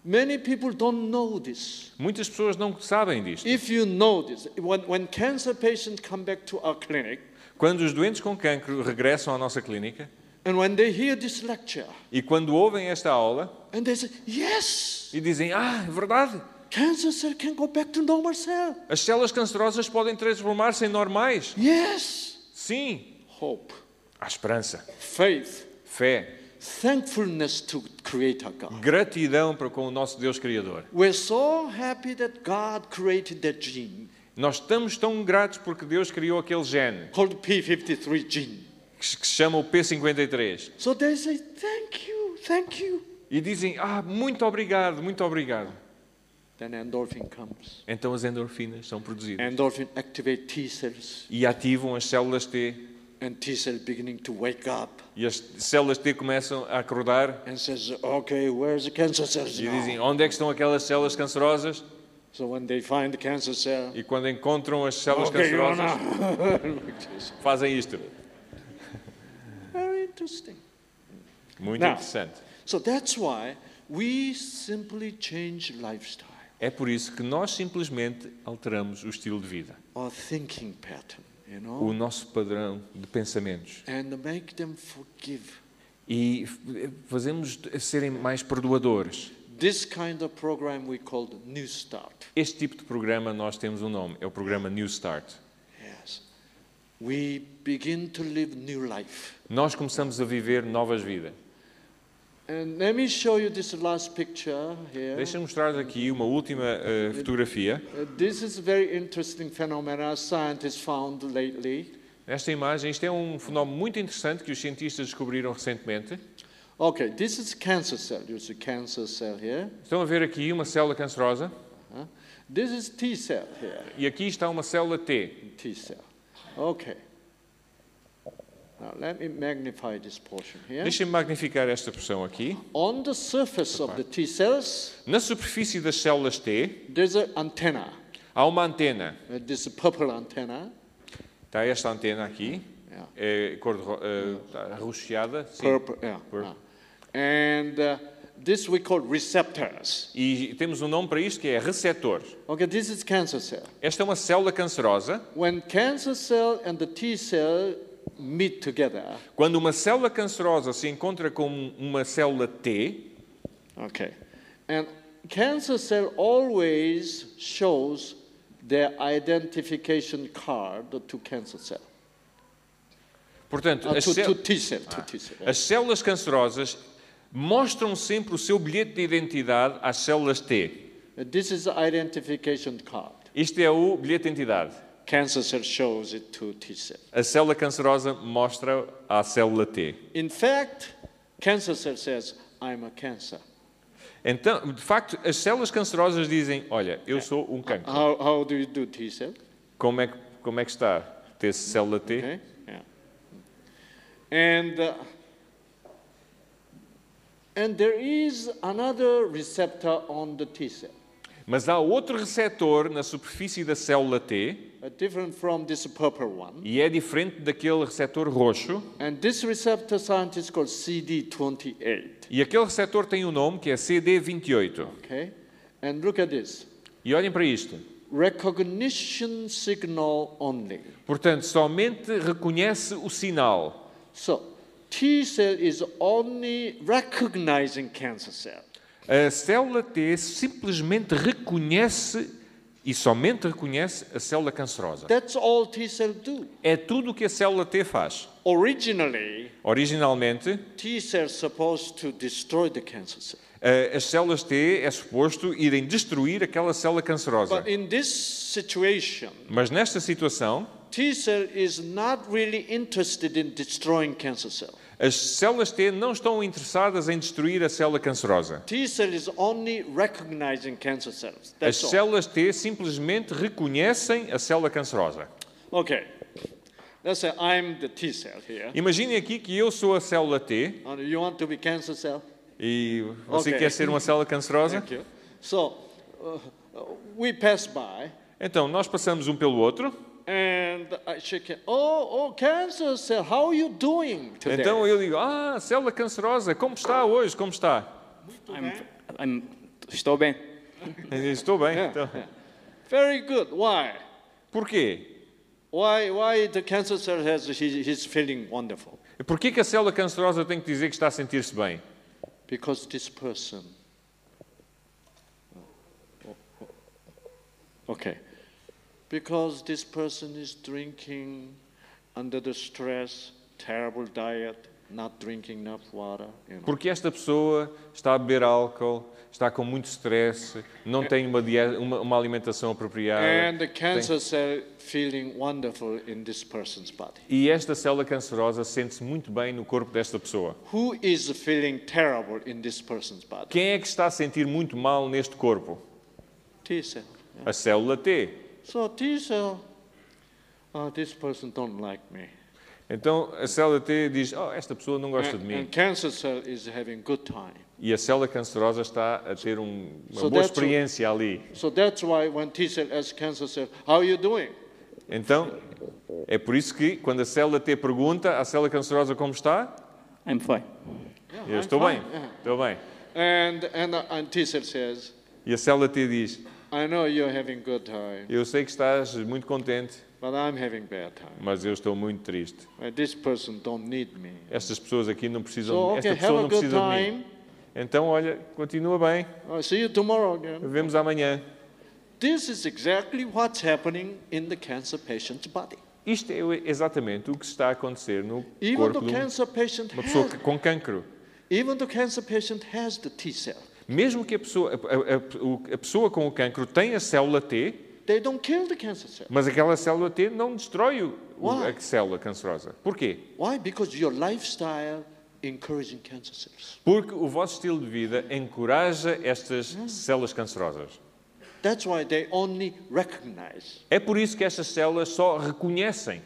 [SPEAKER 2] Many people don't know this.
[SPEAKER 3] Muitas pessoas não sabem disto.
[SPEAKER 2] If you know this, when, when cancer patients come back to our clinic,
[SPEAKER 3] Quando os doentes com cancro regressam à nossa clínica
[SPEAKER 2] and when they hear this lecture,
[SPEAKER 3] e quando ouvem esta aula
[SPEAKER 2] and they say, yes,
[SPEAKER 3] e dizem: Ah, é verdade,
[SPEAKER 2] cancer cell can go back to normal cell.
[SPEAKER 3] as células cancerosas podem transformar-se em normais.
[SPEAKER 2] Yes.
[SPEAKER 3] Sim,
[SPEAKER 2] Hope,
[SPEAKER 3] há esperança,
[SPEAKER 2] faith,
[SPEAKER 3] fé,
[SPEAKER 2] thankfulness to Creator God.
[SPEAKER 3] gratidão para com o nosso Deus Criador.
[SPEAKER 2] We're so happy that God created that gene
[SPEAKER 3] Nós estamos tão gratos porque Deus criou aquele gene
[SPEAKER 2] called P53 gene.
[SPEAKER 3] que se que se chama o P53.
[SPEAKER 2] So they say, thank you, thank you.
[SPEAKER 3] E dizem, ah, muito obrigado, muito obrigado.
[SPEAKER 2] Then endorphin comes.
[SPEAKER 3] Então as endorfinas são produzidas
[SPEAKER 2] Endorphin activate T cells,
[SPEAKER 3] e ativam as células T.
[SPEAKER 2] and T cell beginning to wake up.
[SPEAKER 3] E as células T começam a acordar
[SPEAKER 2] and says, okay, where's the cancer cells
[SPEAKER 3] e
[SPEAKER 2] now?
[SPEAKER 3] dizem, onde é que estão aquelas células cancerosas?
[SPEAKER 2] So when they find the cancer cell,
[SPEAKER 3] E quando encontram as células
[SPEAKER 2] okay, you are
[SPEAKER 3] cancerosas,
[SPEAKER 2] now. Like this.
[SPEAKER 3] fazem isto.
[SPEAKER 2] Very interesting.
[SPEAKER 3] Muito
[SPEAKER 2] Não.
[SPEAKER 3] interessante.
[SPEAKER 2] So that's why we simply change lifestyle
[SPEAKER 3] É por isso que nós simplesmente alteramos o estilo de vida,
[SPEAKER 2] or thinking pattern, you
[SPEAKER 3] o
[SPEAKER 2] know,
[SPEAKER 3] nosso padrão de pensamentos.
[SPEAKER 2] and make them forgive.
[SPEAKER 3] E f- fazemos serem mais perdoadores.
[SPEAKER 2] This kind of program we call the New Start.
[SPEAKER 3] Este tipo de programa nós temos um nome, é o programa New Start.
[SPEAKER 2] Yes. We begin to live new life.
[SPEAKER 3] Nós começamos a viver novas vidas.
[SPEAKER 2] And let me show you this last picture here.
[SPEAKER 3] Deixa-me mostrar aqui uma última eh, fotografia.
[SPEAKER 2] Uh, this is very interesting phenomena scientists found lately.
[SPEAKER 3] Esta imagem, isto é um fenómeno muito interessante que os cientistas descobriram recentemente.
[SPEAKER 2] Okay, this is cancer cell. You see cancer cell here.
[SPEAKER 3] Estão a ver aqui uma célula cancerosa
[SPEAKER 2] huh? This is T cell here.
[SPEAKER 3] e aqui está uma célula T.
[SPEAKER 2] T cell. Okay. Now let me magnify this portion here.
[SPEAKER 3] Deixa-me magnificar esta porção aqui.
[SPEAKER 2] On the surface of the T cells,
[SPEAKER 3] Na superfície das células T
[SPEAKER 2] there's an antenna.
[SPEAKER 3] há uma antena.
[SPEAKER 2] Uh, this purple antenna.
[SPEAKER 3] Está esta antena aqui,
[SPEAKER 2] Yeah.
[SPEAKER 3] é cor de, ro- eh, está arroxeada, sim.
[SPEAKER 2] Purple. Yeah.
[SPEAKER 3] Purple.
[SPEAKER 2] uh, And uh, this we call receptors.
[SPEAKER 3] E temos um nome para isto que é receptor.
[SPEAKER 2] Okay, this is cancer cell.
[SPEAKER 3] Esta é uma célula cancerosa.
[SPEAKER 2] When cancer cell and the T cell meet together,
[SPEAKER 3] Quando uma célula cancerosa se encontra com uma célula T,
[SPEAKER 2] okay, and cancer cell always shows their identification card to cancer cell,
[SPEAKER 3] portanto,
[SPEAKER 2] uh,
[SPEAKER 3] as,
[SPEAKER 2] to,
[SPEAKER 3] céu-
[SPEAKER 2] to T cell, Ah. to T cell.
[SPEAKER 3] as células cancerosas mostram sempre o seu bilhete de identidade às células T.
[SPEAKER 2] This is the Uh, identification card.
[SPEAKER 3] Este é o bilhete de identidade.
[SPEAKER 2] cancer cell shows it to T cell.
[SPEAKER 3] A célula cancerosa mostra à célula T.
[SPEAKER 2] In fact, cancer cell says, I'm a cancer.
[SPEAKER 3] Então, de facto, as células cancerosas dizem: Olha, eu sou um cancro.
[SPEAKER 2] How, how do you do T cell?
[SPEAKER 3] Como é que, como é que está? Ter célula T?
[SPEAKER 2] Okay? Yeah. And, uh, and there is another receptor on the T cell,
[SPEAKER 3] Mas há outro receptor na superfície da célula T
[SPEAKER 2] uh, different from this purple one.
[SPEAKER 3] e é diferente daquele receptor roxo.
[SPEAKER 2] And this receptor scientist called CD28.
[SPEAKER 3] E aquele receptor tem um nome que é CD28.
[SPEAKER 2] Okay? And look at this
[SPEAKER 3] E olhem para isto.
[SPEAKER 2] recognition signal only.
[SPEAKER 3] Portanto, somente reconhece o sinal.
[SPEAKER 2] So T cell is only recognizing cancer cell.
[SPEAKER 3] A célula T simplesmente reconhece e somente reconhece a célula cancerosa.
[SPEAKER 2] That's all T cell do.
[SPEAKER 3] É tudo o que a célula T faz.
[SPEAKER 2] Originally,
[SPEAKER 3] Originalmente,
[SPEAKER 2] T cell supposed to destroy the cancer cell.
[SPEAKER 3] eh, as células T é suposto irem destruir aquela célula cancerosa.
[SPEAKER 2] But in this situation,
[SPEAKER 3] Mas nesta situação,
[SPEAKER 2] T cell is not really interested in destroying cancer cell.
[SPEAKER 3] as células T não estão interessadas em destruir a célula cancerosa.
[SPEAKER 2] T cell is only recognizing cancer cells.
[SPEAKER 3] As
[SPEAKER 2] That's all.
[SPEAKER 3] células T simplesmente reconhecem a célula cancerosa.
[SPEAKER 2] Okay. Let's say I'm the T cell here.
[SPEAKER 3] Imaginem aqui que eu sou a célula T
[SPEAKER 2] And You want to be cancer cell?
[SPEAKER 3] e você
[SPEAKER 2] Ok.
[SPEAKER 3] quer ser uma célula cancerosa.
[SPEAKER 2] Thank you. So uh, we pass by,
[SPEAKER 3] Então, nós passamos um pelo outro.
[SPEAKER 2] and I shake it. Oh, oh, cancer cell, how are you doing today?
[SPEAKER 3] Então eu digo: Ah, célula cancerosa, como está hoje? Como está?
[SPEAKER 4] I'm, I'm, estou bem.
[SPEAKER 3] Eu digo, Estou bem.
[SPEAKER 2] Yeah,
[SPEAKER 3] Então.
[SPEAKER 2] yeah. Very good. Why?
[SPEAKER 3] Porquê?
[SPEAKER 2] Why? Why the cancer cell has he, he's feeling wonderful?
[SPEAKER 3] Porquê que a célula cancerosa tem que dizer que está a sentir-se bem?
[SPEAKER 2] Because this person. Okay. Because this person is drinking under the stress, terrible diet, not drinking enough water. You know.
[SPEAKER 3] Porque esta pessoa está a beber álcool, está com muito stress, não tem uma, dieta- uma- uma alimentação apropriada.
[SPEAKER 2] And the cancer cell feeling wonderful in this person's body.
[SPEAKER 3] E esta célula cancerosa sente-se muito bem no corpo desta pessoa.
[SPEAKER 2] Who is feeling terrible in this person's body?
[SPEAKER 3] Quem é que está a sentir muito mal neste corpo?
[SPEAKER 2] T cell.
[SPEAKER 3] A célula T.
[SPEAKER 2] So T cell, oh, this person don't like me.
[SPEAKER 3] Então a célula T diz: Oh, esta pessoa não gosta de
[SPEAKER 2] And,
[SPEAKER 3] mim.
[SPEAKER 2] and cancer cell is having good time.
[SPEAKER 3] E a célula cancerosa está a ter um- uma
[SPEAKER 2] So
[SPEAKER 3] boa
[SPEAKER 2] that's-
[SPEAKER 3] experiência ali.
[SPEAKER 2] So that's why when T cell asks cancer cell, how are you doing?
[SPEAKER 3] Então é por isso que quando a célula T pergunta à célula cancerosa como está,
[SPEAKER 4] I'm fine.
[SPEAKER 3] eu estou bem, estou bem.
[SPEAKER 2] And, and, uh, and T cell says,
[SPEAKER 3] E a célula T diz:
[SPEAKER 2] I know you're having good time,
[SPEAKER 3] Eu sei que estás muito contente,
[SPEAKER 2] but I'm having bad time.
[SPEAKER 3] mas eu estou muito triste.
[SPEAKER 2] And this person don't need me.
[SPEAKER 3] Estas pessoas aqui não precisam,
[SPEAKER 2] So
[SPEAKER 3] de mim.
[SPEAKER 2] okay,
[SPEAKER 3] esta
[SPEAKER 2] have
[SPEAKER 3] pessoa
[SPEAKER 2] a
[SPEAKER 3] não
[SPEAKER 2] good
[SPEAKER 3] precisa de mim.
[SPEAKER 2] time.
[SPEAKER 3] Então olha, continua bem.
[SPEAKER 2] I'll see you tomorrow again.
[SPEAKER 3] Vemos amanhã.
[SPEAKER 2] This is exactly what's happening in the cancer patient's body.
[SPEAKER 3] Isto é exatamente o que está a acontecer no
[SPEAKER 2] Even
[SPEAKER 3] corpo
[SPEAKER 2] the
[SPEAKER 3] de um-
[SPEAKER 2] cancer patient
[SPEAKER 3] uma pessoa
[SPEAKER 2] has,
[SPEAKER 3] que- com cancro.
[SPEAKER 2] even the cancer patient has the T cell.
[SPEAKER 3] Mesmo que a pessoa, a, a- a- o- a pessoa com o cancro tenha a célula T,
[SPEAKER 2] They don't kill the cancer cell.
[SPEAKER 3] mas aquela célula T não destrói o, o-
[SPEAKER 2] Why?
[SPEAKER 3] a célula cancerosa. Porquê?
[SPEAKER 2] Why? Because your lifestyle encouraging cancer cells.
[SPEAKER 3] Porque o vosso estilo de vida encoraja estas
[SPEAKER 2] Hum.
[SPEAKER 3] células cancerosas.
[SPEAKER 2] That's why they only recognize.
[SPEAKER 3] É por isso que estas células só reconhecem.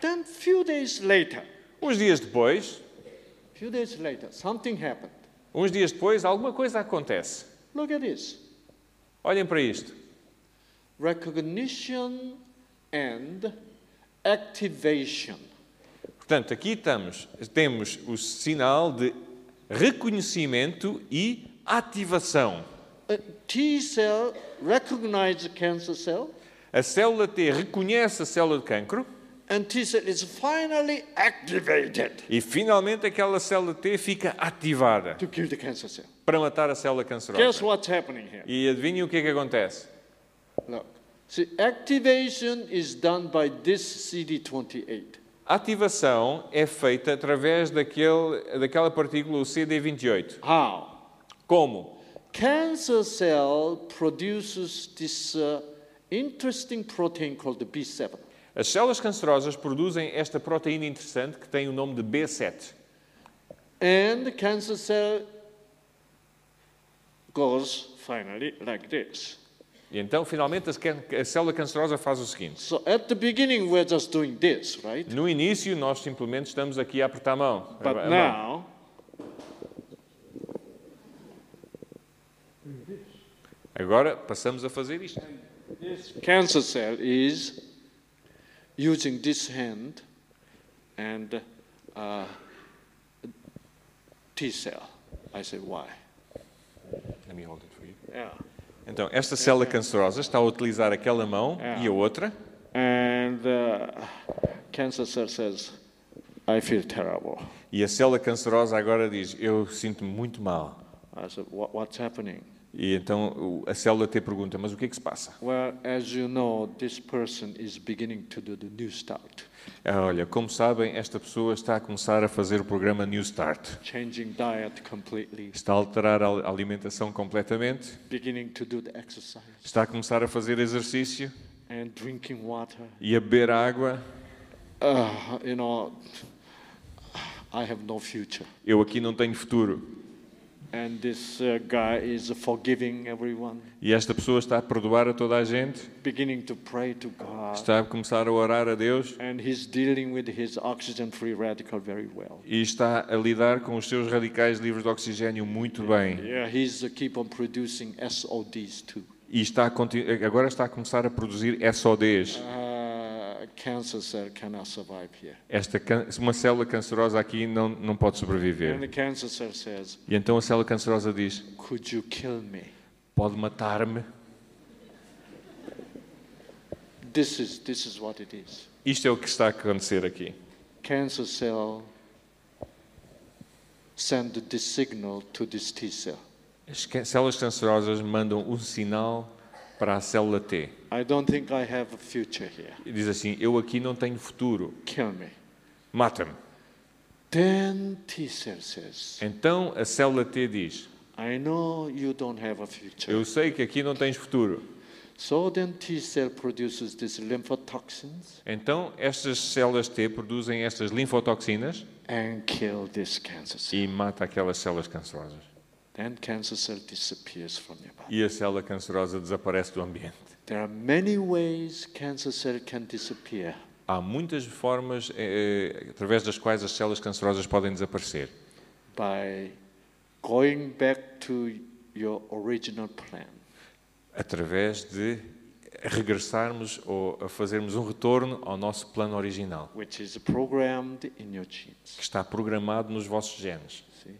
[SPEAKER 2] Then few days later,
[SPEAKER 3] Uns dias depois,
[SPEAKER 2] few days later, something happened.
[SPEAKER 3] uns dias depois, alguma coisa acontece.
[SPEAKER 2] Look at this.
[SPEAKER 3] Olhem para isto.
[SPEAKER 2] Recognition and activation.
[SPEAKER 3] Portanto, aqui estamos, temos o sinal de reconhecimento e ativação.
[SPEAKER 2] A T cell recognizes cancer cell
[SPEAKER 3] A célula T reconhece a célula de cancro
[SPEAKER 2] and T cell is finally activated
[SPEAKER 3] e finalmente aquela célula T fica ativada
[SPEAKER 2] to kill the cancer cell.
[SPEAKER 3] para matar a célula
[SPEAKER 2] Guess
[SPEAKER 3] cancerosa.
[SPEAKER 2] what's happening here?
[SPEAKER 3] E adivinhem o que é que acontece?
[SPEAKER 2] Look. See, activation is done by this CD28.
[SPEAKER 3] A ativação é feita através daquele, daquela partícula, o CD28.
[SPEAKER 2] How?
[SPEAKER 3] Como?
[SPEAKER 2] Cancer cell produces this uh, interesting protein called the B7.
[SPEAKER 3] As células cancerosas produzem esta proteína interessante que tem o nome de B7.
[SPEAKER 2] And the cancer cell goes finally like this.
[SPEAKER 3] E então, finalmente, as can- a célula cancerosa faz o seguinte.
[SPEAKER 2] So at the beginning, we're just doing this, right?
[SPEAKER 3] No início, nós simplesmente estamos aqui a apertar a mão. a-
[SPEAKER 2] But
[SPEAKER 3] a mão.
[SPEAKER 2] now,
[SPEAKER 3] Agora passamos a fazer isto.
[SPEAKER 2] this cancer cell is using this hand and uh, T cell. I say, why?
[SPEAKER 3] Let me hold it for you.
[SPEAKER 2] Yeah.
[SPEAKER 3] Então, esta célula cancerosa está a utilizar aquela mão e a outra.
[SPEAKER 2] And uh, cancer cell says, I feel terrible.
[SPEAKER 3] E a célula cancerosa agora diz: Eu sinto-me muito mal.
[SPEAKER 2] I said, what, what's happening?
[SPEAKER 3] E então o- a célula T pergunta: Mas o que é que se passa?
[SPEAKER 2] Well, as you know, this person is beginning to do the new start,
[SPEAKER 3] Ah, olha, como sabem, esta pessoa está a começar a fazer o programa New Start.
[SPEAKER 2] changing diet completely,
[SPEAKER 3] Está a alterar a alimentação completamente,
[SPEAKER 2] beginning to do the exercise
[SPEAKER 3] está a começar a fazer exercício
[SPEAKER 2] and drinking water.
[SPEAKER 3] e a beber água.
[SPEAKER 2] Uh, you know, I have no future.
[SPEAKER 3] Eu aqui não tenho futuro.
[SPEAKER 2] And this uh, guy is forgiving everyone,
[SPEAKER 3] E esta pessoa está a perdoar a toda a gente,
[SPEAKER 2] beginning to pray to God,
[SPEAKER 3] está a começar a orar a Deus
[SPEAKER 2] and he's dealing with his oxygen-free radical very well.
[SPEAKER 3] e está a lidar com os seus radicais livres de oxigênio muito bem.
[SPEAKER 2] Yeah, he's uh, keep on producing SODs too.
[SPEAKER 3] E está a conti- agora está a começar a produzir é SODs.
[SPEAKER 2] Uh, cancer cell cannot survive here.
[SPEAKER 3] Esta can- uma célula cancerosa aqui não, não pode
[SPEAKER 2] And
[SPEAKER 3] sobreviver.
[SPEAKER 2] the cancer cell says,
[SPEAKER 3] E então a célula cancerosa diz:
[SPEAKER 2] Could you kill me?
[SPEAKER 3] pode matar-me.
[SPEAKER 2] This is, this is what it is.
[SPEAKER 3] Isto é o que está a acontecer aqui.
[SPEAKER 2] Cancer cell send this signal to this T cell.
[SPEAKER 3] As ca- células cancerosas mandam um sinal para a célula T
[SPEAKER 2] I don't think I have a future here.
[SPEAKER 3] e diz assim: eu aqui não tenho futuro,
[SPEAKER 2] Kill me.
[SPEAKER 3] mata-me.
[SPEAKER 2] Then T cell says,
[SPEAKER 3] Então a célula T diz:
[SPEAKER 2] I know you don't have a future.
[SPEAKER 3] eu sei que aqui não tens futuro.
[SPEAKER 2] So then T cell produces these lymphotoxins
[SPEAKER 3] Então estas células T produzem estas linfotoxinas
[SPEAKER 2] and kill this cancer cell.
[SPEAKER 3] e mata aquelas células cancerosas.
[SPEAKER 2] Then cancer cell disappears from your body.
[SPEAKER 3] E a célula cancerosa desaparece do ambiente.
[SPEAKER 2] There are many ways cancer cell can disappear.
[SPEAKER 3] Há muitas formas eh, através das quais as células cancerosas podem desaparecer.
[SPEAKER 2] by going back to your original plan.
[SPEAKER 3] Através de regressarmos ou a fazermos um retorno ao nosso plano original,
[SPEAKER 2] Which is programmed in your genes.
[SPEAKER 3] que está programado nos vossos genes.
[SPEAKER 2] See?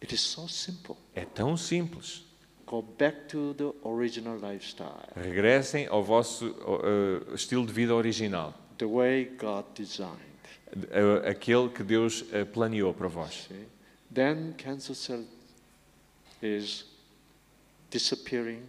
[SPEAKER 2] It is so simple.
[SPEAKER 3] É tão simples.
[SPEAKER 2] Go back to the original lifestyle,
[SPEAKER 3] Regressem ao vosso eh, estilo de vida original,
[SPEAKER 2] the way God designed.
[SPEAKER 3] de- eh, aquele que Deus eh, planeou para vós.
[SPEAKER 2] See? Then cancer cell is disappearing,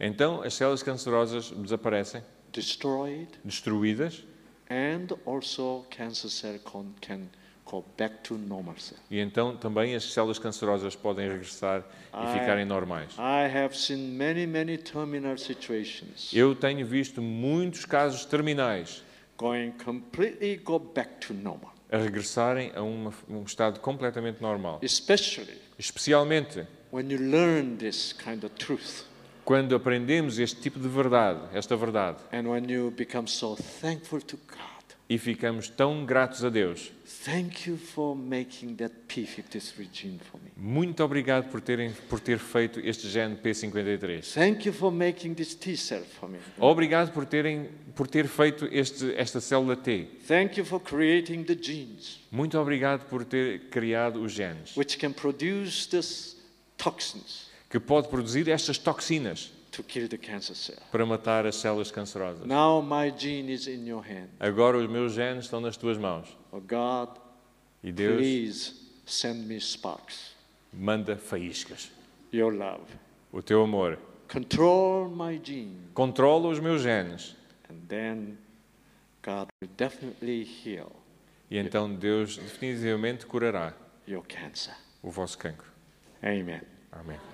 [SPEAKER 3] Então as células cancerosas desaparecem,
[SPEAKER 2] destroyed,
[SPEAKER 3] destruídas,
[SPEAKER 2] and also cancer cell con- can go back to normal cell.
[SPEAKER 3] e então também as células cancerosas podem regressar
[SPEAKER 2] Ah,
[SPEAKER 3] e
[SPEAKER 2] é.
[SPEAKER 3] ficarem normais.
[SPEAKER 2] I have seen many, many terminal situations.
[SPEAKER 3] Eu tenho visto muitos casos terminais
[SPEAKER 2] going completely go back to normal.
[SPEAKER 3] a regressarem a uma- um estado completamente normal.
[SPEAKER 2] Especially
[SPEAKER 3] Especialmente
[SPEAKER 2] when you learn this kind of truth
[SPEAKER 3] quando aprendemos este tipo de verdade, esta verdade,
[SPEAKER 2] and when you become so thankful to God.
[SPEAKER 3] e ficamos tão gratos a Deus.
[SPEAKER 2] Thank you for making that P53 gene for me.
[SPEAKER 3] Muito obrigado por, terem, por ter feito este gene P53.
[SPEAKER 2] Thank you for making this T cell for me.
[SPEAKER 3] Obrigado por, terem, por ter feito este, esta célula T.
[SPEAKER 2] Thank you for creating the genes
[SPEAKER 3] Muito obrigado por ter criado os genes,
[SPEAKER 2] which can produce this toxins
[SPEAKER 3] que pode produzir estas toxinas
[SPEAKER 2] to kill the cancer cell.
[SPEAKER 3] para matar as células cancerosas.
[SPEAKER 2] Now my gene is in your hand.
[SPEAKER 3] Agora os meus genes estão nas tuas mãos.
[SPEAKER 2] Oh God,
[SPEAKER 3] E Deus
[SPEAKER 2] please send me sparks.
[SPEAKER 3] manda faíscas.
[SPEAKER 2] Your love.
[SPEAKER 3] O teu amor
[SPEAKER 2] Control my gene.
[SPEAKER 3] controla os meus genes.
[SPEAKER 2] And then God will definitely heal
[SPEAKER 3] E então Deus definitivamente curará
[SPEAKER 2] your cancer.
[SPEAKER 3] o vosso cancro.
[SPEAKER 2] Amen.
[SPEAKER 3] Amém.